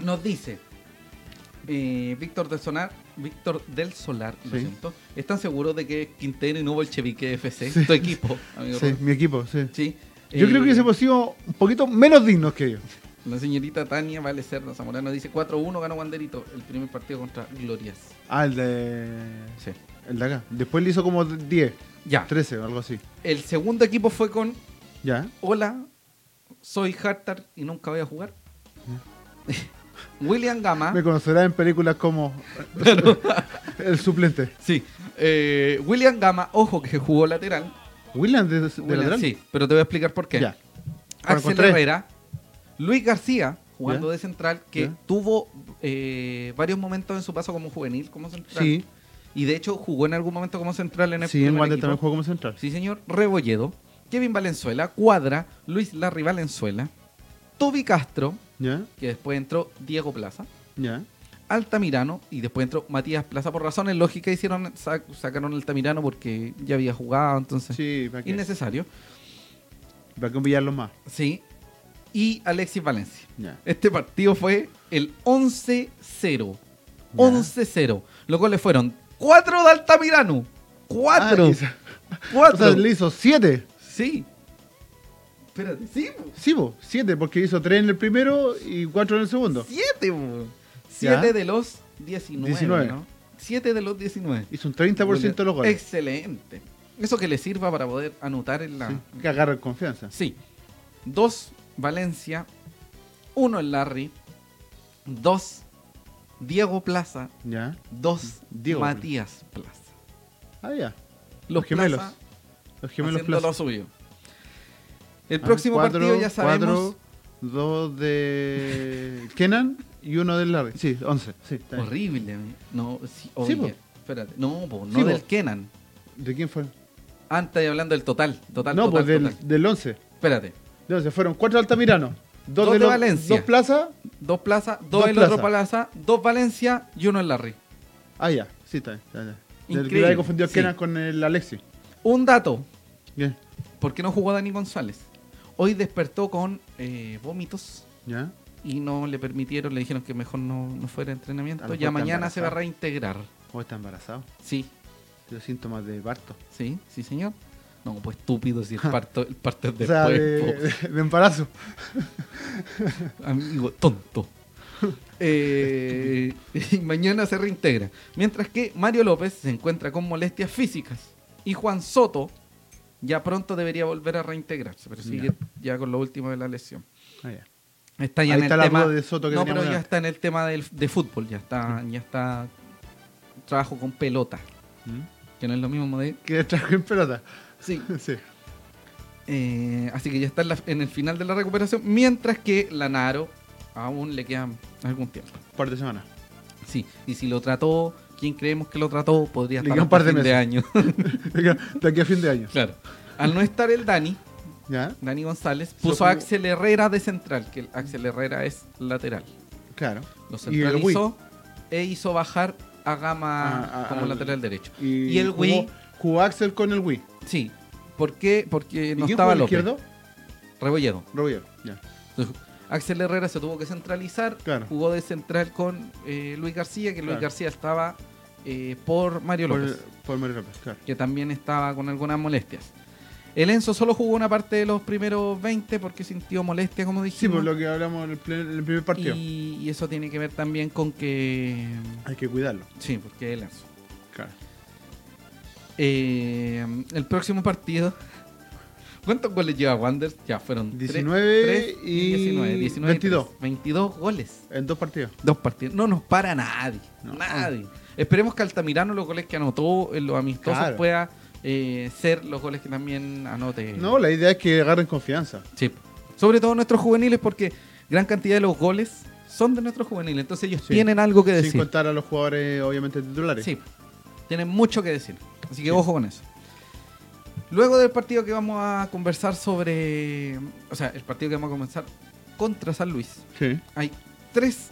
Speaker 2: Nos dice eh, Víctor del Solar, Víctor del Solar, lo
Speaker 1: Sí.
Speaker 2: siento, ¿están seguros de que es Quintero y no Bolchevique FC?
Speaker 1: Sí.
Speaker 2: Tu equipo, amigo.
Speaker 1: Sí,
Speaker 2: Rubén.
Speaker 1: mi equipo, sí.
Speaker 2: Sí.
Speaker 1: Yo
Speaker 2: Eh,
Speaker 1: creo que hubiésemos sido un poquito menos dignos que ellos.
Speaker 2: La señorita Tania Vale Cerda Zamorano dice 4-1 ganó Wanderito el primer partido contra Glorias.
Speaker 1: Ah, el de.
Speaker 2: Sí.
Speaker 1: El de acá. Después le hizo como 10,
Speaker 2: Ya.
Speaker 1: 13 o algo así.
Speaker 2: El segundo equipo fue con
Speaker 1: Ya.
Speaker 2: Hola, soy Hartar y nunca voy a jugar. [LAUGHS] William Gama.
Speaker 1: ¿Ah? Me conocerás en películas
Speaker 2: [LAUGHS]
Speaker 1: como. [LAUGHS] el suplente.
Speaker 2: Sí. eh, William Gama, ojo que jugó lateral.
Speaker 1: William de, de
Speaker 2: William,
Speaker 1: lateral.
Speaker 2: Sí, pero te voy a explicar por qué.
Speaker 1: Ya. Juan
Speaker 2: Axel
Speaker 1: Contreras.
Speaker 2: Herrera, Luis García, jugando
Speaker 1: Ya.
Speaker 2: de central, que
Speaker 1: Ya.
Speaker 2: tuvo eh, varios momentos en su paso como juvenil, como central.
Speaker 1: Sí,
Speaker 2: Y de hecho jugó en algún momento como central en el
Speaker 1: sí, en
Speaker 2: primer
Speaker 1: Wander
Speaker 2: equipo.
Speaker 1: también jugó como central.
Speaker 2: Sí, señor. Rebolledo, Kevin Valenzuela, Cuadra, Luis Larry Valenzuela, Toby Castro,
Speaker 1: Ya,
Speaker 2: que después entró Diego Plaza,
Speaker 1: ya.
Speaker 2: Altamirano y después entró Matías Plaza. Por razones lógicas hicieron sa- sacaron a Altamirano porque ya había jugado, entonces
Speaker 1: Sí, para que,
Speaker 2: innecesario.
Speaker 1: para que humillarlos más.
Speaker 2: Sí. Y Alexis Valencia.
Speaker 1: Ya.
Speaker 2: Este partido fue el 11-0.
Speaker 1: Ya.
Speaker 2: 11-0. Los goles fueron 4 de Altamirano. 4.
Speaker 1: Ah, quizá. [LAUGHS] o
Speaker 2: 4.
Speaker 1: sea, le hizo 7.
Speaker 2: Sí. Espérate, sí. po.
Speaker 1: Sí, 7, porque hizo 3 en el primero y 4 en el segundo.
Speaker 2: 7, po.
Speaker 1: Ya.
Speaker 2: 7 de los 19.
Speaker 1: 19.
Speaker 2: 7 de los 19.
Speaker 1: Hizo un 30% de los goles.
Speaker 2: Excelente. Eso que le sirva para poder anotar en la.
Speaker 1: Sí, que agarra confianza.
Speaker 2: Sí. 2 Valencia, 1 el Larry, 2 Diego Plaza,
Speaker 1: Ya.
Speaker 2: 2
Speaker 1: Diego Plaza.
Speaker 2: Matías Plaza.
Speaker 1: Ah, ya.
Speaker 2: Los
Speaker 1: Los gemelos.
Speaker 2: Plaza
Speaker 1: Los gemelos
Speaker 2: haciendo
Speaker 1: Plaza.
Speaker 2: lo suyo. El
Speaker 1: Ah,
Speaker 2: próximo
Speaker 1: cuatro-
Speaker 2: partido ya sabemos.
Speaker 1: cuatro, dos de Kenan y uno del Larry. Sí, 11. Sí, está bien.
Speaker 2: horrible. amigo. No, sí,
Speaker 1: Sí,
Speaker 2: oye,
Speaker 1: po.
Speaker 2: espérate. No, po, no
Speaker 1: Sí, po.
Speaker 2: del Kenan.
Speaker 1: ¿De quién fue?
Speaker 2: Antes de hablando del total. Total,
Speaker 1: no,
Speaker 2: total,
Speaker 1: pues del,
Speaker 2: total.
Speaker 1: del 11.
Speaker 2: Espérate.
Speaker 1: De 11. Fueron 4 Altamirano. 2
Speaker 2: Dos
Speaker 1: de,
Speaker 2: de
Speaker 1: los-
Speaker 2: Valencia.
Speaker 1: Dos Plaza.
Speaker 2: Dos plazas, dos,
Speaker 1: Dos
Speaker 2: el otro plaza, dos Valencia y uno el Larry.
Speaker 1: Ah, ya. Sí, está bien. Está bien. Del que
Speaker 2: Increíble,
Speaker 1: había confundido a
Speaker 2: sí.
Speaker 1: Kenan con el Alexi.
Speaker 2: Un dato,
Speaker 1: Bien.
Speaker 2: ¿por qué no jugó Dani González? Hoy despertó con eh, vómitos
Speaker 1: Ya.
Speaker 2: y no le permitieron, le dijeron que mejor no, no fuera a
Speaker 1: A
Speaker 2: entrenamiento.
Speaker 1: lo
Speaker 2: Ya
Speaker 1: mejor está
Speaker 2: mañana se va a
Speaker 1: embarazada.
Speaker 2: reintegrar.
Speaker 1: O está embarazado.
Speaker 2: Sí,
Speaker 1: Tiene síntomas de parto.
Speaker 2: sí, sí, señor. No, pues estúpido si el parto, el parto es
Speaker 1: o sea, eh,
Speaker 2: después.
Speaker 1: de, [LAUGHS]
Speaker 2: po.
Speaker 1: de embarazo.
Speaker 2: Amigo, tonto. [LAUGHS] Eh, y mañana se reintegra. Mientras que Mario López se encuentra con molestias físicas. Y Juan Soto ya pronto debería volver a reintegrarse, pero sigue ya con lo último de la lesión.
Speaker 1: Ah, ya.
Speaker 2: Está ya
Speaker 1: Ahí
Speaker 2: en
Speaker 1: está
Speaker 2: el
Speaker 1: la
Speaker 2: tema.
Speaker 1: duda de Soto que
Speaker 2: no,
Speaker 1: teníamos
Speaker 2: pero ya
Speaker 1: antes.
Speaker 2: está en el tema del, de fútbol, ya está, ya está trabajo con pelota,
Speaker 1: ¿Mm?
Speaker 2: que no es lo mismo de
Speaker 1: Que trajo en pelota. [LAUGHS]
Speaker 2: Sí.
Speaker 1: Sí.
Speaker 2: Eh, así que ya está en, la- en el final de la recuperación, mientras que la Naro aún le quedan algún tiempo.
Speaker 1: Par de semanas.
Speaker 2: Sí, y si lo trató, ¿quién creemos que lo trató? Podría
Speaker 1: Le
Speaker 2: estar
Speaker 1: quedan
Speaker 2: hasta
Speaker 1: par de
Speaker 2: fin de
Speaker 1: meses.
Speaker 2: año.
Speaker 1: [LAUGHS]
Speaker 2: [LAUGHS]
Speaker 1: De aquí a fin de año.
Speaker 2: claro. Al no estar el Dani,
Speaker 1: ¿Ya?
Speaker 2: Dani González, puso
Speaker 1: como-
Speaker 2: a Axel Herrera de central, que el Axel Herrera es lateral.
Speaker 1: Claro.
Speaker 2: Lo
Speaker 1: Y el Wii.
Speaker 2: centralizó e hizo bajar a Gama
Speaker 1: Ah, ah,
Speaker 2: como
Speaker 1: ah,
Speaker 2: lateral derecho.
Speaker 1: Y,
Speaker 2: Y el
Speaker 1: jugó-
Speaker 2: Wii.
Speaker 1: Jugó Axel con el Wii.
Speaker 2: Sí. ¿Por qué?
Speaker 1: ¿Y
Speaker 2: Porque no
Speaker 1: quién
Speaker 2: estaba
Speaker 1: jugó al
Speaker 2: López.
Speaker 1: izquierdo?
Speaker 2: Rebolledo.
Speaker 1: Roger. Ya.
Speaker 2: Entonces, Axel Herrera se tuvo que centralizar,
Speaker 1: Claro.
Speaker 2: jugó de central con eh, Luis García, que Luis
Speaker 1: Claro.
Speaker 2: García estaba eh, por Mario
Speaker 1: Por,
Speaker 2: López,
Speaker 1: por Mario López, claro.
Speaker 2: que también estaba con algunas molestias. El Enzo solo jugó una parte de los primeros 20 porque sintió molestia, como dijimos.
Speaker 1: Sí, por lo que hablamos en el, plen- en el primer partido.
Speaker 2: y, y eso tiene que ver también con que...
Speaker 1: Hay que cuidarlo.
Speaker 2: Sí, porque el Enzo.
Speaker 1: Claro.
Speaker 2: Eh, el próximo partido. [LAUGHS] ¿Cuántos goles lleva Wander? Ya fueron tres-
Speaker 1: 19
Speaker 2: tres
Speaker 1: y
Speaker 2: 19, 19 y
Speaker 1: 22.
Speaker 2: tres. 22 goles.
Speaker 1: En dos partidos.
Speaker 2: Dos partidos. No nos para nadie.
Speaker 1: No.
Speaker 2: Nadie. Esperemos que Altamirano los goles que anotó en los amistosos
Speaker 1: Claro.
Speaker 2: pueda eh, ser los goles que también anote.
Speaker 1: No, la idea es que agarren confianza.
Speaker 2: Sí. Sobre todo nuestros juveniles porque gran cantidad de los goles son de nuestros juveniles. Entonces ellos
Speaker 1: Sí.
Speaker 2: tienen algo que
Speaker 1: Sin
Speaker 2: decir.
Speaker 1: contar a los jugadores, obviamente, titulares.
Speaker 2: Sí, tienen mucho que decir. Así que
Speaker 1: Sí.
Speaker 2: ojo con eso. Luego del partido que vamos a conversar sobre. O sea, el partido que vamos a comenzar contra San Luis.
Speaker 1: Sí.
Speaker 2: Hay tres,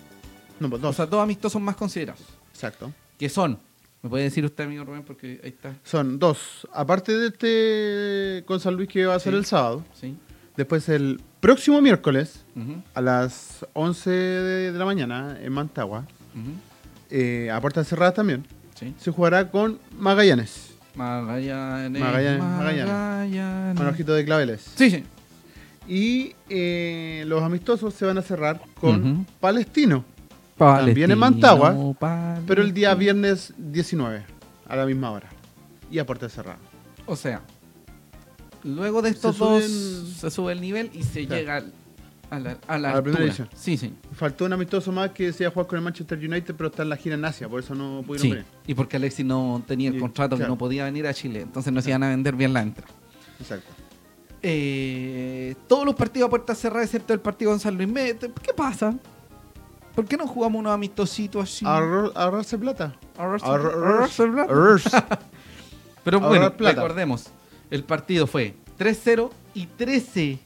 Speaker 1: No, pues
Speaker 2: o
Speaker 1: dos.
Speaker 2: sea, dos amistosos más considerados.
Speaker 1: Exacto.
Speaker 2: Que son. ¿Me puede decir usted, amigo Rubén? Porque ahí está.
Speaker 1: Son dos. Aparte de este con San Luis que va a ser
Speaker 2: Sí.
Speaker 1: el sábado.
Speaker 2: Sí.
Speaker 1: Después el próximo miércoles
Speaker 2: ujú,
Speaker 1: a las 11 de, de la mañana en Mantagua.
Speaker 2: ujú,
Speaker 1: eh, a puertas cerradas también.
Speaker 2: Sí.
Speaker 1: Se jugará con Magallanes.
Speaker 2: Magallanes.
Speaker 1: Magallanes, Magallanes.
Speaker 2: Magallanes.
Speaker 1: Con ojito de claveles.
Speaker 2: Sí, sí.
Speaker 1: Y eh, los amistosos se van a cerrar con
Speaker 2: Ujú.
Speaker 1: Palestino. También en Mantagua, Pero el día
Speaker 2: Palestino.
Speaker 1: viernes 19, a la misma hora. Y a puerta cerrada.
Speaker 2: O sea, luego de estos
Speaker 1: Se
Speaker 2: dos
Speaker 1: suben-
Speaker 2: se sube el nivel y se
Speaker 1: Claro.
Speaker 2: llega al- a la, a la
Speaker 1: A la primera
Speaker 2: altura.
Speaker 1: división.
Speaker 2: Sí, sí.
Speaker 1: Faltó un amistoso más que se iba a jugar con el Manchester United, pero está en la gira en Asia, por eso no pudieron
Speaker 2: sí.
Speaker 1: venir.
Speaker 2: Y porque Alexis no tenía el
Speaker 1: Y-
Speaker 2: contrato, que
Speaker 1: claro.
Speaker 2: no podía venir a Chile, entonces no se iban a vender bien la entrada.
Speaker 1: Exacto.
Speaker 2: Eh, todos los partidos a puerta cerrada, excepto el partido con San Luis. Me- te- ¿Qué pasa? ¿Por qué no jugamos unos amistositos así?
Speaker 1: Ahorro- Ahorrarse plata.
Speaker 2: Ahorrarse-
Speaker 1: Ahorro-
Speaker 2: ahorrarse el rato.
Speaker 1: ahorrarse.
Speaker 2: Pero
Speaker 1: Ahorrar
Speaker 2: bueno,
Speaker 1: plata.
Speaker 2: recordemos, el partido fue 3-0 y 13,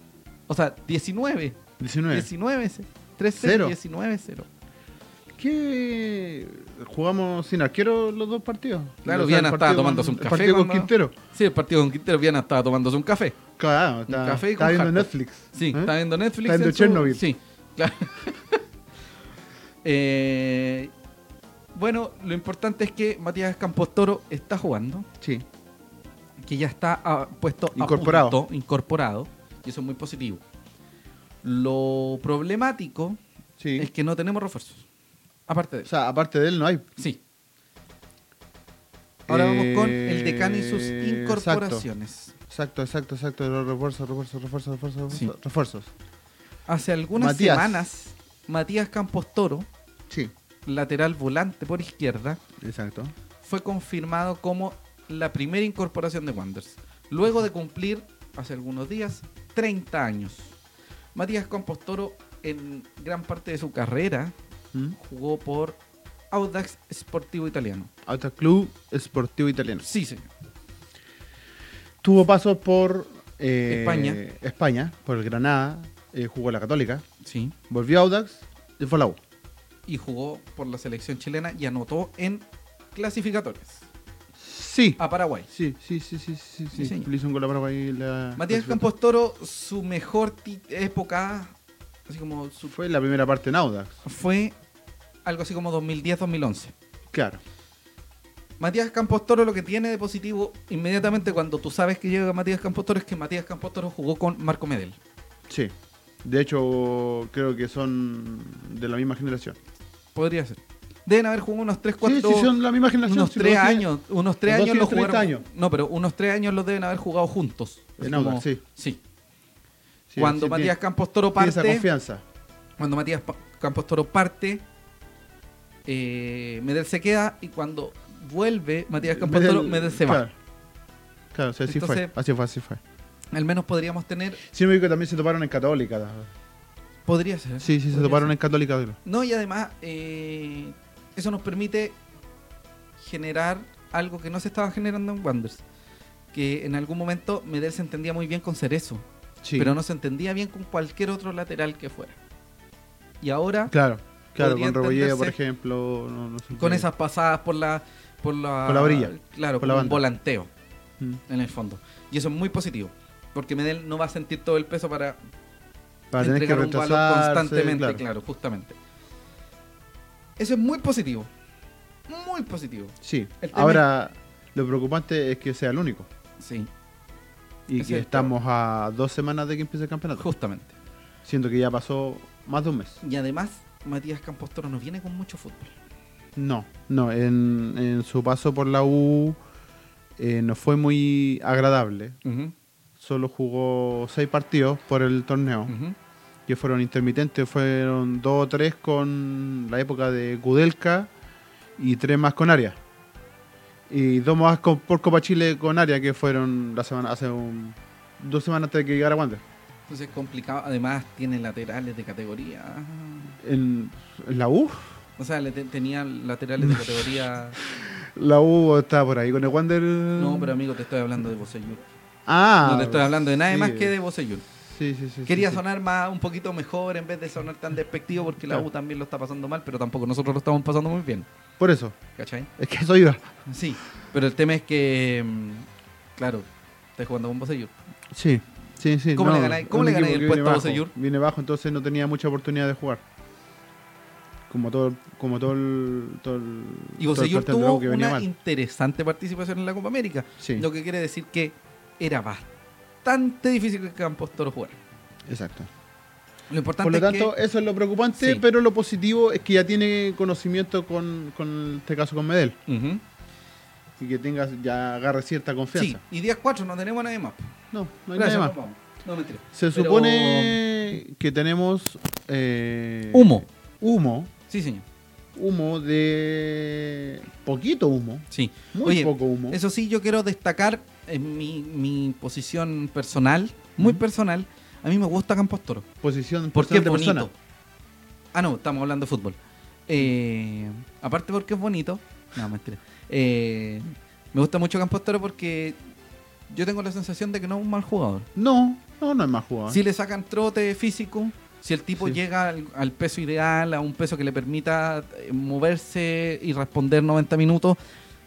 Speaker 2: o sea, 19
Speaker 1: 19.
Speaker 2: 19
Speaker 1: Cero.
Speaker 2: 3-0 19 0
Speaker 1: ¿Qué? ¿Jugamos sin arquero los dos partidos?
Speaker 2: Claro,
Speaker 1: O sea,
Speaker 2: Viana
Speaker 1: el partido
Speaker 2: estaba
Speaker 1: con-
Speaker 2: tomándose un
Speaker 1: el
Speaker 2: café
Speaker 1: partido con
Speaker 2: cuando-
Speaker 1: Quintero.
Speaker 2: Sí, el partido con Quintero Viana estaba tomándose un café.
Speaker 1: Claro, está,
Speaker 2: café y
Speaker 1: está
Speaker 2: con
Speaker 1: viendo
Speaker 2: jarta.
Speaker 1: Netflix.
Speaker 2: Sí,
Speaker 1: ¿eh?
Speaker 2: está viendo Netflix.
Speaker 1: Está viendo
Speaker 2: en su-
Speaker 1: Chernobyl.
Speaker 2: Sí, claro. [LAUGHS] Eh, bueno, lo importante es que Matías Campos Toro está jugando,
Speaker 1: Sí,
Speaker 2: que ya está ah, puesto
Speaker 1: Incorporado.
Speaker 2: A punto, incorporado, y eso es muy positivo. Lo problemático
Speaker 1: sí.
Speaker 2: es que no tenemos refuerzos. Aparte de
Speaker 1: O
Speaker 2: eso.
Speaker 1: sea, aparte de él no hay.
Speaker 2: Sí. Ahora vamos con
Speaker 1: Eh,
Speaker 2: el decano y sus
Speaker 1: exacto.
Speaker 2: incorporaciones.
Speaker 1: Exacto, exacto, exacto. Los Refuerzos, refuerzos, refuerzos, refuerzos,
Speaker 2: Sí.
Speaker 1: refuerzos.
Speaker 2: Hace algunas
Speaker 1: Matías.
Speaker 2: semanas, Matías Campos Toro,
Speaker 1: Sí,
Speaker 2: lateral volante por izquierda,
Speaker 1: exacto.
Speaker 2: fue confirmado como la primera incorporación de Wanderers, luego de cumplir, hace algunos días, 30 años. Matías Campos Toro, en gran parte de su carrera,
Speaker 1: ¿Mm?
Speaker 2: jugó por Audax Sportivo Italiano.
Speaker 1: Auto Club Esportivo Italiano.
Speaker 2: Sí, señor.
Speaker 1: Tuvo pasos por eh,
Speaker 2: España.
Speaker 1: España, por el Granada, eh, jugó a la Católica,
Speaker 2: Sí.
Speaker 1: volvió a Audax y fue a la U.
Speaker 2: Y jugó por la selección chilena y anotó en clasificatorias
Speaker 1: Sí.
Speaker 2: a Paraguay.
Speaker 1: Sí, sí, sí, sí, sí, sí.
Speaker 2: Ah. señor.
Speaker 1: Le hizo un gol a Paraguay en la-
Speaker 2: Matías Campos Toro, su mejor ti- época, así como su-
Speaker 1: Fue la primera parte en Audax.
Speaker 2: fue algo así como 2010-2011.
Speaker 1: Claro.
Speaker 2: Matías Campos Toro lo que tiene de positivo inmediatamente cuando tú sabes que llega Matías Campos Toro es que Matías Campos Toro jugó con Marco Medel.
Speaker 1: Sí. De hecho, creo que son de la misma generación.
Speaker 2: Podría ser. Deben haber jugado unos 3, 4,
Speaker 1: sí, sí, son de la misma generación.
Speaker 2: unos
Speaker 1: si los
Speaker 2: 3
Speaker 1: dos tienen-
Speaker 2: años. Unos 3
Speaker 1: los dos
Speaker 2: años los
Speaker 1: tienen
Speaker 2: jugaron.
Speaker 1: 30
Speaker 2: No, pero unos 3 años los deben haber jugado juntos. Así
Speaker 1: En Audax, sí. Sí,
Speaker 2: Cuando
Speaker 1: sí,
Speaker 2: Matías
Speaker 1: tiene-
Speaker 2: Campos Toro
Speaker 1: tiene
Speaker 2: parte...
Speaker 1: esa confianza.
Speaker 2: cuando Matías Pa- Campos Toro parte, eh, Medel se queda y cuando vuelve Matías Campos Toro, Medel se va.
Speaker 1: claro. Claro, o sea, así
Speaker 2: Entonces-
Speaker 1: fue. Así fue, así fue.
Speaker 2: Al menos podríamos tener.
Speaker 1: Sí, me dijo que también se toparon en Católica.
Speaker 2: Podría ser.
Speaker 1: Sí, sí, se
Speaker 2: podría
Speaker 1: toparon
Speaker 2: ser.
Speaker 1: en Católica. de-
Speaker 2: No, y además, eh, eso nos permite generar algo que no se estaba generando en Wonders. Que en algún momento Medel se entendía muy bien con Cerezo,
Speaker 1: Sí.
Speaker 2: pero no se entendía bien con cualquier otro lateral que fuera. Y ahora,
Speaker 1: Claro, claro,
Speaker 2: Podría
Speaker 1: con Rebolledo, por
Speaker 2: entenderse
Speaker 1: ejemplo. no- no sé
Speaker 2: con
Speaker 1: qué.
Speaker 2: esas pasadas por la. Por la,
Speaker 1: Por la orilla,
Speaker 2: Claro,
Speaker 1: por
Speaker 2: por
Speaker 1: la
Speaker 2: un
Speaker 1: banda.
Speaker 2: volanteo,
Speaker 1: Mm,
Speaker 2: en el fondo. Y eso es muy positivo. Porque Medel no va a sentir todo el peso para
Speaker 1: Para tener que
Speaker 2: entregar un balón
Speaker 1: retrasar.
Speaker 2: constantemente, claro. justamente. Eso es muy positivo. Muy positivo,
Speaker 1: Sí,
Speaker 2: El tema-
Speaker 1: ahora lo preocupante es que sea el único.
Speaker 2: sí,
Speaker 1: Y
Speaker 2: Ese
Speaker 1: que
Speaker 2: es el
Speaker 1: estamos a dos semanas de que empiece el campeonato.
Speaker 2: justamente.
Speaker 1: Siento que ya pasó más de un mes.
Speaker 2: Y además, Matías Campos Toro nos viene con mucho fútbol.
Speaker 1: No, no, en, en su paso por la U eh, no fue muy agradable. Solo jugó seis partidos por el torneo,
Speaker 2: Ujú.
Speaker 1: que fueron intermitentes. Fueron dos o tres con la época de Kudelka y tres más con Arias. Y dos más con- por Copa Chile con Arias, que fueron la semana hace un- dos semanas antes de que llegara Wander.
Speaker 2: Entonces es complicado. Además, tiene laterales de categoría.
Speaker 1: En, en la U,
Speaker 2: O sea, le te- tenía laterales de categoría.
Speaker 1: la U estaba por ahí con el Wander.
Speaker 2: No, pero amigo, te estoy hablando de Bosellur.
Speaker 1: Ah,
Speaker 2: no te estoy hablando de nadie
Speaker 1: sí.
Speaker 2: más que de Bosellur.
Speaker 1: Sí, sí, sí,
Speaker 2: Quería
Speaker 1: sí, sí.
Speaker 2: sonar más, un poquito mejor en vez de sonar tan despectivo porque la
Speaker 1: Claro.
Speaker 2: U también lo está pasando mal, pero tampoco nosotros lo estamos pasando muy bien.
Speaker 1: Por eso,
Speaker 2: ¿Cachai?
Speaker 1: es que eso iba.
Speaker 2: Sí, pero el tema es que, mm, claro, estás jugando con Bosellur.
Speaker 1: Sí, sí, sí.
Speaker 2: ¿Cómo le ganáis- cómo
Speaker 1: un
Speaker 2: le ganáis
Speaker 1: equipo
Speaker 2: el
Speaker 1: que
Speaker 2: puesto a
Speaker 1: viene
Speaker 2: Bosellur?
Speaker 1: bajo, Viene bajo, entonces no tenía mucha oportunidad de jugar. Como todo, como todo el. Todo el todo
Speaker 2: Y
Speaker 1: el
Speaker 2: Bosellur
Speaker 1: plantel de la
Speaker 2: tuvo
Speaker 1: U que venía
Speaker 2: una
Speaker 1: mal.
Speaker 2: interesante participación en la Copa América,
Speaker 1: Sí,
Speaker 2: lo que quiere decir que era bastante difícil que Campos Toro jugara.
Speaker 1: exacto.
Speaker 2: Lo importante
Speaker 1: Por lo
Speaker 2: es
Speaker 1: tanto,
Speaker 2: que,
Speaker 1: eso es lo preocupante,
Speaker 2: Sí.
Speaker 1: pero lo positivo es que ya tiene conocimiento con, con este caso con Medel.
Speaker 2: Ujú.
Speaker 1: Y que tengas, ya agarre cierta
Speaker 2: sí,
Speaker 1: confianza.
Speaker 2: y días 4 no tenemos a nadie más.
Speaker 1: No, no hay
Speaker 2: Gracias,
Speaker 1: nada más.
Speaker 2: nos vamos. No, mentira.
Speaker 1: Se
Speaker 2: Pero- um,
Speaker 1: supone que tenemos eh,
Speaker 2: Humo.
Speaker 1: Humo.
Speaker 2: Sí, señor.
Speaker 1: Humo de. Poquito humo.
Speaker 2: Sí.
Speaker 1: Muy
Speaker 2: Oye,
Speaker 1: poco humo.
Speaker 2: Eso sí, yo quiero destacar en mi, mi posición personal, muy personal. A mí me gusta Campos Toro.
Speaker 1: Posición
Speaker 2: Porque es
Speaker 1: posición de persona.
Speaker 2: bonito. Ah, no, estamos hablando de fútbol. Eh, aparte porque es bonito. No, mentira. Eh, me gusta mucho Campos Toro porque yo tengo la sensación de que no es un mal jugador.
Speaker 1: No, no, no es más jugador.
Speaker 2: Si le sacan trote físico, si el tipo
Speaker 1: Sí.
Speaker 2: llega al, al peso ideal, a un peso que le permita eh, moverse y responder 90 minutos,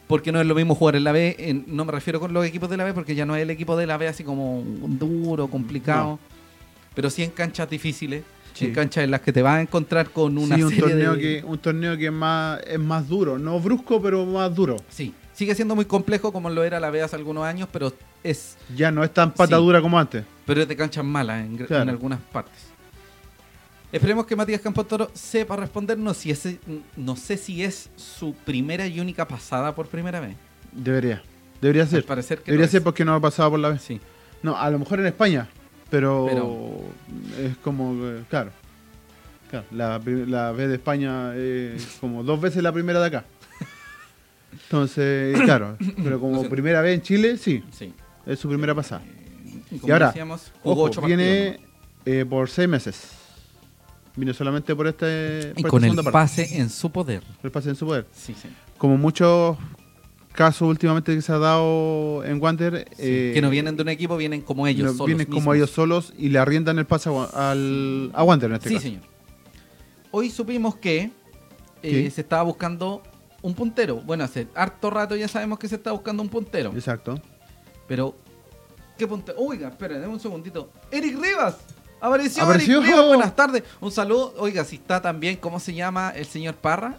Speaker 2: porque no es lo mismo jugar en la B, en- no me refiero con los equipos de la B, porque ya no es el equipo de la B así como duro, complicado,
Speaker 1: No.
Speaker 2: pero sí en canchas difíciles,
Speaker 1: Sí.
Speaker 2: en canchas en las que te vas a encontrar con una
Speaker 1: Sí, un
Speaker 2: serie
Speaker 1: torneo
Speaker 2: de-
Speaker 1: que un torneo que es más es más duro, no brusco, pero más duro.
Speaker 2: Sí, sigue siendo muy complejo como lo era la B hace algunos años, pero es
Speaker 1: Ya no es tan patadura como antes.
Speaker 2: pero es de canchas malas en, gr-
Speaker 1: Claro.
Speaker 2: en algunas partes. Esperemos que Matías Campos Toro sepa respondernos si ese, mm, no sé si es su primera y única pasada por primera vez.
Speaker 1: Debería. Debería
Speaker 2: Al
Speaker 1: ser.
Speaker 2: parecer que
Speaker 1: Debería
Speaker 2: lo
Speaker 1: ser
Speaker 2: es.
Speaker 1: porque no ha pasado por la vez.
Speaker 2: Sí.
Speaker 1: No, a lo mejor en España, pero,
Speaker 2: Pero-
Speaker 1: es como, eh, claro, Claro, la, pri- la vez de España es como dos veces la primera de acá. Entonces, claro, pero
Speaker 2: Lo
Speaker 1: como
Speaker 2: siento.
Speaker 1: primera vez en Chile, sí,
Speaker 2: Sí.
Speaker 1: es su primera pasada.
Speaker 2: Y
Speaker 1: Y
Speaker 2: como
Speaker 1: ahora,
Speaker 2: decíamos, jugó
Speaker 1: ojo,
Speaker 2: ocho
Speaker 1: viene
Speaker 2: partidos
Speaker 1: eh, por seis meses. Vino solamente por, este, por
Speaker 2: nomás. Y
Speaker 1: esta
Speaker 2: con el
Speaker 1: segunda parte.
Speaker 2: pase en su poder.
Speaker 1: El pase en su poder.
Speaker 2: Sí, sí.
Speaker 1: Como muchos casos últimamente que se ha dado en Wander, eh,
Speaker 2: que no vienen de un equipo, vienen como ellos
Speaker 1: no-
Speaker 2: solos.
Speaker 1: vienen como
Speaker 2: mismos.
Speaker 1: ellos solos y le arriendan el pase a, Wa- al, a Wander en este
Speaker 2: Sí,
Speaker 1: caso.
Speaker 2: señor. Hoy supimos que eh,
Speaker 1: ¿Qué?
Speaker 2: se estaba buscando un puntero. Bueno, hace harto rato ya sabemos que se está buscando un puntero.
Speaker 1: Exacto.
Speaker 2: Pero, ¿qué puntero? Oiga, espera, dame un segundito. ¡Eric Rivas! ¡Apareció,
Speaker 1: ¡Apareció!
Speaker 2: Eric Rivas! Buenas tardes. Un saludo. Oiga, si está también, ¿cómo se llama el señor Parra?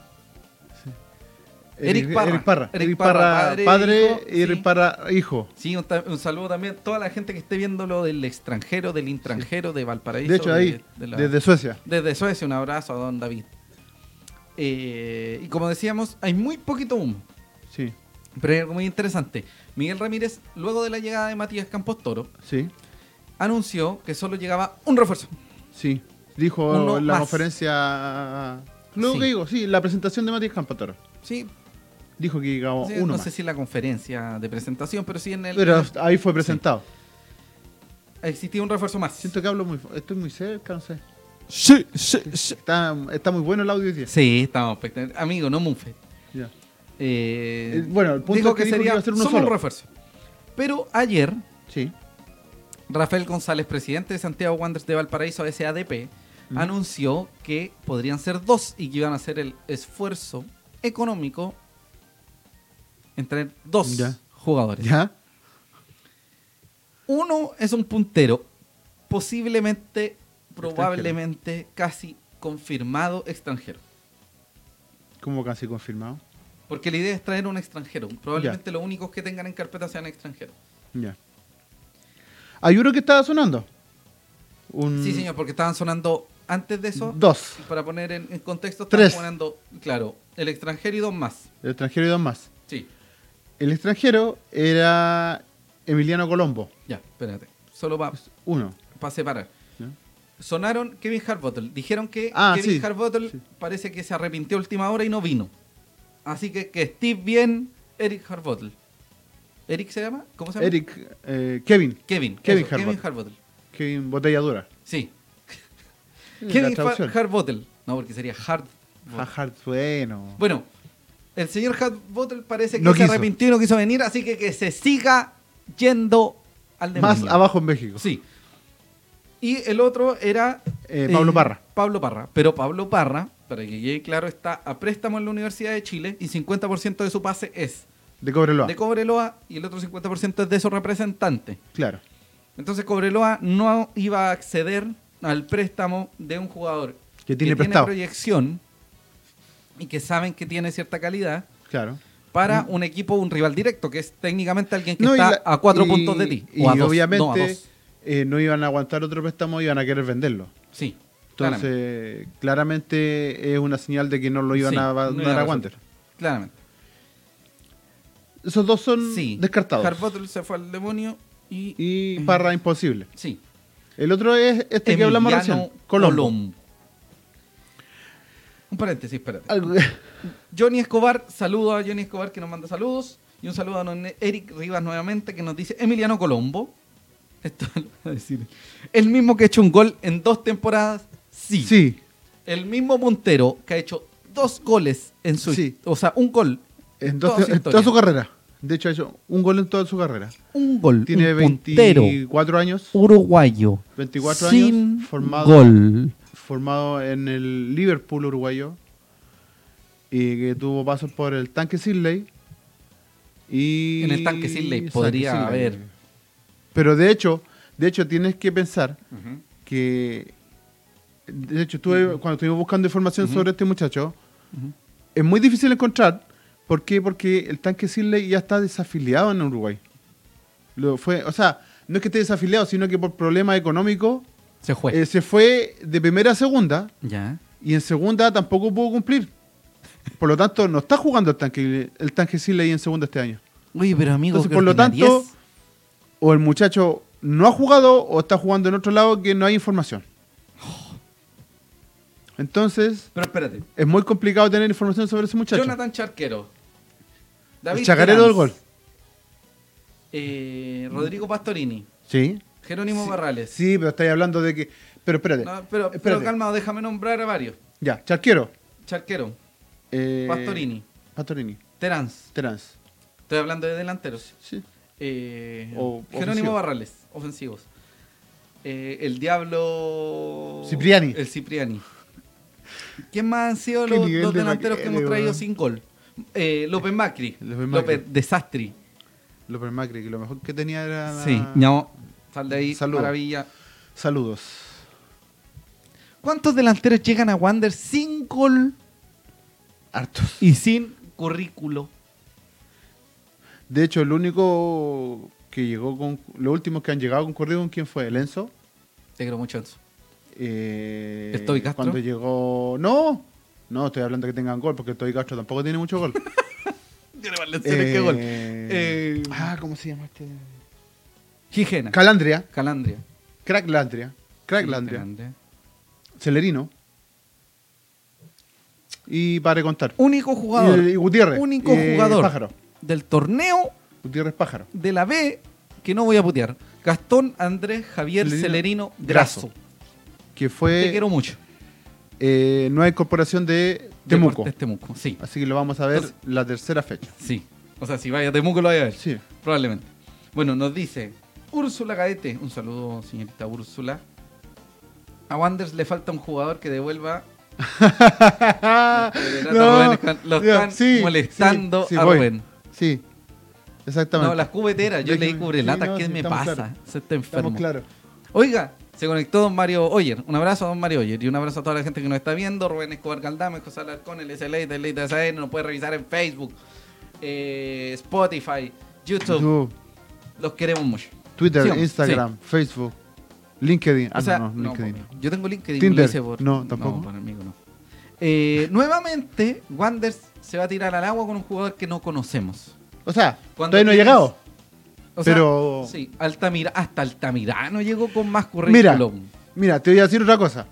Speaker 2: Eric Parra.
Speaker 1: Eric Parra.
Speaker 2: Eric
Speaker 1: Eric Parra,
Speaker 2: Parra,
Speaker 1: padre,
Speaker 2: padre, hijo,
Speaker 1: Eric
Speaker 2: sí.
Speaker 1: Parra, hijo.
Speaker 2: Sí, un, ta- un saludo también a toda la gente que esté viéndolo del extranjero, del intranjero, de Valparaíso.
Speaker 1: De hecho, ahí,
Speaker 2: de la-
Speaker 1: desde Suecia.
Speaker 2: Desde Suecia, un abrazo a don David. Eh, y como decíamos, hay muy poquito humo,
Speaker 1: Sí,
Speaker 2: pero hay algo muy interesante. Miguel Ramírez, luego de la llegada de Matías Campos Toro,
Speaker 1: sí,
Speaker 2: anunció que solo llegaba un refuerzo.
Speaker 1: sí. Dijo
Speaker 2: Uno
Speaker 1: en la
Speaker 2: más.
Speaker 1: conferencia. Lo
Speaker 2: Sí.
Speaker 1: que digo, sí, la presentación de Matías Campatoro.
Speaker 2: Sí,
Speaker 1: Dijo que llegaba
Speaker 2: Sí,
Speaker 1: uno
Speaker 2: no
Speaker 1: más.
Speaker 2: sé si en la conferencia de presentación, pero sí en el.
Speaker 1: Pero ahí fue presentado.
Speaker 2: Existía un refuerzo más.
Speaker 1: Siento que hablo muy... fu- Estoy muy cerca, no sé.
Speaker 2: Sí, sí, sí.
Speaker 1: Está, está muy bueno el audio hoy día.
Speaker 2: estamos espectac- Amigo, no Mufe.
Speaker 1: Ya.
Speaker 2: Eh,
Speaker 1: Eh, bueno, el punto
Speaker 2: dijo
Speaker 1: es que
Speaker 2: que,
Speaker 1: dijo que
Speaker 2: sería
Speaker 1: iba a ser uno
Speaker 2: solo un
Speaker 1: solo.
Speaker 2: refuerzo. Pero ayer,
Speaker 1: Sí.
Speaker 2: Rafael González, presidente de Santiago Wanderers de Valparaíso, SADP, anunció que podrían ser dos y que iban a hacer el esfuerzo económico en traer dos
Speaker 1: Ya.
Speaker 2: jugadores.
Speaker 1: ¿Ya?
Speaker 2: Uno es un puntero, posiblemente, probablemente, casi confirmado extranjero.
Speaker 1: Como casi confirmado.
Speaker 2: Porque la idea es traer un extranjero. Probablemente los únicos que tengan en carpeta sean extranjeros.
Speaker 1: Ya. Hay uno que estaba sonando. Un...
Speaker 2: Sí, señor, porque estaban sonando antes de eso.
Speaker 1: Dos.
Speaker 2: Para poner en, en contexto, estaban
Speaker 1: Tres.
Speaker 2: sonando, claro, el extranjero y dos más.
Speaker 1: El extranjero y dos más.
Speaker 2: Sí,
Speaker 1: El extranjero era Emiliano Colombo.
Speaker 2: ya, espérate. Solo para
Speaker 1: Uno.
Speaker 2: separar.
Speaker 1: ¿Ya?
Speaker 2: Sonaron Kevin Harbottle. Dijeron que
Speaker 1: Ah,
Speaker 2: Kevin
Speaker 1: sí,
Speaker 2: Harbottle
Speaker 1: sí.
Speaker 2: parece que se arrepintió a última hora y no vino. Así que que estés bien, Eric Harbottle. ¿Eric se llama? ¿Cómo se llama?
Speaker 1: Eric, eh, Kevin.
Speaker 2: Kevin.
Speaker 1: Kevin
Speaker 2: eso, Kevin
Speaker 1: Harbottle.
Speaker 2: Harbottle.
Speaker 1: Kevin Botella Dura.
Speaker 2: Sí.
Speaker 1: La
Speaker 2: Kevin
Speaker 1: traducción.
Speaker 2: Fa- Harbottle. No, porque sería Hard.
Speaker 1: Ajá, bueno.
Speaker 2: Bueno, el señor Harbottle parece que
Speaker 1: No
Speaker 2: se
Speaker 1: quiso.
Speaker 2: arrepintió y no quiso venir, así que que se siga yendo al
Speaker 1: Más
Speaker 2: demonio.
Speaker 1: abajo en México.
Speaker 2: Sí. Y el otro era...
Speaker 1: Eh, Pablo Parra.
Speaker 2: Pablo Parra. Pero Pablo Parra, para que quede claro, está a préstamo en la Universidad de Chile y 50% de su pase es
Speaker 1: De Cobreloa.
Speaker 2: de Cobreloa y el otro 50% es de su representante.
Speaker 1: Claro.
Speaker 2: Entonces Cobreloa no iba a acceder al préstamo de un jugador
Speaker 1: Que tiene prestado.
Speaker 2: proyección y que saben que tiene cierta calidad
Speaker 1: Claro.
Speaker 2: para un equipo, un rival directo, que es técnicamente alguien que
Speaker 1: Mm. No, y
Speaker 2: está
Speaker 1: la-
Speaker 2: a cuatro
Speaker 1: y-
Speaker 2: puntos de ti.
Speaker 1: Y
Speaker 2: o a dos,
Speaker 1: obviamente
Speaker 2: no, a dos.
Speaker 1: eh, no iban a aguantar otro préstamo, iban a querer venderlo.
Speaker 2: Sí. claramente.
Speaker 1: Entonces, claramente, es una señal de que no lo iban
Speaker 2: Sí,
Speaker 1: a va-
Speaker 2: no iba
Speaker 1: dar a
Speaker 2: resultar.
Speaker 1: Wander.
Speaker 2: Claramente.
Speaker 1: Esos dos son
Speaker 2: Sí.
Speaker 1: Mm, descartados.
Speaker 2: Harbottle se fue al demonio y.
Speaker 1: y Parra imposible.
Speaker 2: Sí.
Speaker 1: El otro es este que hablamos
Speaker 2: Emiliano
Speaker 1: recién, Colombo.
Speaker 2: Colombo. Un paréntesis, espérate.
Speaker 1: Algo-
Speaker 2: Johnny Escobar, saludo a Johnny Escobar que nos manda saludos. Y un saludo a don Eric Rivas nuevamente que nos dice Emiliano Colombo. Esto [LAUGHS] lo voy a decir. El mismo que ha hecho un gol en dos temporadas, sí.
Speaker 1: [LAUGHS] sí,
Speaker 2: El mismo puntero que ha hecho dos goles en su.
Speaker 1: Sí.
Speaker 2: O sea, un gol.
Speaker 1: en,
Speaker 2: toda
Speaker 1: dos-
Speaker 2: su
Speaker 1: en
Speaker 2: historia.
Speaker 1: toda su carrera. De hecho, ha hecho un gol en toda su carrera.
Speaker 2: Un gol.
Speaker 1: Tiene
Speaker 2: un puntero
Speaker 1: 24 años.
Speaker 2: uruguayo.
Speaker 1: 24
Speaker 2: sin
Speaker 1: años, formado-
Speaker 2: Gol.
Speaker 1: formado en el Liverpool uruguayo y que tuvo pasos por el tanque Sidley y
Speaker 2: En el tanque Sidley
Speaker 1: Tanque
Speaker 2: podría
Speaker 1: Sidley.
Speaker 2: haber.
Speaker 1: pero de hecho de hecho tienes que pensar que de hecho estuve- cuando estuvimos buscando información sobre este muchacho es muy difícil encontrar ¿por qué? porque el tanque Sidley ya está desafiliado en Uruguay Lo fue o sea no es que esté desafiliado sino que por problemas económicos
Speaker 2: Se fue.
Speaker 1: eh, se fue de primera a segunda
Speaker 2: Ya.
Speaker 1: y en segunda tampoco pudo cumplir. Por lo tanto, no está jugando el tanque, el tanque Sisley en segunda este año.
Speaker 2: Oye, pero amigo,
Speaker 1: Entonces, por lo tanto,
Speaker 2: ordinariez.
Speaker 1: o el muchacho no ha jugado o está jugando en otro lado que no hay información. Entonces,
Speaker 2: Pero espérate.
Speaker 1: es muy complicado tener información sobre ese muchacho.
Speaker 2: Jonathan Charquero.
Speaker 1: el chacarero Pues
Speaker 2: Terán.
Speaker 1: del gol.
Speaker 2: Eh, Rodrigo Pastorini.
Speaker 1: Sí.
Speaker 2: Jerónimo Barrales.
Speaker 1: Sí, pero estáis hablando de que. Pero espérate.
Speaker 2: No, pero, pero
Speaker 1: espérate.
Speaker 2: calmado, déjame nombrar a varios.
Speaker 1: Ya, Charquero.
Speaker 2: Charquero,
Speaker 1: eh,
Speaker 2: Pastorini,
Speaker 1: Pastorini.
Speaker 2: Terans.
Speaker 1: Terans.
Speaker 2: Estoy hablando de delanteros.
Speaker 1: Sí.
Speaker 2: Eh,
Speaker 1: O-
Speaker 2: Jerónimo
Speaker 1: ofensivo.
Speaker 2: Barrales, ofensivos. Eh, el Diablo.
Speaker 1: Cipriani.
Speaker 2: El Cipriani. ¿Quién más han sido
Speaker 1: Qué
Speaker 2: los,
Speaker 1: nivel
Speaker 2: los
Speaker 1: de
Speaker 2: delanteros que
Speaker 1: Macri,
Speaker 2: hemos traído
Speaker 1: weón.
Speaker 2: sin gol? Eh, López Macri.
Speaker 1: López Macri.
Speaker 2: López Desastri.
Speaker 1: López Macri, que lo mejor que tenía era. la-
Speaker 2: Sí, no. Sal de ahí,
Speaker 1: Ah. Saludo.
Speaker 2: maravilla.
Speaker 1: Saludos.
Speaker 2: ¿Cuántos delanteros llegan a Wander sin gol
Speaker 1: Hartos.
Speaker 2: y sin currículo?
Speaker 1: De hecho, el único que llegó con. Los últimos que han llegado con currículum, ¿quién fue? ¿El Enzo?
Speaker 2: Te quiero mucho, Enzo.
Speaker 1: Eh,
Speaker 2: ¿El Toby Castro?
Speaker 1: Cuando llegó. ¡No! No, estoy hablando que tengan gol, porque el Toby Castro tampoco tiene mucho
Speaker 2: [LAUGHS]
Speaker 1: gol.
Speaker 2: Tiene más
Speaker 1: Eh,
Speaker 2: lesiones que gol. Eh,
Speaker 1: Ah, ¿cómo se llama este?
Speaker 2: Gigena.
Speaker 1: Calandria.
Speaker 2: Calandria.
Speaker 1: Cracklandria. Cracklandria. Celerino. y para contar.
Speaker 2: Único jugador.
Speaker 1: Y, y Gutiérrez.
Speaker 2: Único
Speaker 1: eh,
Speaker 2: jugador
Speaker 1: Pájaro.
Speaker 2: del torneo
Speaker 1: Gutiérrez Pájaro.
Speaker 2: de la B que no voy a putear. Gastón Andrés Javier
Speaker 1: Celerino
Speaker 2: Celerino
Speaker 1: Grasso.
Speaker 2: Grasso.
Speaker 1: Que
Speaker 2: Te
Speaker 1: fue
Speaker 2: quiero mucho.
Speaker 1: eh, nueva incorporación de Temuco.
Speaker 2: Deportes Temuco, sí.
Speaker 1: Así que lo vamos a ver
Speaker 2: Entonces-
Speaker 1: la tercera fecha.
Speaker 2: Sí. O sea, si vaya a Temuco lo vaya a ver.
Speaker 1: Sí.
Speaker 2: Probablemente. Bueno, nos dice Úrsula Gaete. Un saludo, señorita Úrsula. A Wanders le falta un jugador que devuelva.
Speaker 1: No,
Speaker 2: lo
Speaker 1: ya,
Speaker 2: están
Speaker 1: sí,
Speaker 2: molestando
Speaker 1: sí, sí,
Speaker 2: a
Speaker 1: voy.
Speaker 2: Rubén.
Speaker 1: Sí, exactamente.
Speaker 2: No, las cubeteras. Yo
Speaker 1: Déjeme-
Speaker 2: leí cubrelata.
Speaker 1: sí, no,
Speaker 2: ¿Qué
Speaker 1: sí,
Speaker 2: me
Speaker 1: estamos
Speaker 2: pasa?
Speaker 1: claros.
Speaker 2: Se está enfermo.
Speaker 1: Estamos claros.
Speaker 2: Oiga, se conectó don Mario Oyer. Un abrazo a don Mario Oyer y un abrazo a toda la gente que nos está viendo. Rubén Escobar Galdame, José Alarcón, el SLA, el SAN, nos puede revisar en Facebook, eh, Spotify, YouTube.
Speaker 1: Tú,
Speaker 2: Los queremos mucho.
Speaker 1: Twitter,
Speaker 2: Sí, hombre,
Speaker 1: Instagram, Facebook, LinkedIn. Ah,
Speaker 2: o sea,
Speaker 1: no, no,
Speaker 2: no,
Speaker 1: LinkedIn.
Speaker 2: por- yo tengo LinkedIn.
Speaker 1: Tinder.
Speaker 2: lo hice por-
Speaker 1: No, tampoco.
Speaker 2: por amigo no. Eh, nuevamente, Wanders se va a tirar al agua con un jugador que no conocemos.
Speaker 1: O sea,
Speaker 2: Cuando
Speaker 1: todavía no he
Speaker 2: tienes-
Speaker 1: llegado.
Speaker 2: O sea,
Speaker 1: Pero-
Speaker 2: Sí, Altamira, hasta Altamirano llegó con más
Speaker 1: Mira,
Speaker 2: currículum.
Speaker 1: mira, te voy a decir otra cosa.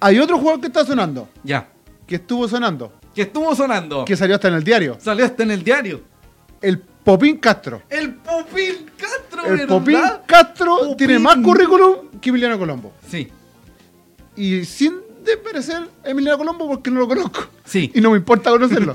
Speaker 1: Hay otro jugador que está sonando,
Speaker 2: Ya.
Speaker 1: que estuvo sonando,
Speaker 2: Que estuvo sonando.
Speaker 1: que salió hasta en el diario.
Speaker 2: Salió hasta en el diario.
Speaker 1: El Popín Castro.
Speaker 2: El Popín Castro,
Speaker 1: El
Speaker 2: ¿verdad?
Speaker 1: Popín Castro
Speaker 2: Popín.
Speaker 1: tiene más currículum que Emiliano Colombo.
Speaker 2: Sí,
Speaker 1: Y sin desmerecer a Emiliano Colombo porque no lo conozco.
Speaker 2: sí.
Speaker 1: Y no me importa [LAUGHS] conocerlo.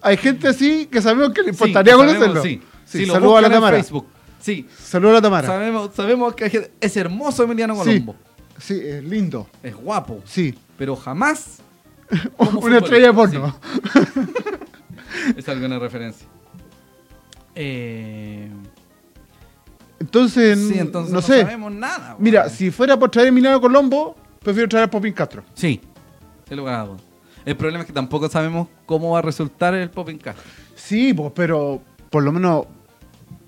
Speaker 1: Hay gente así que sabemos que le
Speaker 2: Sí,
Speaker 1: importaría
Speaker 2: sabemos,
Speaker 1: conocerlo.
Speaker 2: Sí,
Speaker 1: Sí,
Speaker 2: Si lo
Speaker 1: saludo a la
Speaker 2: buscan en
Speaker 1: Tamara.
Speaker 2: Facebook. Sí,
Speaker 1: Saludo a la Tamara.
Speaker 2: sabemos, sabemos que hay gente- es hermoso Emiliano Colombo.
Speaker 1: Sí, sí, es lindo.
Speaker 2: Es guapo.
Speaker 1: Sí.
Speaker 2: Pero jamás
Speaker 1: [LAUGHS]
Speaker 2: Como
Speaker 1: Una estrella de porno.
Speaker 2: es alguna referencia. Eh,
Speaker 1: Entonces,
Speaker 2: sí, entonces
Speaker 1: no
Speaker 2: no,
Speaker 1: sé.
Speaker 2: sabemos nada. güey.
Speaker 1: Mira, si fuera por traer a Emiliano Colombo, prefiero traer a Popín Castro.
Speaker 2: Sí, se lo ganado. El problema es que tampoco sabemos cómo va a resultar el Popín Castro.
Speaker 1: Sí, pues, pero por lo menos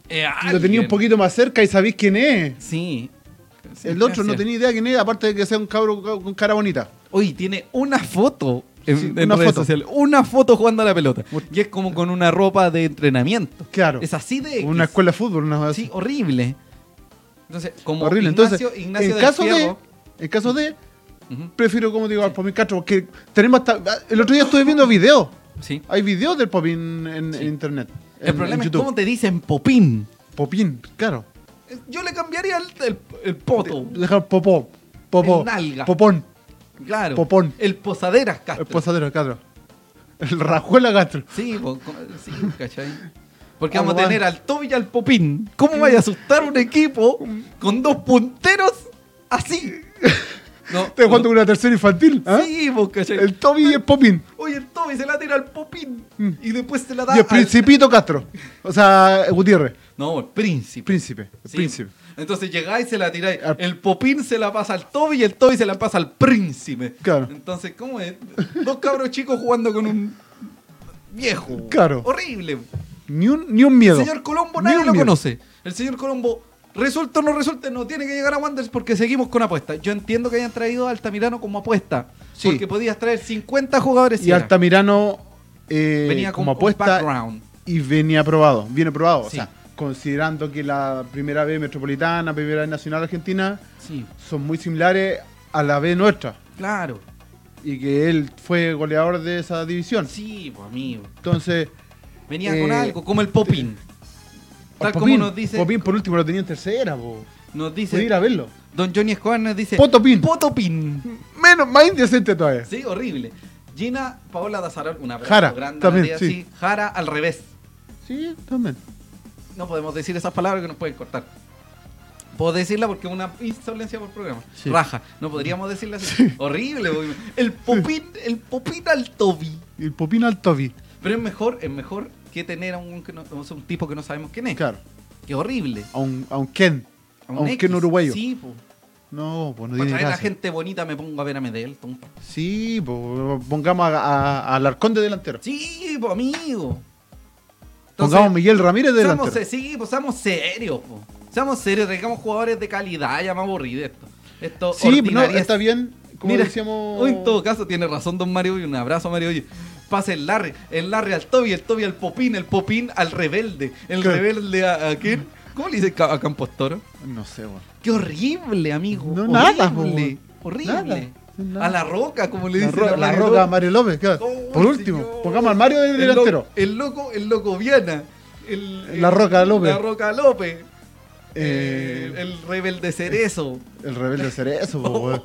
Speaker 2: Eh,
Speaker 1: lo tenía
Speaker 2: alguien.
Speaker 1: un poquito más cerca y sabéis quién es.
Speaker 2: Sí. Sí,
Speaker 1: El otro no
Speaker 2: gracias.
Speaker 1: tenía idea quién es, aparte de que sea un cabro ca- con cara bonita.
Speaker 2: Oye, tiene una foto en,
Speaker 1: Sí,
Speaker 2: en
Speaker 1: una
Speaker 2: redes
Speaker 1: foto.
Speaker 2: sociales. Una foto jugando a la pelota.
Speaker 1: Mut-
Speaker 2: Y es como con una ropa de entrenamiento.
Speaker 1: Claro.
Speaker 2: Es así de... X.
Speaker 1: Una escuela de fútbol, una cosa
Speaker 2: Sí,
Speaker 1: así.
Speaker 2: horrible. Entonces, como
Speaker 1: Horrible.
Speaker 2: Ignacio,
Speaker 1: Entonces,
Speaker 2: Ignacio
Speaker 1: en
Speaker 2: del
Speaker 1: caso de.
Speaker 2: Fierro-
Speaker 1: En caso de.
Speaker 2: Ujú,
Speaker 1: Prefiero, como digo, al Popín Castro, porque tenemos hasta. ah, El otro día estuve viendo videos.
Speaker 2: sí.
Speaker 1: Hay videos del Popín en, en internet.
Speaker 2: El
Speaker 1: en-
Speaker 2: problema
Speaker 1: en
Speaker 2: es
Speaker 1: YouTube.
Speaker 2: cómo te dicen popín.
Speaker 1: Popín, claro.
Speaker 2: Eh, Yo le cambiaría el, el- el poto.
Speaker 1: Dejar popó. Popó.
Speaker 2: El nalga.
Speaker 1: Popón.
Speaker 2: claro.
Speaker 1: popón.
Speaker 2: El posaderas Castro.
Speaker 1: El posadero, claro. El rajuela Castro.
Speaker 2: Sí, po- co- sí, ¿cachai? Porque
Speaker 1: Ah,
Speaker 2: vamos a
Speaker 1: bueno.
Speaker 2: tener al Toby y al Popín. ¿Cómo vaya a asustar un equipo con dos punteros así? No,
Speaker 1: Estoy jugando con una tercera infantil. ¿ah?
Speaker 2: Sí, po, ¿cachai?
Speaker 1: El Toby y el Popín.
Speaker 2: Oye, el Toby se la tira al Popín
Speaker 1: Mm.
Speaker 2: y después se la da
Speaker 1: Y el
Speaker 2: al...
Speaker 1: Principito Castro. O sea, Gutiérrez.
Speaker 2: No, el príncipe.
Speaker 1: Príncipe. El
Speaker 2: Sí,
Speaker 1: príncipe.
Speaker 2: Entonces llegáis y se la tiráis.
Speaker 1: Al-
Speaker 2: El Popín se la pasa al Toby y el Toby se la pasa al príncipe.
Speaker 1: Claro.
Speaker 2: Entonces, ¿cómo es? Dos cabros chicos jugando con un viejo.
Speaker 1: Claro.
Speaker 2: Horrible.
Speaker 1: Ni un, ni un miedo.
Speaker 2: El señor Colombo
Speaker 1: Ni
Speaker 2: nadie
Speaker 1: un
Speaker 2: lo
Speaker 1: miedo.
Speaker 2: conoce. El señor Colombo, resulta o no resulte, no tiene que llegar a Wanderers porque seguimos con apuestas. Yo entiendo que hayan traído a Altamirano como apuesta.
Speaker 1: Sí.
Speaker 2: Porque podías traer 50 jugadores
Speaker 1: Y
Speaker 2: era.
Speaker 1: Altamirano eh, como
Speaker 2: con
Speaker 1: apuesta
Speaker 2: background.
Speaker 1: y venía aprobado. Viene aprobado. O
Speaker 2: Sí.
Speaker 1: sea, considerando que la primera B metropolitana, primera B nacional argentina
Speaker 2: Sí,
Speaker 1: son muy similares a la B nuestra.
Speaker 2: claro.
Speaker 1: y que él fue goleador de esa división.
Speaker 2: Sí, pues, amigo.
Speaker 1: Entonces,
Speaker 2: Venía
Speaker 1: Eh,
Speaker 2: con algo, como el Popín. Tal
Speaker 1: Popín,
Speaker 2: como nos dice,
Speaker 1: Popín por último lo tenía en tercera, po.
Speaker 2: nos
Speaker 1: Pude
Speaker 2: dice
Speaker 1: ir a verlo.
Speaker 2: Don Johnny Escobar, nos dice
Speaker 1: Potopín.
Speaker 2: Potopín.
Speaker 1: Menos, más indecente todavía.
Speaker 2: Sí, horrible. Gina Paola Dazarol, una abrazo
Speaker 1: Jara,
Speaker 2: grande,
Speaker 1: también,
Speaker 2: Natalia,
Speaker 1: sí.
Speaker 2: sí. Jara al revés.
Speaker 1: Sí, también.
Speaker 2: No podemos decir esas palabras que nos pueden cortar. Puedo decirla porque es una insolencia por programa.
Speaker 1: Sí.
Speaker 2: Raja. No podríamos decirla así. Horrible. porque El popín, el popín al Toby.
Speaker 1: Y el Popín al Toby.
Speaker 2: Pero es mejor, es mejor que tener a un, que no- a un tipo que no sabemos quién es.
Speaker 1: Claro,
Speaker 2: Qué horrible.
Speaker 1: a un, a un Ken. A un,
Speaker 2: X.
Speaker 1: Ken uruguayo.
Speaker 2: Sí, po.
Speaker 1: No, pues no
Speaker 2: Para
Speaker 1: tiene
Speaker 2: traer a
Speaker 1: gracia.
Speaker 2: gente bonita me pongo a ver a Medel. tonto.
Speaker 1: Sí, pues pongamos a, a- al Arcón de delantero.
Speaker 2: Sí, po, amigo.
Speaker 1: pongamos a Miguel Ramírez de
Speaker 2: seamos,
Speaker 1: delantero.
Speaker 2: se- sí, po, seamos serios. po. Seamos serios. Traigamos jugadores de calidad. Ya me aburrí de esto. Esto
Speaker 1: Sí, no,
Speaker 2: ordinariez.
Speaker 1: está bien. Como
Speaker 2: Mira,
Speaker 1: decíamos.
Speaker 2: hoy en todo caso tiene razón Don Mario y un abrazo Mario. Oye, pasa el Larry, el Larry al Toby, el Toby al Popín, el Popín al rebelde, el
Speaker 1: Claro.
Speaker 2: rebelde a, a quién? ¿Cómo le dice ca- a Campos Toro?
Speaker 1: No sé, bueno.
Speaker 2: Qué horrible, amigo.
Speaker 1: No, nada,
Speaker 2: horrible,
Speaker 1: po,
Speaker 2: horrible.
Speaker 1: nada.
Speaker 2: A la roca, como le
Speaker 1: La,
Speaker 2: dicen.
Speaker 1: Ro-
Speaker 2: a
Speaker 1: la
Speaker 2: Mario
Speaker 1: roca a
Speaker 2: López.
Speaker 1: Mario López, claro.
Speaker 2: Oh,
Speaker 1: Por último,
Speaker 2: señor.
Speaker 1: pongamos al Mario del
Speaker 2: El, lo-
Speaker 1: delantero.
Speaker 2: el loco, el loco Viana. El,
Speaker 1: La
Speaker 2: el-
Speaker 1: Roca López.
Speaker 2: La Roca López.
Speaker 1: Eh,
Speaker 2: El, el rebelde cerezo.
Speaker 1: El rebelde cerezo, po,
Speaker 2: [LAUGHS]
Speaker 1: weón.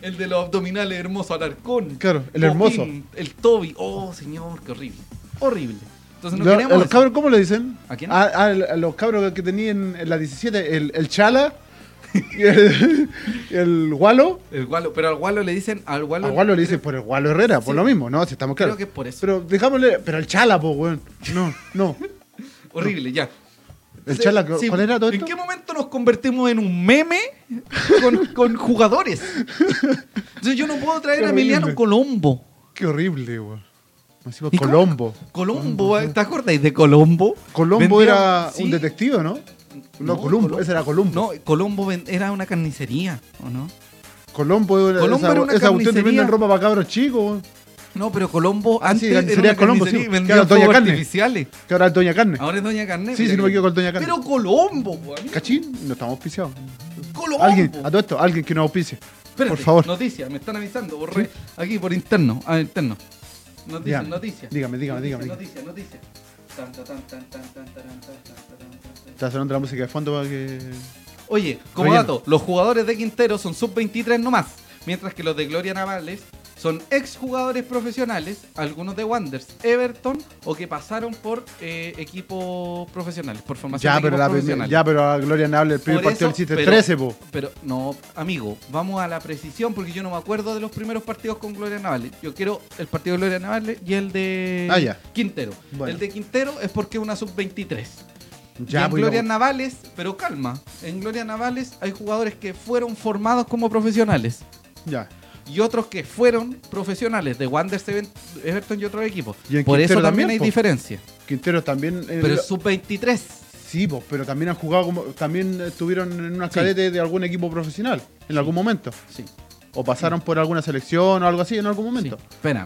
Speaker 2: El de los abdominales hermoso Alarcón.
Speaker 1: Claro, el hermoso.
Speaker 2: Popín, el Toby. Oh, señor, qué horrible. Horrible. Entonces no
Speaker 1: Lo-
Speaker 2: queremos.
Speaker 1: ¿A los
Speaker 2: eso.
Speaker 1: cabros cómo le dicen?
Speaker 2: ¿A quién?
Speaker 1: A, a los cabros que tenía en, en la 17, el, el Chala, y el, [LAUGHS] y el Gualo.
Speaker 2: El Gualo, pero al Gualo le dicen. Al Gualo,
Speaker 1: A Gualo le dicen por el Gualo Herrera, por
Speaker 2: Sí.
Speaker 1: lo mismo, ¿no? Si estamos
Speaker 2: Creo
Speaker 1: claros.
Speaker 2: que es por eso.
Speaker 1: Pero dejámosle, pero el Chala, po, weón. No, no.
Speaker 2: Horrible, ya.
Speaker 1: El
Speaker 2: Sí,
Speaker 1: Chala, ¿cu-
Speaker 2: sí.
Speaker 1: ¿cuál era todo
Speaker 2: ¿En
Speaker 1: esto?
Speaker 2: qué momento nos convertimos en un meme con, con jugadores? Entonces yo no puedo traer
Speaker 1: Qué
Speaker 2: a Emiliano
Speaker 1: horrible.
Speaker 2: Colombo.
Speaker 1: Qué horrible, weón. Así como
Speaker 2: ¿Y cómo-
Speaker 1: Colombo.
Speaker 2: Colombo, ¿te acordáis de Colombo?
Speaker 1: Colombo
Speaker 2: Vendía-
Speaker 1: era
Speaker 2: sí.
Speaker 1: un detective, ¿no? No,
Speaker 2: No,
Speaker 1: Colombo,
Speaker 2: Colombo.
Speaker 1: ese era Colombo.
Speaker 2: No, Colombo ven- era una carnicería, ¿o no?
Speaker 1: Colombo era
Speaker 2: Colombo
Speaker 1: esa,
Speaker 2: era una
Speaker 1: esa cuestión de
Speaker 2: carnicería.
Speaker 1: venden ropa para cabros chicos, weón.
Speaker 2: No, pero Colombo
Speaker 1: Ah, sí,
Speaker 2: antes era
Speaker 1: carnicería
Speaker 2: una
Speaker 1: Colombo,
Speaker 2: carnicería
Speaker 1: sí,
Speaker 2: y vendía
Speaker 1: que era Doña
Speaker 2: fuegos
Speaker 1: Carne.
Speaker 2: artificiales.
Speaker 1: Que ahora es Doña Carne.
Speaker 2: Ahora es Doña Carne.
Speaker 1: Sí,
Speaker 2: mira
Speaker 1: si no me
Speaker 2: que-
Speaker 1: equivoco, es Doña Carne.
Speaker 2: Pero Colombo, weón.
Speaker 1: Cachín, no estamos auspiciados.
Speaker 2: Colombo.
Speaker 1: Alguien, a todo esto, alguien que nos auspicie.
Speaker 2: Espérate,
Speaker 1: por favor.
Speaker 2: Noticia, me están avisando, borré. Aquí por interno, a interno. Noticia,
Speaker 1: Dígame,
Speaker 2: noticia.
Speaker 1: dígame, dígame, dígame,
Speaker 2: Noticia, noticia. Tan, ta, tan, tan, tan, tan, taran, tan, tan, taran, tan, tan.
Speaker 1: Está sonando la música de fondo para que.
Speaker 2: Oye, como
Speaker 1: Relleno.
Speaker 2: dato, los jugadores de Quintero son sub-23 nomás, mientras que los de Gloria Navales son exjugadores profesionales, algunos de Wanderers, Everton o que pasaron por eh, equipos profesionales, por formación
Speaker 1: Ya,
Speaker 2: de
Speaker 1: pero,
Speaker 2: equipos
Speaker 1: la,
Speaker 2: profesionales.
Speaker 1: ya, pero a Gloria Nable, el primer
Speaker 2: Por
Speaker 1: partido del
Speaker 2: eso,
Speaker 1: City
Speaker 2: pero-
Speaker 1: 13, po.
Speaker 2: Pero no, amigo, vamos a la precisión porque yo no me acuerdo de los primeros partidos con Gloria Navales. Yo quiero el partido de Gloria Navales y el de
Speaker 1: Ah, ya.
Speaker 2: Quintero.
Speaker 1: Bueno.
Speaker 2: El de Quintero es porque es una sub-23. Y
Speaker 1: Ya,
Speaker 2: en
Speaker 1: pues,
Speaker 2: Gloria
Speaker 1: digamos,
Speaker 2: Navales, pero calma, en Gloria Navales hay jugadores que fueron formados como profesionales
Speaker 1: ya.
Speaker 2: y otros que fueron profesionales de Wanderers, Even- Everton y otros equipos.
Speaker 1: Y en
Speaker 2: Por eso
Speaker 1: Quintero
Speaker 2: también,
Speaker 1: también,
Speaker 2: hay
Speaker 1: po.
Speaker 2: diferencia.
Speaker 1: Quintero también. eh,
Speaker 2: Pero es sub-23.
Speaker 1: sí, po, pero también han jugado como. También estuvieron en unas
Speaker 2: Sí.
Speaker 1: cadetes de algún equipo profesional en algún momento.
Speaker 2: Sí,
Speaker 1: O pasaron por alguna selección o algo así en algún
Speaker 2: sí.
Speaker 1: momento. Ah.
Speaker 2: Espera.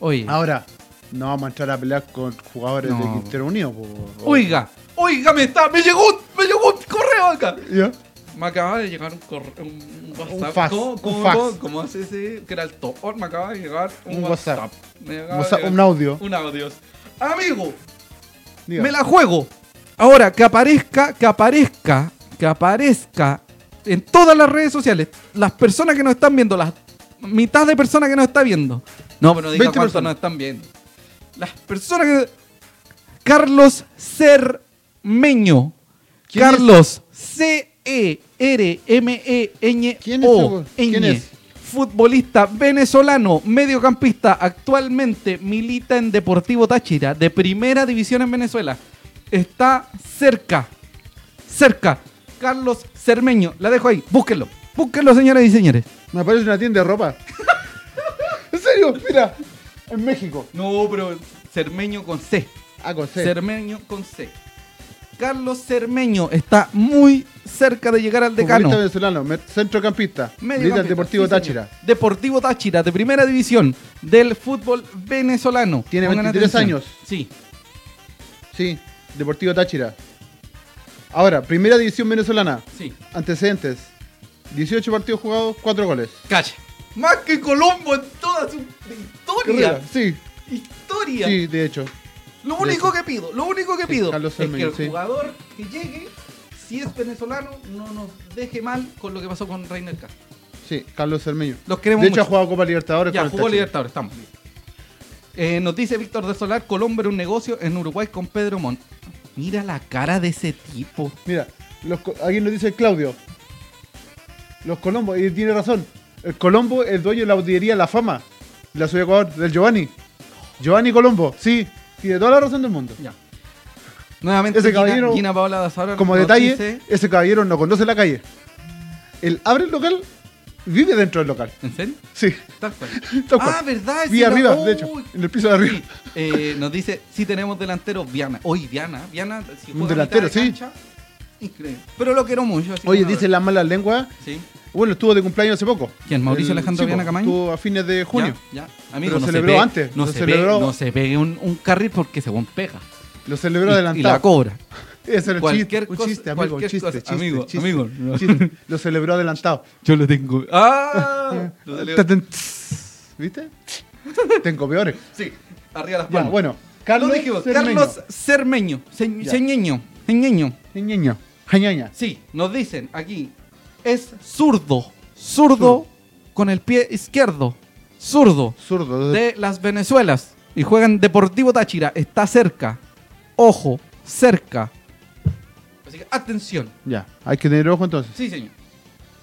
Speaker 2: Oye.
Speaker 1: Ahora, no vamos a entrar a pelear con jugadores
Speaker 2: No,
Speaker 1: de
Speaker 2: po.
Speaker 1: Quintero Unido, po. O-
Speaker 2: Oiga, oiga, me está, me llegó, un- me llegó un correo acá.
Speaker 1: Ya.
Speaker 2: Me acaba de llegar un correo, un, un WhatsApp.
Speaker 1: fax,
Speaker 2: ¿Cómo,
Speaker 1: un
Speaker 2: cómo-
Speaker 1: fax.
Speaker 2: cómo- cómo hace ese? Que era el top. Me acaba de llegar un,
Speaker 1: Un WhatsApp.
Speaker 2: WhatsApp. Me acaba
Speaker 1: O
Speaker 2: de
Speaker 1: sea,
Speaker 2: llegar
Speaker 1: un audio.
Speaker 2: un audio. Amigo,
Speaker 1: Diga.
Speaker 2: me la juego. Ahora, que aparezca, que aparezca, que aparezca en todas las redes sociales. Las personas que nos están viendo, las mitad de personas que nos está viendo. No, pero no diga
Speaker 1: 20
Speaker 2: cuántas
Speaker 1: personas.
Speaker 2: nos están viendo. Las personas que... Carlos Cermeño.
Speaker 1: ¿Quién es?
Speaker 2: Carlos E C-E-R-M-E-N-O.
Speaker 1: ¿Quién es ese güey? ¿Quién
Speaker 2: Ñ.
Speaker 1: es?
Speaker 2: Futbolista venezolano, mediocampista, actualmente milita en Deportivo Táchira de primera división en Venezuela. Está cerca, cerca. Carlos Cermeño, la dejo ahí, búsquenlo, búsquenlo, señoras y señores.
Speaker 1: Me aparece una tienda de
Speaker 2: [LAUGHS]
Speaker 1: ropa. en serio, mira. En México. Ah,
Speaker 2: No, pero Cermeño con C.
Speaker 1: A coser.
Speaker 2: Cermeño con C. Carlos Cermeño está muy cerca de llegar al decano.
Speaker 1: Futbolista venezolano, me- centrocampista,
Speaker 2: Medio
Speaker 1: líder del Deportivo
Speaker 2: sí, señor.
Speaker 1: Táchira.
Speaker 2: Deportivo Táchira, de primera división del fútbol venezolano.
Speaker 1: Tiene
Speaker 2: Pongan
Speaker 1: 23 años.
Speaker 2: Sí.
Speaker 1: Sí, Deportivo Táchira. Ahora, primera división venezolana.
Speaker 2: Sí.
Speaker 1: Antecedentes. 18 partidos jugados, 4 goles.
Speaker 2: Cacha. Más que Colombo en toda su
Speaker 1: Carrera,
Speaker 2: historia.
Speaker 1: Sí,
Speaker 2: Historia.
Speaker 1: sí, de hecho.
Speaker 2: Lo
Speaker 1: De
Speaker 2: único
Speaker 1: hecho.
Speaker 2: que pido, lo único que pido
Speaker 1: Carlos
Speaker 2: es que
Speaker 1: Cermeño,
Speaker 2: el
Speaker 1: sí.
Speaker 2: jugador que llegue, si es venezolano, no nos deje mal con lo que pasó con Reiner Castro.
Speaker 1: Sí, Carlos Cermeño.
Speaker 2: Los queremos
Speaker 1: De hecho,
Speaker 2: mucho.
Speaker 1: ha jugado Copa Libertadores
Speaker 2: Ya,
Speaker 1: con el
Speaker 2: jugó
Speaker 1: Táchira.
Speaker 2: Libertadores, estamos. Eh, nos dice Víctor de Solar, Colombo era un negocio en Uruguay con Pedro Montt. Mira la cara de ese tipo.
Speaker 1: Mira, los co- aquí nos dice Claudio. Los Colombo, y tiene razón. El Colombo es dueño de la botillería La Fama, de la ciudad de Ecuador, del Giovanni. Giovanni Colombo, sí, tiene toda la razón del mundo.
Speaker 2: Ya. Nuevamente,
Speaker 1: Ese
Speaker 2: Gina-
Speaker 1: caballero,
Speaker 2: Gina Paola Dazara
Speaker 1: Como
Speaker 2: nos
Speaker 1: detalle,
Speaker 2: dice-
Speaker 1: ese caballero no conoce la calle. Él abre el local, vive dentro del local.
Speaker 2: ¿En serio?
Speaker 1: Sí,
Speaker 2: Tal cual.
Speaker 1: [LAUGHS] Tal cual.
Speaker 2: Ah, ¿verdad? Ese
Speaker 1: vive
Speaker 2: era-
Speaker 1: arriba, de
Speaker 2: Uy,
Speaker 1: hecho, en el piso de arriba.
Speaker 2: sí. Eh, nos dice, sí tenemos delantero Viana. Hoy Viana, Viana, si
Speaker 1: Un
Speaker 2: juega a
Speaker 1: delantero,
Speaker 2: mitad de
Speaker 1: sí.
Speaker 2: cancha, increíble. Pero lo quiero mucho. así
Speaker 1: Oye,
Speaker 2: como-
Speaker 1: dice las malas lenguas.
Speaker 2: Sí.
Speaker 1: Bueno, estuvo de cumpleaños hace poco.
Speaker 2: ¿Quién, Mauricio
Speaker 1: El-
Speaker 2: Alejandro
Speaker 1: sí, po,
Speaker 2: Viana Camaño?
Speaker 1: Estuvo a fines de junio.
Speaker 2: Ya, ya. Amigo,
Speaker 1: Pero
Speaker 2: no
Speaker 1: celebró
Speaker 2: se pegue-
Speaker 1: antes,
Speaker 2: No
Speaker 1: lo
Speaker 2: se,
Speaker 1: celebró-
Speaker 2: Pegue, no se pegue un, un carril porque se pone pega.
Speaker 1: Lo celebró
Speaker 2: Y- y,
Speaker 1: adelantado.
Speaker 2: la cobra.
Speaker 1: Ese era un
Speaker 2: Cualquier
Speaker 1: chiste, un
Speaker 2: cosa-
Speaker 1: chiste, amigo, un
Speaker 2: cualquier
Speaker 1: chiste,
Speaker 2: cosa.
Speaker 1: chiste,
Speaker 2: Amigo,
Speaker 1: chiste,
Speaker 2: amigo, no.
Speaker 1: chiste. Lo celebró adelantado.
Speaker 2: Yo lo tengo. [LAUGHS] ¡Ah! Lo salió.
Speaker 1: Tatán, tss, ¿Viste? Tengo
Speaker 2: [LAUGHS]
Speaker 1: peores.
Speaker 2: sí, arriba las
Speaker 1: Ya,
Speaker 2: palmas.
Speaker 1: bueno,
Speaker 2: Lo
Speaker 1: Carlos
Speaker 2: dijimos,
Speaker 1: Cermeño.
Speaker 2: Carlos Cermeño. Se-
Speaker 1: Ya.
Speaker 2: Señeño. Señeño.
Speaker 1: Ñeñeño, Jañaña.
Speaker 2: Sí, nos dicen aquí. Es zurdo. Zurdo con el pie izquierdo. Zurdo.
Speaker 1: Zurdo.
Speaker 2: De las Venezuelas. Y juegan Deportivo Táchira. Está cerca. Ojo, cerca. Así que atención.
Speaker 1: Ya, hay que tener ojo entonces.
Speaker 2: Sí, señor.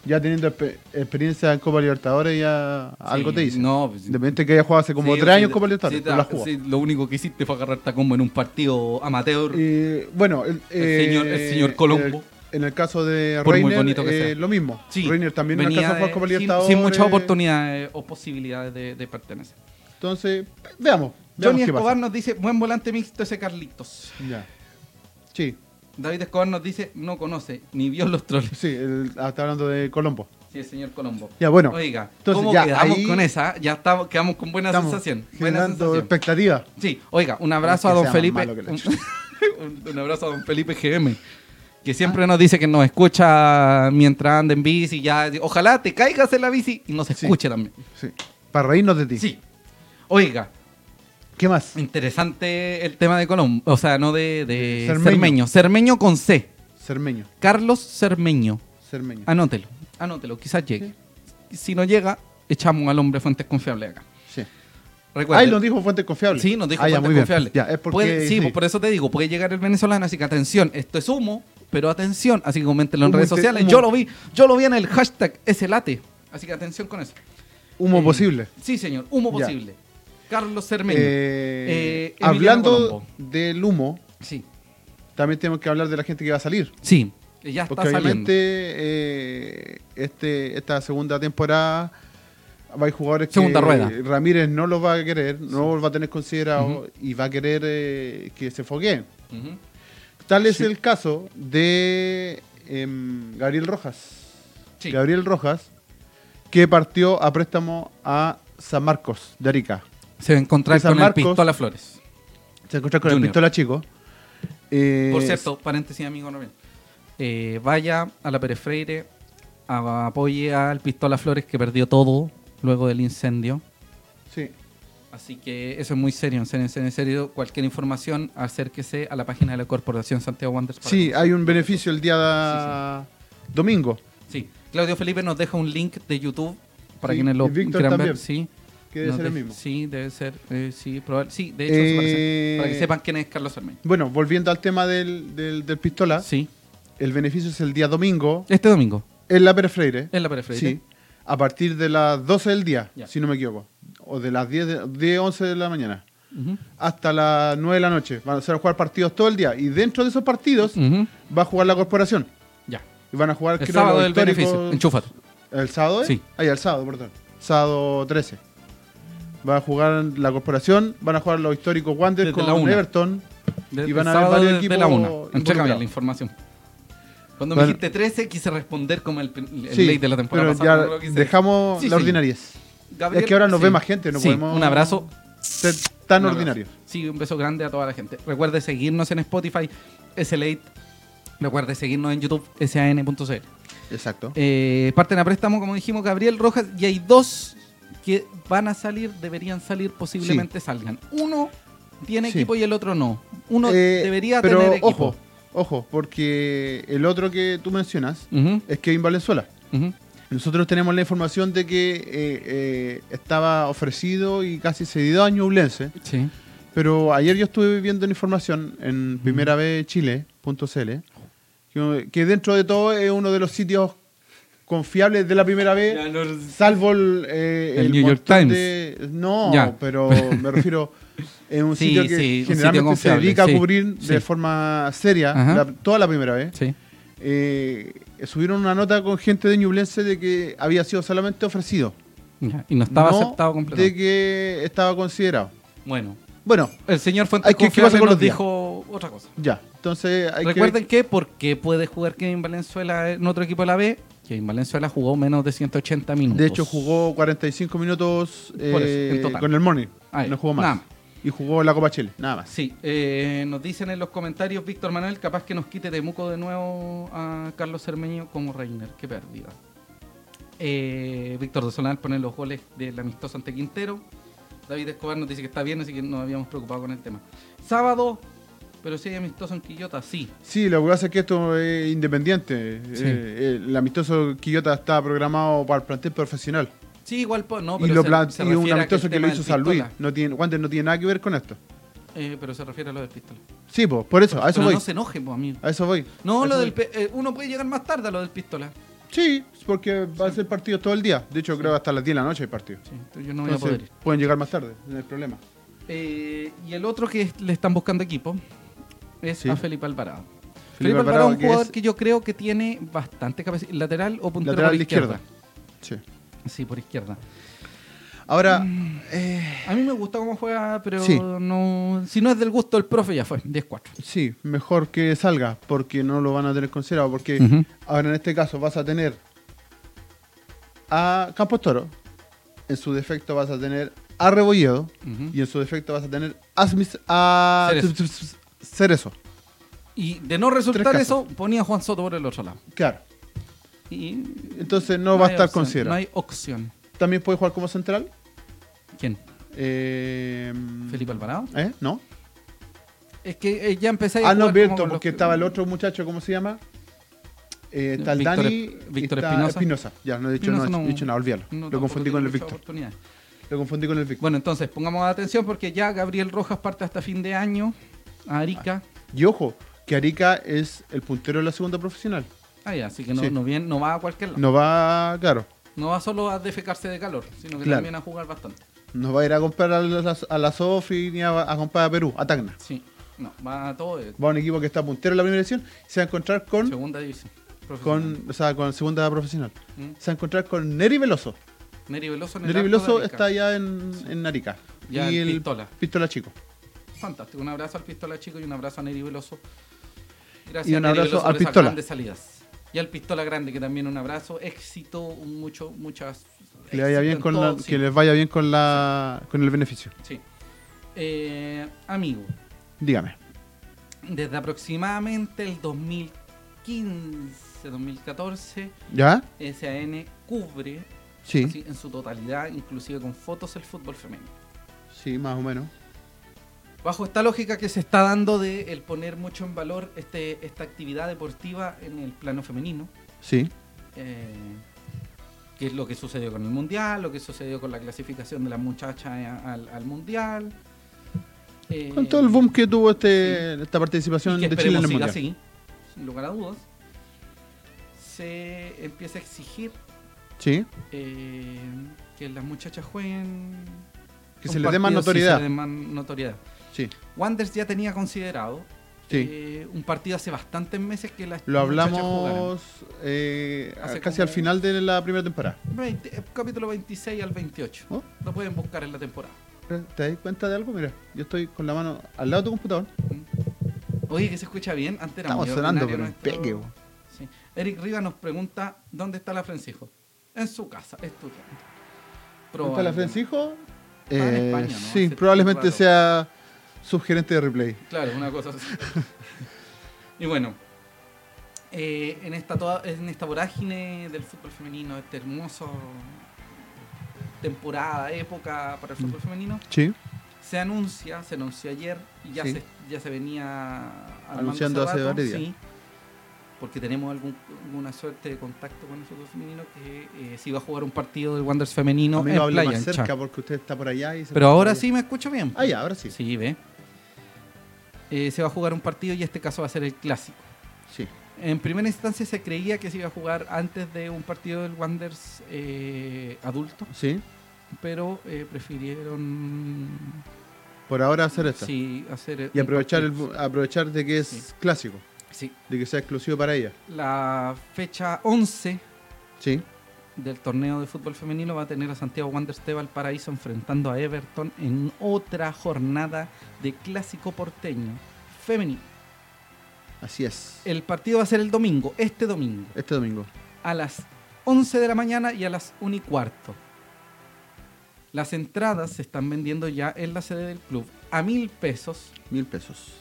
Speaker 1: Ya teniendo exper- experiencia en Copa Libertadores, ya algo
Speaker 2: Sí,
Speaker 1: te dice.
Speaker 2: No, pues,
Speaker 1: Independiente que haya jugado hace como
Speaker 2: sí,
Speaker 1: tres años
Speaker 2: sí,
Speaker 1: Copa Libertadores,
Speaker 2: sí,
Speaker 1: pero la
Speaker 2: ta-
Speaker 1: jugó.
Speaker 2: sí, lo único que hiciste fue agarrar tacombo en un partido amateur.
Speaker 1: Eh, bueno, el, eh,
Speaker 2: señor- el señor Colombo.
Speaker 1: En el, en el caso de
Speaker 2: Por muy
Speaker 1: Reiner,
Speaker 2: bonito que
Speaker 1: eh,
Speaker 2: sea.
Speaker 1: lo mismo.
Speaker 2: Sí,
Speaker 1: Reiner también
Speaker 2: venía
Speaker 1: alcanzó a jugar
Speaker 2: de-
Speaker 1: Copa
Speaker 2: sin-
Speaker 1: Libertadores.
Speaker 2: Sin, muchas oportunidades o posibilidades de, de pertenecer.
Speaker 1: Entonces, veamos. veamos
Speaker 2: Johnny
Speaker 1: qué pasa.
Speaker 2: Escobar nos dice, buen volante mixto ese Carlitos.
Speaker 1: Ya. Sí,
Speaker 2: David Escobar nos dice, no conoce, ni vio los troles.
Speaker 1: sí, el- ah, está hablando de Colombo.
Speaker 2: Sí, el señor Colombo.
Speaker 1: Ya, bueno.
Speaker 2: Oiga,
Speaker 1: entonces
Speaker 2: ¿cómo
Speaker 1: ya
Speaker 2: quedamos
Speaker 1: ahí-
Speaker 2: con esa? Ya estamos, quedamos con buena
Speaker 1: Estamos
Speaker 2: sensación. Buena
Speaker 1: generando
Speaker 2: sensación.
Speaker 1: expectativas.
Speaker 2: Sí, oiga, un abrazo
Speaker 1: Que
Speaker 2: a don
Speaker 1: sea más
Speaker 2: Felipe.
Speaker 1: malo que la
Speaker 2: Un, [LAUGHS] un- un abrazo a don Felipe GM, que siempre nos dice que nos escucha mientras anda en bici. Ya, ojalá te caigas en la bici y nos
Speaker 1: Sí.
Speaker 2: escuche también.
Speaker 1: Sí. Para reírnos de ti.
Speaker 2: Sí. Oiga,
Speaker 1: ¿Qué más?
Speaker 2: interesante el tema de Colombo, o sea, no de, de
Speaker 1: Cermeño.
Speaker 2: Cermeño. Cermeño con C.
Speaker 1: Cermeño.
Speaker 2: Carlos Cermeño.
Speaker 1: Cermeño.
Speaker 2: Anótelo, anótelo, quizás llegue. Si no llega, echamos al hombre fuentes confiables acá.
Speaker 1: Sí.
Speaker 2: Recuerde,
Speaker 1: Ahí nos dijo fuente confiable.
Speaker 2: eh, Sí, nos dijo
Speaker 1: Ah, ya,
Speaker 2: fuentes
Speaker 1: muy bien.
Speaker 2: confiables.
Speaker 1: Ya, es porque.
Speaker 2: Puede- sí,
Speaker 1: sí.
Speaker 2: pues por eso te digo, puede llegar el venezolano, así que atención, esto es humo, pero atención, así que coméntenlo en
Speaker 1: Humo
Speaker 2: redes
Speaker 1: inte-
Speaker 2: sociales.
Speaker 1: humo.
Speaker 2: Yo lo vi, yo lo vi en el hashtag ese late, E. así que atención con eso.
Speaker 1: Humo
Speaker 2: Eh,
Speaker 1: posible.
Speaker 2: Sí, señor, humo
Speaker 1: Ya.
Speaker 2: posible. Carlos Cermeño.
Speaker 1: Eh,
Speaker 2: Eh, Emiliano
Speaker 1: hablando
Speaker 2: Colombo.
Speaker 1: del humo,
Speaker 2: Sí,
Speaker 1: también tenemos que hablar de la gente que va a salir.
Speaker 2: sí, que ya está
Speaker 1: Porque
Speaker 2: saliendo.
Speaker 1: obviamente eh, este, esta segunda temporada va a jugadores
Speaker 2: Segunda
Speaker 1: que
Speaker 2: rueda.
Speaker 1: Ramírez no los va a querer, no los va a tener considerado y va a querer eh, que se fogueen.
Speaker 2: Ujú.
Speaker 1: Tal es el caso de em, Gabriel Rojas.
Speaker 2: Sí.
Speaker 1: Gabriel Rojas, que partió a préstamo a San Marcos de Arica.
Speaker 2: Se va a encontrar
Speaker 1: de San
Speaker 2: con
Speaker 1: Marcos.
Speaker 2: el pistola Flores.
Speaker 1: Se encontró con
Speaker 2: Junior.
Speaker 1: el pistola chico. Eh,
Speaker 2: Por cierto, paréntesis, amigo Norbert. Eh, vaya a la Pérez Freire, a- apoye al pistola Flores que perdió todo luego del incendio.
Speaker 1: Eh, Sí.
Speaker 2: Así que eso es muy serio, en serio, en serio, en serio. Cualquier información, acérquese a la página de la Corporación Santiago Wanderers. para
Speaker 1: Sí,
Speaker 2: conocer.
Speaker 1: hay un beneficio el día domingo.
Speaker 2: Sí, Claudio Felipe nos deja un link de YouTube para
Speaker 1: Sí,
Speaker 2: quienes lo
Speaker 1: y Víctor
Speaker 2: quieran
Speaker 1: también,
Speaker 2: ver. Sí,
Speaker 1: que debe
Speaker 2: nos
Speaker 1: ser el
Speaker 2: de-
Speaker 1: mismo.
Speaker 2: Sí, debe ser, eh, sí, probable. Sí, de hecho, se parece.
Speaker 1: Eh,
Speaker 2: para que sepan quién es Carlos Armeño.
Speaker 1: Bueno, volviendo al tema del, del- del pistola,
Speaker 2: Sí,
Speaker 1: el beneficio es el día domingo
Speaker 2: este domingo,
Speaker 1: en la Pérez Freire.
Speaker 2: en la Pérez Freire.
Speaker 1: Sí, a partir de las 12 del día,
Speaker 2: Ya.
Speaker 1: si no me equivoco. O de las 10, de, 10, 11 de la mañana.
Speaker 2: Ujú.
Speaker 1: Hasta las 9 de la noche. Van a ser a jugar partidos todo el día. Y dentro de esos partidos
Speaker 2: Ujú.
Speaker 1: va a jugar la corporación.
Speaker 2: Ya.
Speaker 1: Y van a jugar,
Speaker 2: Mm. El
Speaker 1: creo,
Speaker 2: sábado
Speaker 1: los
Speaker 2: del
Speaker 1: históricos-
Speaker 2: beneficio, enchúfate.
Speaker 1: ¿El sábado? eh?
Speaker 2: Sí.
Speaker 1: Ah, ya, el sábado, perdón. Sábado 13. Va a jugar la corporación, van a jugar los históricos Wanderers
Speaker 2: Desde
Speaker 1: con
Speaker 2: la una.
Speaker 1: Everton.
Speaker 2: Desde
Speaker 1: Y van
Speaker 2: el
Speaker 1: a haber
Speaker 2: sábado
Speaker 1: varios
Speaker 2: desde
Speaker 1: equipos
Speaker 2: la una.
Speaker 1: involucrados.
Speaker 2: Entrégame la información. Cuando
Speaker 1: Bueno.
Speaker 2: me dijiste 13, quise responder como el, el
Speaker 1: Sí,
Speaker 2: ley de la temporada
Speaker 1: pero
Speaker 2: pasada. no lo
Speaker 1: ya
Speaker 2: quise.
Speaker 1: dejamos
Speaker 2: Sí,
Speaker 1: la
Speaker 2: señor.
Speaker 1: ordinariez.
Speaker 2: Gabriel,
Speaker 1: Es que ahora nos ve más gente, no
Speaker 2: Sí,
Speaker 1: podemos-
Speaker 2: Un abrazo.
Speaker 1: Ser tan
Speaker 2: un abrazo.
Speaker 1: ordinario.
Speaker 2: Sí, un beso grande a toda la gente. Recuerde seguirnos en Spotify, SLate. Recuerde seguirnos en YouTube, san.cl.
Speaker 1: Exacto.
Speaker 2: Eh, parten a préstamo, como dijimos, Gabriel Rojas. Y hay dos que van a salir, deberían salir, posiblemente salgan. Uno tiene
Speaker 1: Sí.
Speaker 2: equipo y el otro no. Uno
Speaker 1: Eh,
Speaker 2: debería
Speaker 1: pero
Speaker 2: tener equipo.
Speaker 1: Ojo, ojo, porque el otro que tú mencionas
Speaker 2: Ujú,
Speaker 1: es Kevin Valenzuela.
Speaker 2: ujú.
Speaker 1: Nosotros tenemos la información de que eh, eh, estaba ofrecido y casi cedido a Ñublense.
Speaker 2: Sí.
Speaker 1: Pero ayer yo estuve viendo una información en primera vez chile.cl que, que dentro de todo es uno de los sitios confiables de la primera vez, salvo el, eh,
Speaker 2: El New York
Speaker 1: montón
Speaker 2: Times.
Speaker 1: de- no,
Speaker 2: Ya. [LAUGHS]
Speaker 1: pero me refiero es un
Speaker 2: Sí,
Speaker 1: sitio que
Speaker 2: sí, un
Speaker 1: generalmente
Speaker 2: sitio
Speaker 1: se dedica
Speaker 2: confiable,
Speaker 1: a
Speaker 2: sí,
Speaker 1: cubrir de
Speaker 2: sí.
Speaker 1: forma seria
Speaker 2: Ajá.
Speaker 1: la- toda la primera vez.
Speaker 2: Sí.
Speaker 1: Eh, subieron una nota con gente de Ñublense de que había sido solamente ofrecido,
Speaker 2: Ya, Y no estaba
Speaker 1: no
Speaker 2: aceptado
Speaker 1: de
Speaker 2: completamente.
Speaker 1: que estaba considerado.
Speaker 2: Bueno,
Speaker 1: Bueno,
Speaker 2: el señor Fuentes
Speaker 1: Hay que- ¿qué
Speaker 2: Confiable
Speaker 1: pasa con
Speaker 2: nos
Speaker 1: los días?
Speaker 2: dijo otra cosa.
Speaker 1: ya. Entonces hay que
Speaker 2: Recuerden que... porque puede jugar Kevin Valenzuela en otro equipo de la B, Kevin Valenzuela jugó menos de 180 minutos.
Speaker 1: De hecho, jugó 45 minutos
Speaker 2: Pues. Por eso,
Speaker 1: eh,
Speaker 2: en total.
Speaker 1: con el Morning.
Speaker 2: Ah, ya.
Speaker 1: no jugó más.
Speaker 2: Nada más.
Speaker 1: y jugó la Copa Chile, nada más.
Speaker 2: Sí, eh, nos dicen en los comentarios, Víctor Manuel, capaz que nos quite de muco de nuevo a Carlos Cermeño como Reiner. Qué pérdida. Eh, Víctor de Solán pone los goles del amistoso ante Quintero. David Escobar nos dice que está bien, así que nos habíamos preocupado con el tema. Sábado, pero si hay amistoso en Quillota, sí.
Speaker 1: Sí, lo que pasa es que esto es independiente.
Speaker 2: Sí.
Speaker 1: Eh, el amistoso Quillota está programado para el plantel profesional.
Speaker 2: Sí, igual, po- no,
Speaker 1: y
Speaker 2: pero
Speaker 1: lo
Speaker 2: se-
Speaker 1: plan-
Speaker 2: se
Speaker 1: y un
Speaker 2: refiere a
Speaker 1: amistoso
Speaker 2: el
Speaker 1: que lo
Speaker 2: tema
Speaker 1: hizo
Speaker 2: del
Speaker 1: San Luis.
Speaker 2: pistola.
Speaker 1: No tiene, Guantes no tiene nada que ver con esto.
Speaker 2: Eh, pero se refiere a lo del pistola.
Speaker 1: Sí, pues, por eso, a eso
Speaker 2: Pero
Speaker 1: voy.
Speaker 2: no se enoje, pues, amigo.
Speaker 1: A eso voy.
Speaker 2: No,
Speaker 1: A
Speaker 2: lo
Speaker 1: eso
Speaker 2: del
Speaker 1: voy.
Speaker 2: pe- eh, uno puede llegar más tarde a lo del pistola.
Speaker 1: Sí, porque va a ser partido todo el día. De hecho, creo que hasta las 10 de la noche hay partido.
Speaker 2: Sí, entonces yo no voy a
Speaker 1: Entonces,
Speaker 2: poder ir.
Speaker 1: pueden llegar más tarde, no hay problema.
Speaker 2: Eh, y el otro que es- le están buscando equipo es
Speaker 1: Sí.
Speaker 2: a Felipe Alvarado. Felipe,
Speaker 1: Felipe
Speaker 2: Alvarado
Speaker 1: Alvarado,
Speaker 2: es un
Speaker 1: que
Speaker 2: jugador
Speaker 1: es-
Speaker 2: que yo creo que tiene bastante capacidad. Lateral o puntero
Speaker 1: Lateral
Speaker 2: por
Speaker 1: de
Speaker 2: izquierda.
Speaker 1: izquierda. Sí.
Speaker 2: Sí, por izquierda.
Speaker 1: Ahora,
Speaker 2: Mm. A mí me gusta cómo juega, pero
Speaker 1: Sí.
Speaker 2: no. Si no es del gusto del profe, ya fue. 10-4.
Speaker 1: sí, mejor que salga, porque no lo van a tener considerado. Porque
Speaker 2: Ujú.
Speaker 1: ahora en este caso vas a tener a Campos Toro, en su defecto vas a tener a Rebolledo,
Speaker 2: Ujú.
Speaker 1: y en su defecto vas a tener a, Smith- a
Speaker 2: Cerezo.
Speaker 1: Cerezo.
Speaker 2: Y de no resultar
Speaker 1: Tres
Speaker 2: eso, ponía a Juan Soto por el otro lado.
Speaker 1: Claro.
Speaker 2: Y
Speaker 1: Entonces no, va a
Speaker 2: hay
Speaker 1: estar
Speaker 2: opción,
Speaker 1: considerado.
Speaker 2: No hay opción.
Speaker 1: También puede jugar como central.
Speaker 2: ¿Quién?
Speaker 1: Eh,
Speaker 2: ¿Felipe Alvarado?
Speaker 1: ¿Eh? ¿No?
Speaker 2: Es que eh, ya empecé a
Speaker 1: Ah, no,
Speaker 2: jugar como
Speaker 1: Berto,
Speaker 2: con los
Speaker 1: porque
Speaker 2: que-
Speaker 1: estaba el otro muchacho, ¿cómo se llama? Eh, está el
Speaker 2: Víctor
Speaker 1: Dani.
Speaker 2: Esp- Víctor
Speaker 1: está
Speaker 2: Espinosa.
Speaker 1: Ya, no he dicho,
Speaker 2: Espinosa
Speaker 1: nada,
Speaker 2: no-
Speaker 1: he dicho nada, olvídalo.
Speaker 2: no,
Speaker 1: lo
Speaker 2: tampoco
Speaker 1: confundí con
Speaker 2: tiene
Speaker 1: el
Speaker 2: muchas
Speaker 1: Víctor.
Speaker 2: oportunidades.
Speaker 1: Lo confundí con el Víctor.
Speaker 2: Bueno, entonces pongamos atención porque ya Gabriel Rojas parte hasta fin de año a Arica.
Speaker 1: Y ojo, que Arica es el puntero de la segunda profesional.
Speaker 2: Ah, ya, así que no,
Speaker 1: Sí.
Speaker 2: no, bien, no va a cualquier lado. No.
Speaker 1: No va, claro,
Speaker 2: va solo a defecarse de calor, sino que
Speaker 1: Claro.
Speaker 2: también a jugar bastante.
Speaker 1: no va a ir a comprar a la, a la Sofi ni a, a comprar a Perú, a Tacna.
Speaker 2: Sí, no, va a todo de
Speaker 1: Va a un equipo que está puntero en la primera edición y se va a encontrar con,
Speaker 2: segunda división. profesional.
Speaker 1: con, o sea, con segunda profesional.
Speaker 2: ¿Mm?
Speaker 1: Se va a encontrar con Neri Veloso.
Speaker 2: Neri Veloso en el
Speaker 1: Neri
Speaker 2: arco de
Speaker 1: Veloso
Speaker 2: Arica.
Speaker 1: está ya en, en Arica.
Speaker 2: Ya
Speaker 1: y
Speaker 2: el
Speaker 1: el
Speaker 2: Pistola.
Speaker 1: Pistola Chico.
Speaker 2: Fantástico. Un abrazo al Pistola Chico y un abrazo a Neri Veloso. Gracias
Speaker 1: Y un
Speaker 2: Neri
Speaker 1: abrazo
Speaker 2: Veloso
Speaker 1: al
Speaker 2: por esas
Speaker 1: Pistola.
Speaker 2: grandes salidas. Y al Pistola Grande, que también un abrazo. Éxito, un mucho, muchas.
Speaker 1: Que, le vaya
Speaker 2: éxito
Speaker 1: bien
Speaker 2: en
Speaker 1: con
Speaker 2: todo,
Speaker 1: la-
Speaker 2: sí,
Speaker 1: que les vaya bien con, la, con el beneficio.
Speaker 2: sí. Eh, amigo,
Speaker 1: Dígame.
Speaker 2: desde aproximadamente el 2015, 2014,
Speaker 1: ¿Ya?
Speaker 2: SAN cubre
Speaker 1: Sí.
Speaker 2: así, en su totalidad, inclusive con fotos, el fútbol femenino.
Speaker 1: Sí, más o menos.
Speaker 2: Bajo esta lógica que se está dando de el poner mucho en valor este, esta actividad deportiva en el plano femenino,
Speaker 1: Sí.
Speaker 2: eh, que es lo que sucedió con el Mundial, lo que sucedió con la clasificación de las muchachas a- al, al Mundial. eh,
Speaker 1: Con todo el boom que tuvo este, esta participación
Speaker 2: y que
Speaker 1: de Chile en
Speaker 2: esperemos
Speaker 1: el
Speaker 2: siga
Speaker 1: Mundial.
Speaker 2: así, sin lugar a dudas, se empieza a exigir
Speaker 1: Sí.
Speaker 2: eh, que las muchachas jueguen...
Speaker 1: Que
Speaker 2: con
Speaker 1: se les dé más
Speaker 2: partidos y
Speaker 1: notoriedad.
Speaker 2: se les dé más notoriedad.
Speaker 1: Sí.
Speaker 2: Wanders ya tenía considerado
Speaker 1: Sí.
Speaker 2: eh, un partido hace bastantes meses que las
Speaker 1: Lo
Speaker 2: muchachas
Speaker 1: hablamos eh,
Speaker 2: Hace
Speaker 1: casi
Speaker 2: como-
Speaker 1: al final de la primera temporada.
Speaker 2: jugaran. 20, eh, capítulo 26 al 28.
Speaker 1: ¿Oh?
Speaker 2: Lo pueden buscar en la temporada.
Speaker 1: ¿Te das cuenta de algo? Mira, yo estoy con la mano al lado de tu computador.
Speaker 2: Oye, que se escucha bien. Antes era
Speaker 1: Estamos
Speaker 2: muy
Speaker 1: sonando, pero
Speaker 2: ordinario
Speaker 1: en
Speaker 2: nuestro-
Speaker 1: pegue. bo.
Speaker 2: Sí. Eric Riva nos pregunta: ¿dónde está la Francisco? En su casa, estudiando.
Speaker 1: ¿Dónde ¿Está la
Speaker 2: Probablemente.
Speaker 1: Francisco?
Speaker 2: en
Speaker 1: Eh,
Speaker 2: España, ¿no?
Speaker 1: Sí,
Speaker 2: Hace
Speaker 1: probablemente
Speaker 2: tiempo
Speaker 1: sea subgerente de replay.
Speaker 2: Claro, una
Speaker 1: [LAUGHS]
Speaker 2: cosa así. y bueno, eh, en, esta toda- en esta vorágine del fútbol femenino, este hermoso temporada, época para el
Speaker 1: Mm.
Speaker 2: fútbol femenino,
Speaker 1: Sí.
Speaker 2: se anuncia, se anunció ayer y ya,
Speaker 1: Sí.
Speaker 2: se, ya se venía armando
Speaker 1: Anunciando hace
Speaker 2: rato,
Speaker 1: varios días.
Speaker 2: sí, porque tenemos algún- alguna suerte de contacto con el fútbol femenino que eh, se iba a jugar un partido del Wanderers femenino
Speaker 1: Amigo,
Speaker 2: en
Speaker 1: hable
Speaker 2: Playa
Speaker 1: más
Speaker 2: Ancha.
Speaker 1: cerca porque usted está por allá. Y se
Speaker 2: Pero
Speaker 1: escucha
Speaker 2: ahora
Speaker 1: bien.
Speaker 2: sí me escucho bien.
Speaker 1: Ah, ya, ahora sí. Sí.
Speaker 2: Sí, ve. Eh, se va a jugar un partido y este caso va a ser el clásico. En primera instancia se creía que se iba a jugar antes de un partido del Wanderers eh, adulto,
Speaker 1: Sí.
Speaker 2: pero eh, prefirieron
Speaker 1: Por ahora hacer esto.
Speaker 2: sí, hacer
Speaker 1: Y
Speaker 2: un
Speaker 1: aprovechar, el,
Speaker 2: partido.
Speaker 1: aprovechar de que es
Speaker 2: Sí.
Speaker 1: clásico,
Speaker 2: Sí,
Speaker 1: de que sea exclusivo para ella.
Speaker 2: la fecha 11
Speaker 1: Sí.
Speaker 2: del torneo de fútbol femenino va a tener a Santiago Wanderers de Valparaíso enfrentando a Everton en otra jornada de clásico porteño femenino.
Speaker 1: Así es.
Speaker 2: El partido va a ser el domingo, este domingo.
Speaker 1: Este domingo.
Speaker 2: a las 11 de la mañana y a las 1 y cuarto. Las entradas se están vendiendo ya en la sede del club a mil pesos
Speaker 1: Mil pesos.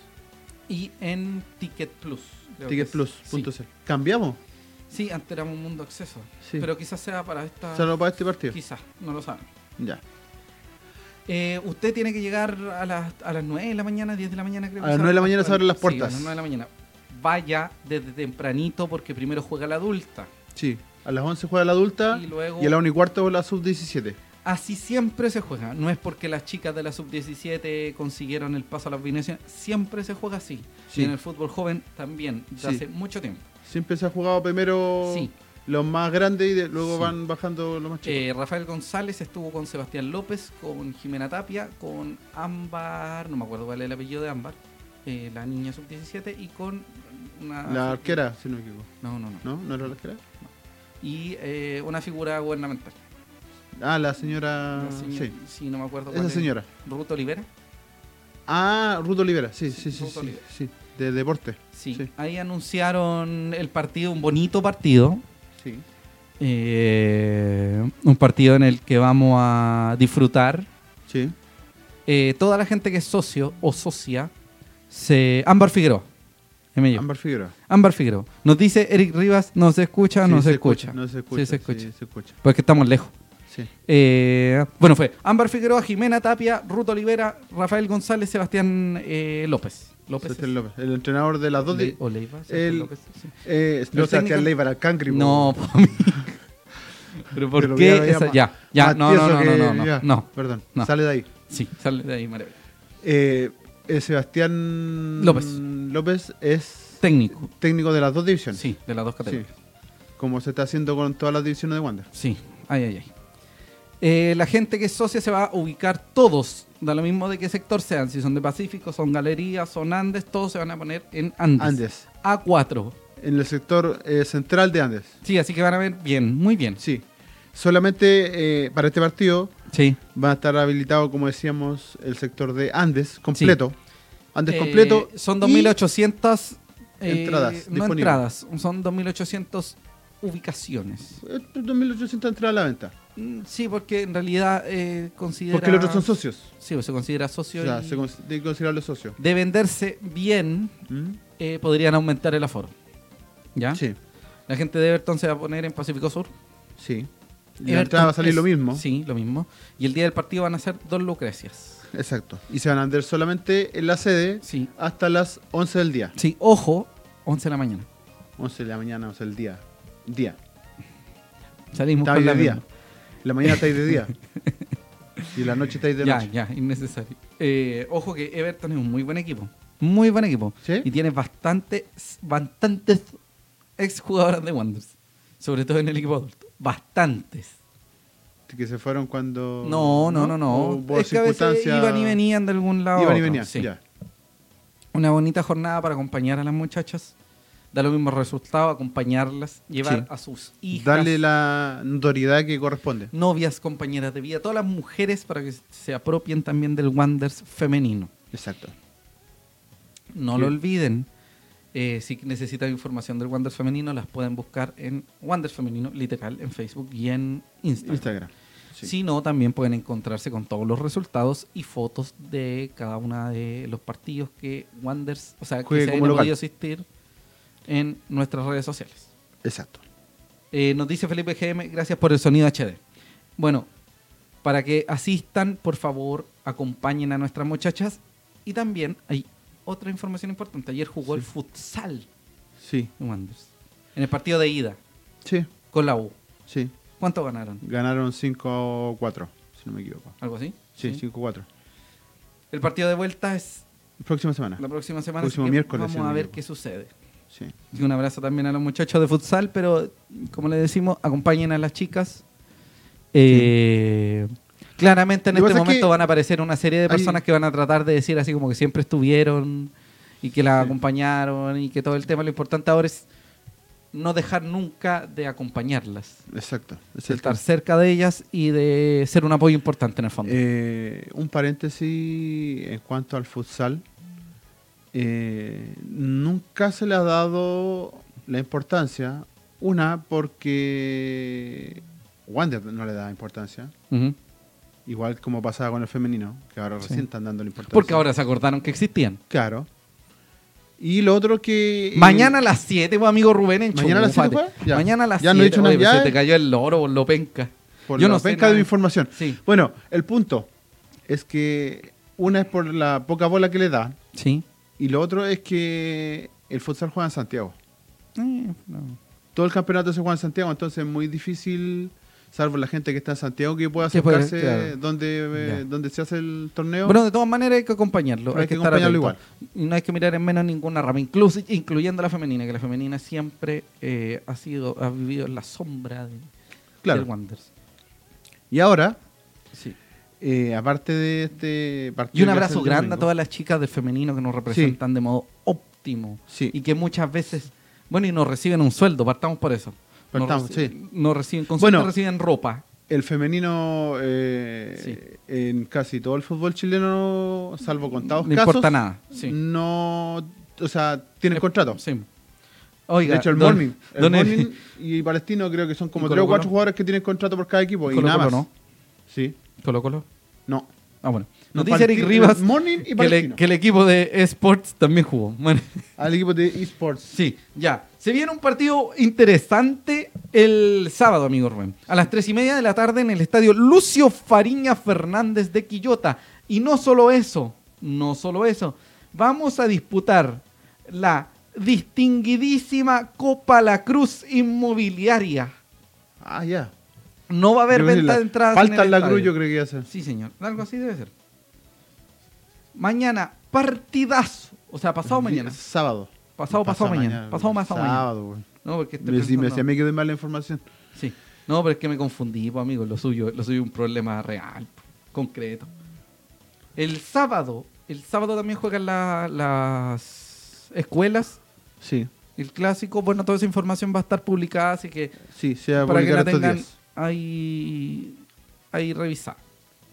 Speaker 2: y en Ticket Plus. creo que es.
Speaker 1: Ticketplus.cl.
Speaker 2: Sí.
Speaker 1: ¿Cambiamos?
Speaker 2: Sí, antes era un mundo acceso.
Speaker 1: Sí.
Speaker 2: Pero quizás sea para esta.
Speaker 1: ¿Solo para este partido?
Speaker 2: Quizás, no lo saben.
Speaker 1: Ya.
Speaker 2: Eh, usted tiene que llegar a las, a las 9 de la mañana, 10 de la mañana, creo
Speaker 1: A
Speaker 2: que
Speaker 1: las
Speaker 2: se
Speaker 1: 9 de la mañana se abren las
Speaker 2: Sí,
Speaker 1: puertas.
Speaker 2: a las 9 de la mañana. Vaya desde tempranito porque primero juega la adulta.
Speaker 1: Sí. A las 11 juega la adulta
Speaker 2: Y luego.
Speaker 1: y a la 1 y cuarto la sub-17.
Speaker 2: Así siempre se juega. No es porque las chicas de la sub-17 consiguieron el paso a la combinación. Siempre se juega así.
Speaker 1: Sí.
Speaker 2: Y en el fútbol joven también, desde
Speaker 1: Sí.
Speaker 2: hace mucho tiempo.
Speaker 1: Siempre se ha jugado primero
Speaker 2: Sí.
Speaker 1: los más grandes y de- luego
Speaker 2: Sí.
Speaker 1: van bajando los más chicos.
Speaker 2: Eh, Rafael González estuvo con Sebastián López, con Jimena Tapia, con Ámbar, no me acuerdo cuál es el apellido de Ámbar, eh, la niña sub-17, y con una.
Speaker 1: la arquera, si no me equivoco.
Speaker 2: No, no, no.
Speaker 1: ¿No? ¿No era la arquera?
Speaker 2: Y eh, una figura gubernamental.
Speaker 1: Ah, la señora.
Speaker 2: La señora-
Speaker 1: Sí.
Speaker 2: sí, no me acuerdo cuál
Speaker 1: Esa
Speaker 2: es.
Speaker 1: señora.
Speaker 2: Ruth Olivera.
Speaker 1: Ah, Ruth Olivera. Sí, sí,
Speaker 2: Sí,
Speaker 1: sí.
Speaker 2: Ruth
Speaker 1: sí,
Speaker 2: Olivera.
Speaker 1: sí. De deporte.
Speaker 2: Sí.
Speaker 1: Sí.
Speaker 2: Ahí anunciaron el partido, un bonito partido.
Speaker 1: Sí.
Speaker 2: eh, un partido en el que vamos a disfrutar.
Speaker 1: Sí.
Speaker 2: Eh, toda la gente que es socio o socia, se... Ámbar Figueroa. MJ.
Speaker 1: Ámbar Figueroa.
Speaker 2: Ámbar Figueroa. Nos dice Eric Rivas, no se escucha,
Speaker 1: Sí,
Speaker 2: no se, escucha.
Speaker 1: No se escucha.
Speaker 2: Sí, se escucha.
Speaker 1: Sí, se escucha.
Speaker 2: Porque estamos lejos.
Speaker 1: Sí.
Speaker 2: Eh, bueno, fue Ámbar Figueroa, Jimena Tapia, Ruto Olivera, Rafael González, Sebastián eh, López. López.
Speaker 1: Sebastián López, El entrenador de las dos.
Speaker 2: Le-
Speaker 1: di-
Speaker 2: Oleiva, Sebastián
Speaker 1: el-
Speaker 2: López, sí.
Speaker 1: Eh,
Speaker 2: Los
Speaker 1: no,
Speaker 2: técnicos-
Speaker 1: Sebastián Leiva era Cancri.
Speaker 2: No, [LAUGHS]
Speaker 1: po.
Speaker 2: por mí. Pero ¿por
Speaker 1: Pero
Speaker 2: qué
Speaker 1: ya- ya
Speaker 2: esa?
Speaker 1: ma-
Speaker 2: Ya, ya,
Speaker 1: más
Speaker 2: no,
Speaker 1: tieso
Speaker 2: no, no,
Speaker 1: que-
Speaker 2: no, no,
Speaker 1: ya.
Speaker 2: no, no.
Speaker 1: Perdón,
Speaker 2: No.
Speaker 1: sale de ahí.
Speaker 2: Sí, sale de ahí, maravilla.
Speaker 1: Eh, eh, Sebastián
Speaker 2: López.
Speaker 1: López es
Speaker 2: Técnico,
Speaker 1: técnico de las dos divisiones.
Speaker 2: sí, de las dos categorías.
Speaker 1: Sí. Como se está haciendo con todas las divisiones de Wander.
Speaker 2: Sí, ay, ay, ay. Eh, la gente que es socia se va a ubicar todos, da lo mismo de qué sector sean, si son de Pacífico, son Galerías, son Andes, todos se van a poner en Andes.
Speaker 1: Andes.
Speaker 2: A4.
Speaker 1: En el sector eh, central de Andes.
Speaker 2: Sí, así que van a ver bien, muy bien.
Speaker 1: Sí. Solamente eh, para este partido
Speaker 2: Sí.
Speaker 1: va a estar habilitado, como decíamos, el sector de Andes completo. Andes completo.
Speaker 2: Eh, son
Speaker 1: y
Speaker 2: 2.800 eh,
Speaker 1: entradas
Speaker 2: No
Speaker 1: disponibles.
Speaker 2: entradas, son 2.800 ubicaciones.
Speaker 1: eh, 2.800 entradas a la venta.
Speaker 2: Mm, Sí, porque en realidad eh, considera...
Speaker 1: Porque los otros son socios.
Speaker 2: Sí, pues, se considera
Speaker 1: O
Speaker 2: socio.
Speaker 1: sea,
Speaker 2: y
Speaker 1: se cons- tiene que considerar los socios.
Speaker 2: De venderse bien,
Speaker 1: ¿Mm?
Speaker 2: eh, podrían aumentar el aforo. ¿Ya?
Speaker 1: Sí,
Speaker 2: La gente de Everton se va a poner en Pacífico Sur.
Speaker 1: sí. Y
Speaker 2: Everton
Speaker 1: la entrada va a salir
Speaker 2: es-
Speaker 1: lo mismo.
Speaker 2: Sí, lo mismo. Y el día del partido van a ser dos Lucrecias.
Speaker 1: Exacto. Y se van a vender solamente en la sede
Speaker 2: Sí.
Speaker 1: hasta las 11 del día.
Speaker 2: Sí, ojo, 11 de la mañana.
Speaker 1: 11 de la mañana, o sea, el día. Día.
Speaker 2: Salimos
Speaker 1: Estáis
Speaker 2: con la
Speaker 1: de día.
Speaker 2: misma.
Speaker 1: La mañana estáis de
Speaker 2: [LAUGHS]
Speaker 1: día. Y la noche estáis de
Speaker 2: Ya,
Speaker 1: noche.
Speaker 2: ya, innecesario. Eh, ojo que Everton es un muy buen equipo. Muy buen equipo.
Speaker 1: ¿Sí?
Speaker 2: Y tiene bastantes, bastantes exjugadoras de Wanderers. Sobre todo en el equipo adulto. Bastantes.
Speaker 1: Que se fueron cuando.
Speaker 2: No, no, no, no.
Speaker 1: O por
Speaker 2: Es que a veces
Speaker 1: Oh, circunstancias-
Speaker 2: iban y venían de algún lado. a
Speaker 1: Iban y
Speaker 2: otro.
Speaker 1: venían,
Speaker 2: Sí.
Speaker 1: ya.
Speaker 2: Una bonita jornada para acompañar a las muchachas. Da lo mismo resultado, acompañarlas, llevar
Speaker 1: Sí.
Speaker 2: a sus hijas,
Speaker 1: Darle la notoriedad que corresponde.
Speaker 2: novias, compañeras de vida, todas las mujeres para que se apropien también del Wanders femenino.
Speaker 1: Exacto.
Speaker 2: No
Speaker 1: Sí.
Speaker 2: lo olviden. Eh, si necesitan información del Wanders femenino, las pueden buscar en Wanders femenino, literal, en Facebook y en Instagram.
Speaker 1: Instagram. Sí.
Speaker 2: Si no, también pueden encontrarse con todos los resultados y fotos de cada uno de los partidos que Wanders, o sea, que
Speaker 1: Juegue
Speaker 2: se hayan
Speaker 1: como local.
Speaker 2: podido asistir en nuestras redes sociales.
Speaker 1: Exacto.
Speaker 2: Eh, nos dice Felipe GM, gracias por el sonido HD. Bueno, para que asistan, por favor, acompañen a nuestras muchachas. Y también hay otra información importante. Ayer jugó el futsal
Speaker 1: Sí.
Speaker 2: de Wanderers. En el partido de ida
Speaker 1: Sí.
Speaker 2: con la U.
Speaker 1: Sí.
Speaker 2: ¿Cuánto ganaron?
Speaker 1: Ganaron 5-4, si no me equivoco.
Speaker 2: ¿Algo así?
Speaker 1: Sí, 5-4.
Speaker 2: El partido de vuelta es
Speaker 1: Próxima semana.
Speaker 2: la próxima semana.
Speaker 1: Ah. Próximo
Speaker 2: así que
Speaker 1: miércoles, si no
Speaker 2: Vamos a
Speaker 1: me
Speaker 2: ver
Speaker 1: equivoco.
Speaker 2: qué sucede.
Speaker 1: Sí.
Speaker 2: Y un abrazo también a los muchachos de futsal, pero como le decimos, acompañen a las chicas. Eh, Claramente en
Speaker 1: Lo que
Speaker 2: este
Speaker 1: pasa es
Speaker 2: momento
Speaker 1: que
Speaker 2: van a aparecer una serie de
Speaker 1: hay-
Speaker 2: personas que van a tratar de decir así como que siempre estuvieron y que la
Speaker 1: Sí.
Speaker 2: acompañaron y que todo el tema. Lo importante ahora es no dejar nunca de acompañarlas,
Speaker 1: Exacto. Es
Speaker 2: de
Speaker 1: el tema.
Speaker 2: estar cerca de ellas y de ser un apoyo importante en el fondo.
Speaker 1: Eh, un paréntesis en cuanto al futsal. Eh, nunca se le ha dado la importancia. Una, porque Wander no le da importancia.
Speaker 2: Ujú.
Speaker 1: Igual como pasaba con el femenino, que ahora
Speaker 2: Sí.
Speaker 1: recién están dando la importancia.
Speaker 2: Porque ahora se acordaron que existían.
Speaker 1: Claro. Y lo otro que. eh,
Speaker 2: Mañana a las 7, pues, amigo Rubén, en
Speaker 1: ¿Mañana a las siete, pues? Ya.
Speaker 2: Mañana a las 7.
Speaker 1: Ya no he dicho una llave.
Speaker 2: Se te cayó el loro, por lo penca.
Speaker 1: por
Speaker 2: Yo
Speaker 1: la
Speaker 2: no sé
Speaker 1: penca de
Speaker 2: nada.
Speaker 1: mi información.
Speaker 2: Sí.
Speaker 1: Bueno, el punto es que una es por la poca bola que le dan
Speaker 2: Sí.
Speaker 1: y lo otro es que el futsal juega en Santiago. Eh, Todo el campeonato se juega en Santiago, entonces es muy difícil, salvo la gente que está en Santiago, que pueda
Speaker 2: Que puede,
Speaker 1: acercarse
Speaker 2: pues, claro.
Speaker 1: donde, eh,
Speaker 2: Ya.
Speaker 1: donde se hace el torneo.
Speaker 2: Bueno, de todas maneras hay que acompañarlo.
Speaker 1: Pero
Speaker 2: hay
Speaker 1: hay
Speaker 2: que,
Speaker 1: que
Speaker 2: estar
Speaker 1: acompañarlo
Speaker 2: atento. Y no hay que mirar en menos ninguna rama, incluso, incluyendo la femenina, que la femenina siempre eh, ha sido, ha vivido en la sombra de,
Speaker 1: Claro.
Speaker 2: del Wanderers.
Speaker 1: y ahora,
Speaker 2: Sí.
Speaker 1: eh, aparte de este partido...
Speaker 2: Y un
Speaker 1: que
Speaker 2: abrazo
Speaker 1: hace el
Speaker 2: grande a
Speaker 1: domingo-
Speaker 2: todas las chicas del femenino que nos representan de modo óptimo.
Speaker 1: Sí.
Speaker 2: Y que muchas veces, bueno, y nos reciben un sueldo, partamos por eso. Nos
Speaker 1: Partamos,
Speaker 2: reci-
Speaker 1: sí.
Speaker 2: Nos reciben consulta,
Speaker 1: Bueno.
Speaker 2: reciben ropa.
Speaker 1: El femenino eh, en casi todo el fútbol chileno, salvo contados
Speaker 2: No
Speaker 1: casos,
Speaker 2: importa nada, sí.
Speaker 1: no, o sea, tienen contrato.
Speaker 2: Sí. Oiga,
Speaker 1: de hecho, el
Speaker 2: don-
Speaker 1: Morning, el
Speaker 2: don-
Speaker 1: Morning y Palestino creo que son
Speaker 2: y
Speaker 1: como
Speaker 2: Colo
Speaker 1: tres o
Speaker 2: Colo.
Speaker 1: cuatro jugadores que tienen contrato por cada equipo y
Speaker 2: Colo
Speaker 1: nada más.
Speaker 2: Colo,
Speaker 1: Sí,
Speaker 2: Colo Colo.
Speaker 1: no.
Speaker 2: Ah, bueno.
Speaker 1: No,
Speaker 2: Nos dice Eric
Speaker 1: Palestino-
Speaker 2: Rivas
Speaker 1: Morning y
Speaker 2: que, le-
Speaker 1: Palestino.
Speaker 2: que el equipo de esports también jugó. Bueno,
Speaker 1: Al equipo de esports.
Speaker 2: sí, ya. Se viene un partido interesante el sábado, amigo Rubén. A las tres y media de la tarde en el estadio Lucio Fariña Fernández de Quillota. Y no solo eso, no solo eso. Vamos a disputar la distinguidísima Copa La Cruz Inmobiliaria.
Speaker 1: Ah, ya.
Speaker 2: No va a haber
Speaker 1: Yo creo que
Speaker 2: venta
Speaker 1: la-
Speaker 2: de entradas. en
Speaker 1: Falta
Speaker 2: el
Speaker 1: la
Speaker 2: estadio.
Speaker 1: cruz, yo creo que ya sea.
Speaker 2: Sí, señor. Algo así debe ser. Mañana, partidazo. O sea, pasado
Speaker 1: Pues
Speaker 2: mañana.
Speaker 1: Sábado.
Speaker 2: Pasado, pasado mañana. Pasado, pasado mañana. Este
Speaker 1: Sábado, güey.
Speaker 2: No, porque estoy
Speaker 1: Me, si me,
Speaker 2: pensando-
Speaker 1: si a mí quedó mal la información.
Speaker 2: Sí. No, pero es que me confundí, pues, amigo. Lo suyo, lo suyo es un problema real, concreto. El sábado, el sábado también juegan la- las escuelas,
Speaker 1: Sí,
Speaker 2: el clásico. Bueno, toda esa información va a estar publicada, así que
Speaker 1: sí, se va a
Speaker 2: para que
Speaker 1: publicar
Speaker 2: la
Speaker 1: estos
Speaker 2: tengan
Speaker 1: días.
Speaker 2: ahí, ahí revisada.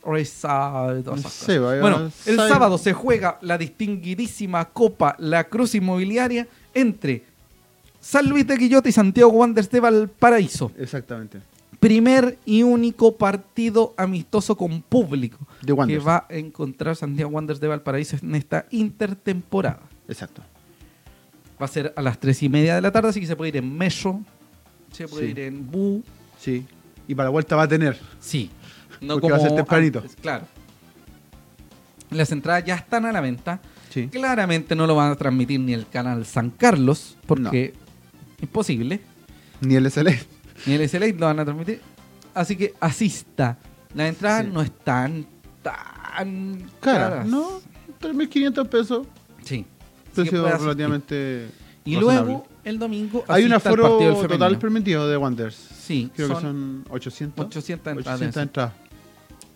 Speaker 2: Revisada y todas esas
Speaker 1: Sí,
Speaker 2: cosas.
Speaker 1: vaya,
Speaker 2: bueno, el
Speaker 1: sabe-
Speaker 2: sábado se juega la distinguidísima Copa La Cruz Inmobiliaria entre San Luis de Quillota y Santiago Wanderers de Valparaíso.
Speaker 1: Exactamente.
Speaker 2: Primer y único partido amistoso con público
Speaker 1: De
Speaker 2: que
Speaker 1: Wanderers.
Speaker 2: va a encontrar Santiago Wanderers de Valparaíso en esta intertemporada.
Speaker 1: Exacto.
Speaker 2: Va a ser a las tres y media de la tarde, así que se puede ir en Meso, se puede
Speaker 1: Sí.
Speaker 2: ir en Bu,
Speaker 1: Sí. Y para la vuelta va a tener.
Speaker 2: Sí. No
Speaker 1: Porque va a ser tempranito.
Speaker 2: antes, claro. Las entradas ya están a la venta.
Speaker 1: Sí.
Speaker 2: Claramente no lo van a transmitir ni el canal San Carlos, porque imposible.
Speaker 1: Ni el E. SL.
Speaker 2: Ni el SLA lo van a transmitir. Así que asista. Las entradas
Speaker 1: Sí.
Speaker 2: no están tan
Speaker 1: Cara,
Speaker 2: caras.
Speaker 1: no. 3.500 pesos.
Speaker 2: Sí. Así que
Speaker 1: Precio
Speaker 2: puede asistir.
Speaker 1: relativamente.
Speaker 2: Y
Speaker 1: razonable.
Speaker 2: luego, el domingo,
Speaker 1: Hay un
Speaker 2: asista al
Speaker 1: aforo
Speaker 2: partido del
Speaker 1: total
Speaker 2: femenino.
Speaker 1: permitido de Wanderers.
Speaker 2: Sí,
Speaker 1: Creo
Speaker 2: son
Speaker 1: que son 800.
Speaker 2: 800 entradas.
Speaker 1: 800 entradas.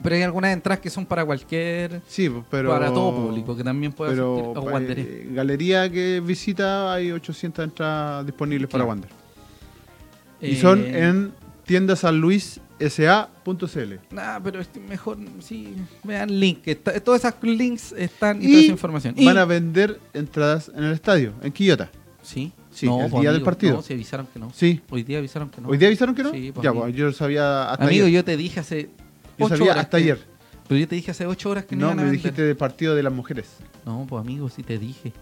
Speaker 2: Pero hay algunas entradas que son para cualquier...
Speaker 1: Sí, pero.
Speaker 2: Para todo público, que también puede
Speaker 1: Pero
Speaker 2: asistir. O
Speaker 1: eh,
Speaker 2: Wanderers.
Speaker 1: galería que visita hay 800 entradas disponibles
Speaker 2: Claro. Eh,
Speaker 1: para Wander. Y son en tiendasanluissa.cl.
Speaker 2: Nah, pero este, mejor, sí, vean link. que está- todas esas links están y,
Speaker 1: Y
Speaker 2: toda esa información. Y-
Speaker 1: Van a vender entradas en el estadio, en Quillota.
Speaker 2: sí,
Speaker 1: Sí, el día del partido.
Speaker 2: No, se avisaron que no.
Speaker 1: Sí.
Speaker 2: Hoy día avisaron que no.
Speaker 1: ¿Hoy día avisaron que no?
Speaker 2: Sí, pues,
Speaker 1: ya,
Speaker 2: amigo.
Speaker 1: pues, yo sabía hasta
Speaker 2: Amigo,
Speaker 1: ayer.
Speaker 2: yo te dije hace
Speaker 1: Yo
Speaker 2: ocho
Speaker 1: sabía
Speaker 2: horas
Speaker 1: hasta
Speaker 2: que-
Speaker 1: ayer.
Speaker 2: Pero yo te dije hace ocho horas que no,
Speaker 1: No,
Speaker 2: iban a
Speaker 1: me
Speaker 2: vender.
Speaker 1: dijiste de partido de las mujeres.
Speaker 2: No, pues amigo, sí te dije.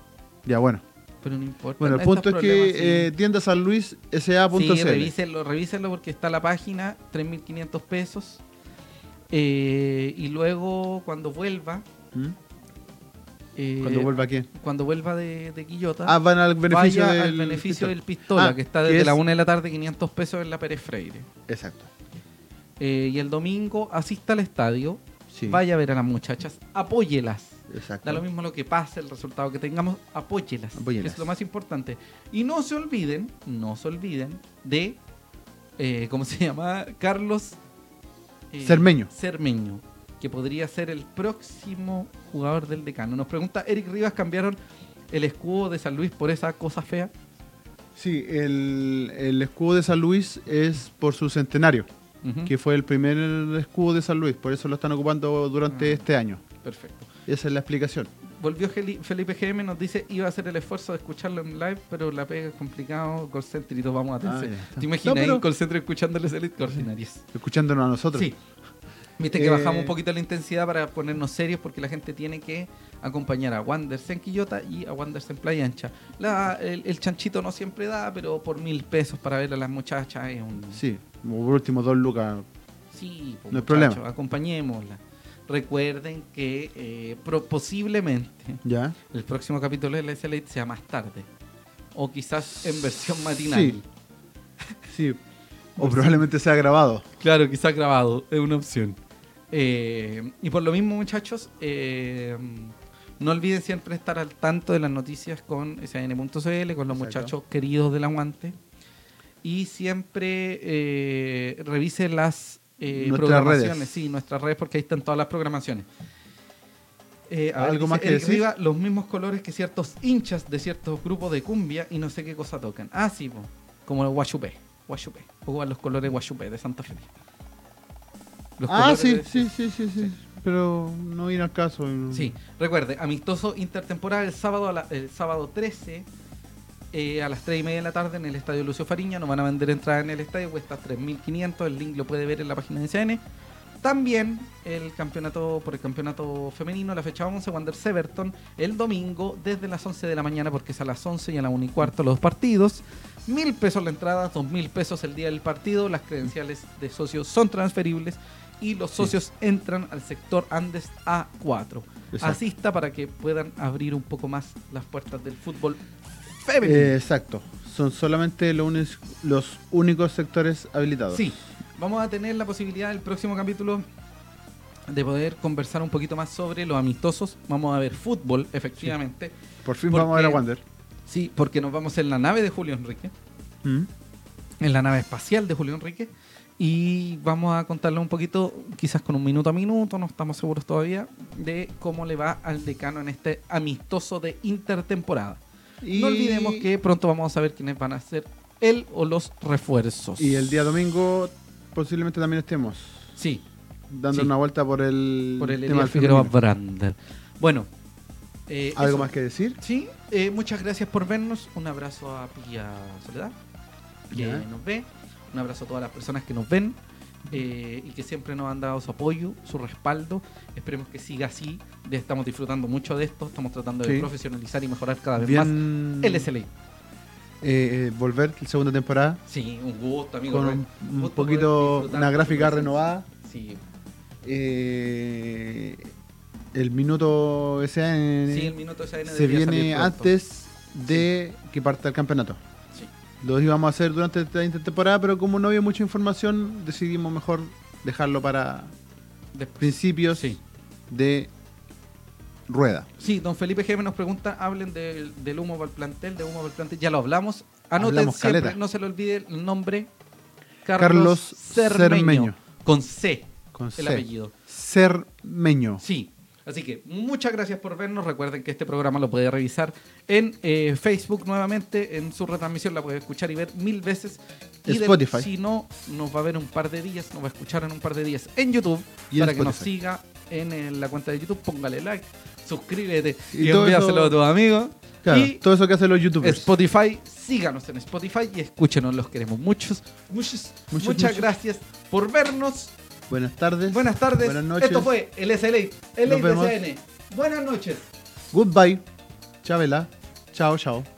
Speaker 1: Ya, bueno.
Speaker 2: Pero no importa.
Speaker 1: Bueno, el
Speaker 2: estos
Speaker 1: punto es que
Speaker 2: problemas,
Speaker 1: eh,
Speaker 2: sí.
Speaker 1: tienda San Luis SA.cl.
Speaker 2: Sí, revísenlo, revísenlo porque está la página, 3.500 pesos. Eh, y luego, cuando vuelva...
Speaker 1: ¿Mm?
Speaker 2: eh,
Speaker 1: Cuando vuelva aquí.
Speaker 2: Cuando vuelva de, de Quillota...
Speaker 1: Ah, van al beneficio
Speaker 2: vaya
Speaker 1: del
Speaker 2: al beneficio del
Speaker 1: pistola.
Speaker 2: pistola,
Speaker 1: Ah,
Speaker 2: que está
Speaker 1: que
Speaker 2: desde
Speaker 1: es-
Speaker 2: la 1 de la tarde, 500 pesos en la Pérez Freire.
Speaker 1: Exacto.
Speaker 2: Eh, y el domingo asista al estadio,
Speaker 1: Sí.
Speaker 2: vaya a ver a las muchachas, apóyelas.
Speaker 1: Exacto.
Speaker 2: Da lo mismo lo que pase, el resultado que tengamos, apóyelas.
Speaker 1: Apóyelas.
Speaker 2: que es lo más importante. Y no se olviden, no se olviden de, eh, ¿cómo se [LAUGHS] llama? Carlos eh,
Speaker 1: Cermeño.
Speaker 2: Cermeño, que podría ser el próximo jugador del decano. Nos pregunta Eric Rivas, ¿cambiaron el escudo de San Luis por esa cosa fea?
Speaker 1: Sí, el, el escudo de San Luis es por su centenario,
Speaker 2: Ujú.
Speaker 1: que fue el primer escudo de San Luis, por eso lo están ocupando durante
Speaker 2: Ah.
Speaker 1: este año.
Speaker 2: Perfecto.
Speaker 1: Esa es la explicación.
Speaker 2: Volvió Geli- Felipe GM, nos dice, iba a hacer el esfuerzo de escucharlo en live, pero la pega es complicado, call center y todos vamos a
Speaker 1: Ah,
Speaker 2: tener.
Speaker 1: ya está.
Speaker 2: ¿Te imaginas
Speaker 1: No,
Speaker 2: ahí
Speaker 1: pero-
Speaker 2: en call center escuchándoles el Elite Ordinarios?
Speaker 1: Escuchándonos a nosotros.
Speaker 2: Sí. Viste que
Speaker 1: Eh,
Speaker 2: bajamos un poquito la intensidad para ponernos serios porque la gente tiene que acompañar a Wanderers en Quillota y a Wanderers en Playa Ancha. La- el, el chanchito no siempre da, pero por mil pesos para ver a las muchachas es un...
Speaker 1: Sí, como por último, dos lucas.
Speaker 2: Sí, pues,
Speaker 1: No hay
Speaker 2: muchachos,
Speaker 1: problema.
Speaker 2: Acompañémosla. Recuerden que eh, pro- posiblemente
Speaker 1: ¿Ya?
Speaker 2: el próximo capítulo de la SLA sea más tarde. O quizás en versión matinal.
Speaker 1: Sí. Sí. O probablemente sea grabado.
Speaker 2: Claro, quizás grabado, es una opción. Eh, y por lo mismo, muchachos, eh, no olviden siempre estar al tanto de las noticias con SN.cl, con los muchachos queridos del aguante. Y siempre eh, revisen las eh,
Speaker 1: Nuestras
Speaker 2: programaciones,
Speaker 1: redes.
Speaker 2: sí, nuestras redes, porque ahí están todas las programaciones. Eh, a ver,
Speaker 1: ¿Algo
Speaker 2: dice
Speaker 1: más que
Speaker 2: Eric
Speaker 1: decir?
Speaker 2: Riva, los mismos colores que ciertos hinchas de ciertos grupos de cumbia y no sé qué cosa tocan. Ah, sí, po, como el guachupé. Guachupé. Ocupan los colores guachupé de Santa Fe. Los
Speaker 1: ah,
Speaker 2: colores
Speaker 1: sí,
Speaker 2: de-
Speaker 1: sí, sí, sí, sí. Pero no vino al caso.
Speaker 2: Sí, recuerde, amistoso intertemporal el sábado, a la- el sábado 13 eh, a las 3 y media de la tarde en el estadio Lucio Fariña. Nos van a vender entradas en el estadio, cuesta 3.500. El link lo puede ver en la página de CN. También el campeonato por el campeonato femenino, la fecha 11, Wander Severton, el domingo desde las 11 de la mañana, porque es a las 11 y a la 1 y cuarto los dos partidos. Mil pesos la entrada, dos mil pesos el día del partido. Las credenciales de socios son transferibles y los socios entran al sector Andes A4.
Speaker 1: Exacto.
Speaker 2: Asista para que puedan abrir un poco más las puertas del fútbol femenino.
Speaker 1: Eh, exacto. Son solamente los, unis- los únicos sectores habilitados.
Speaker 2: Sí, vamos a tener la posibilidad el próximo capítulo de poder conversar un poquito más sobre los amistosos. Vamos a ver fútbol, efectivamente.
Speaker 1: Por fin
Speaker 2: Porque-
Speaker 1: vamos a ver a Wander.
Speaker 2: Sí, porque nos vamos en la nave de Julio Enrique,
Speaker 1: Mm.
Speaker 2: en la nave espacial de Julio Enrique. Y vamos a contarle un poquito, quizás con un minuto a minuto, no estamos seguros todavía, de cómo le va al decano en este amistoso de intertemporada.
Speaker 1: Y-
Speaker 2: No olvidemos que pronto vamos a saber quiénes van a ser él o los refuerzos.
Speaker 1: Y el día domingo posiblemente también estemos
Speaker 2: Sí,
Speaker 1: dando
Speaker 2: Sí.
Speaker 1: una vuelta por el,
Speaker 2: por el
Speaker 1: tema
Speaker 2: Elías
Speaker 1: del
Speaker 2: Figueroa
Speaker 1: femenino.
Speaker 2: Brander. Bueno, eh,
Speaker 1: ¿Algo
Speaker 2: eso.
Speaker 1: más que decir?
Speaker 2: Sí, eh, muchas gracias por vernos. Un abrazo a Pía Soledad, que
Speaker 1: Ya.
Speaker 2: nos ve. Un abrazo a todas las personas que nos ven eh, y que siempre nos han dado su apoyo, su respaldo. Esperemos que siga así. De- Estamos disfrutando mucho de esto. Estamos tratando de
Speaker 1: Sí.
Speaker 2: profesionalizar y mejorar cada vez más
Speaker 1: Bien.
Speaker 2: el SLI.
Speaker 1: eh, eh, volver la segunda temporada
Speaker 2: Sí, un gusto, amigo.
Speaker 1: con
Speaker 2: Rubén.
Speaker 1: un, un
Speaker 2: Gusto poder
Speaker 1: poquito
Speaker 2: disfrutar
Speaker 1: una
Speaker 2: de tu
Speaker 1: gráfica
Speaker 2: presencia.
Speaker 1: renovada.
Speaker 2: Sí,
Speaker 1: Eh, el minuto ese eh,
Speaker 2: Sí, el minuto SN
Speaker 1: se
Speaker 2: debería
Speaker 1: viene
Speaker 2: salir pronto.
Speaker 1: antes de que parta el campeonato.
Speaker 2: Sí.
Speaker 1: Lo íbamos a hacer durante esta intertemporada, pero como no había mucha información, decidimos mejor dejarlo para
Speaker 2: Después.
Speaker 1: principios
Speaker 2: Sí.
Speaker 1: de rueda.
Speaker 2: Sí, don Felipe Gémez nos pregunta, hablen del, del humo para el plantel, de humo para el plantel, ya lo hablamos. Anoten
Speaker 1: Hablamos
Speaker 2: siempre,
Speaker 1: caleta.
Speaker 2: no se le olvide el nombre
Speaker 1: Carlos
Speaker 2: Carlos, Cermeño,
Speaker 1: Cermeño.
Speaker 2: con C,
Speaker 1: Con
Speaker 2: el
Speaker 1: C.
Speaker 2: apellido.
Speaker 1: Cermeño.
Speaker 2: Sí. Así que muchas gracias por vernos. Recuerden que este programa lo puede revisar en eh, Facebook nuevamente. En su retransmisión la puede escuchar y ver mil veces. Y del-
Speaker 1: Spotify.
Speaker 2: si no, nos va a ver en un par de días. Nos va a escuchar en un par de días en YouTube.
Speaker 1: Y en
Speaker 2: para que nos
Speaker 1: Spotify.
Speaker 2: siga en, eh, la cuenta de YouTube. Póngale like, suscríbete y,
Speaker 1: Y todo eso-
Speaker 2: envíaselo a tus amigos.
Speaker 1: Claro,
Speaker 2: y
Speaker 1: todo eso que hacen los youtubers.
Speaker 2: Spotify, síganos en Spotify y escúchenos. Los queremos muchos. muchos,
Speaker 1: Muchos,
Speaker 2: muchas
Speaker 1: muchos.
Speaker 2: gracias por vernos.
Speaker 1: Buenas tardes.
Speaker 2: Buenas tardes.
Speaker 1: Buenas noches.
Speaker 2: Esto fue el SLA, el
Speaker 1: Nos vemos.
Speaker 2: SN. Buenas noches.
Speaker 1: Goodbye. Chabela. Chao, chao.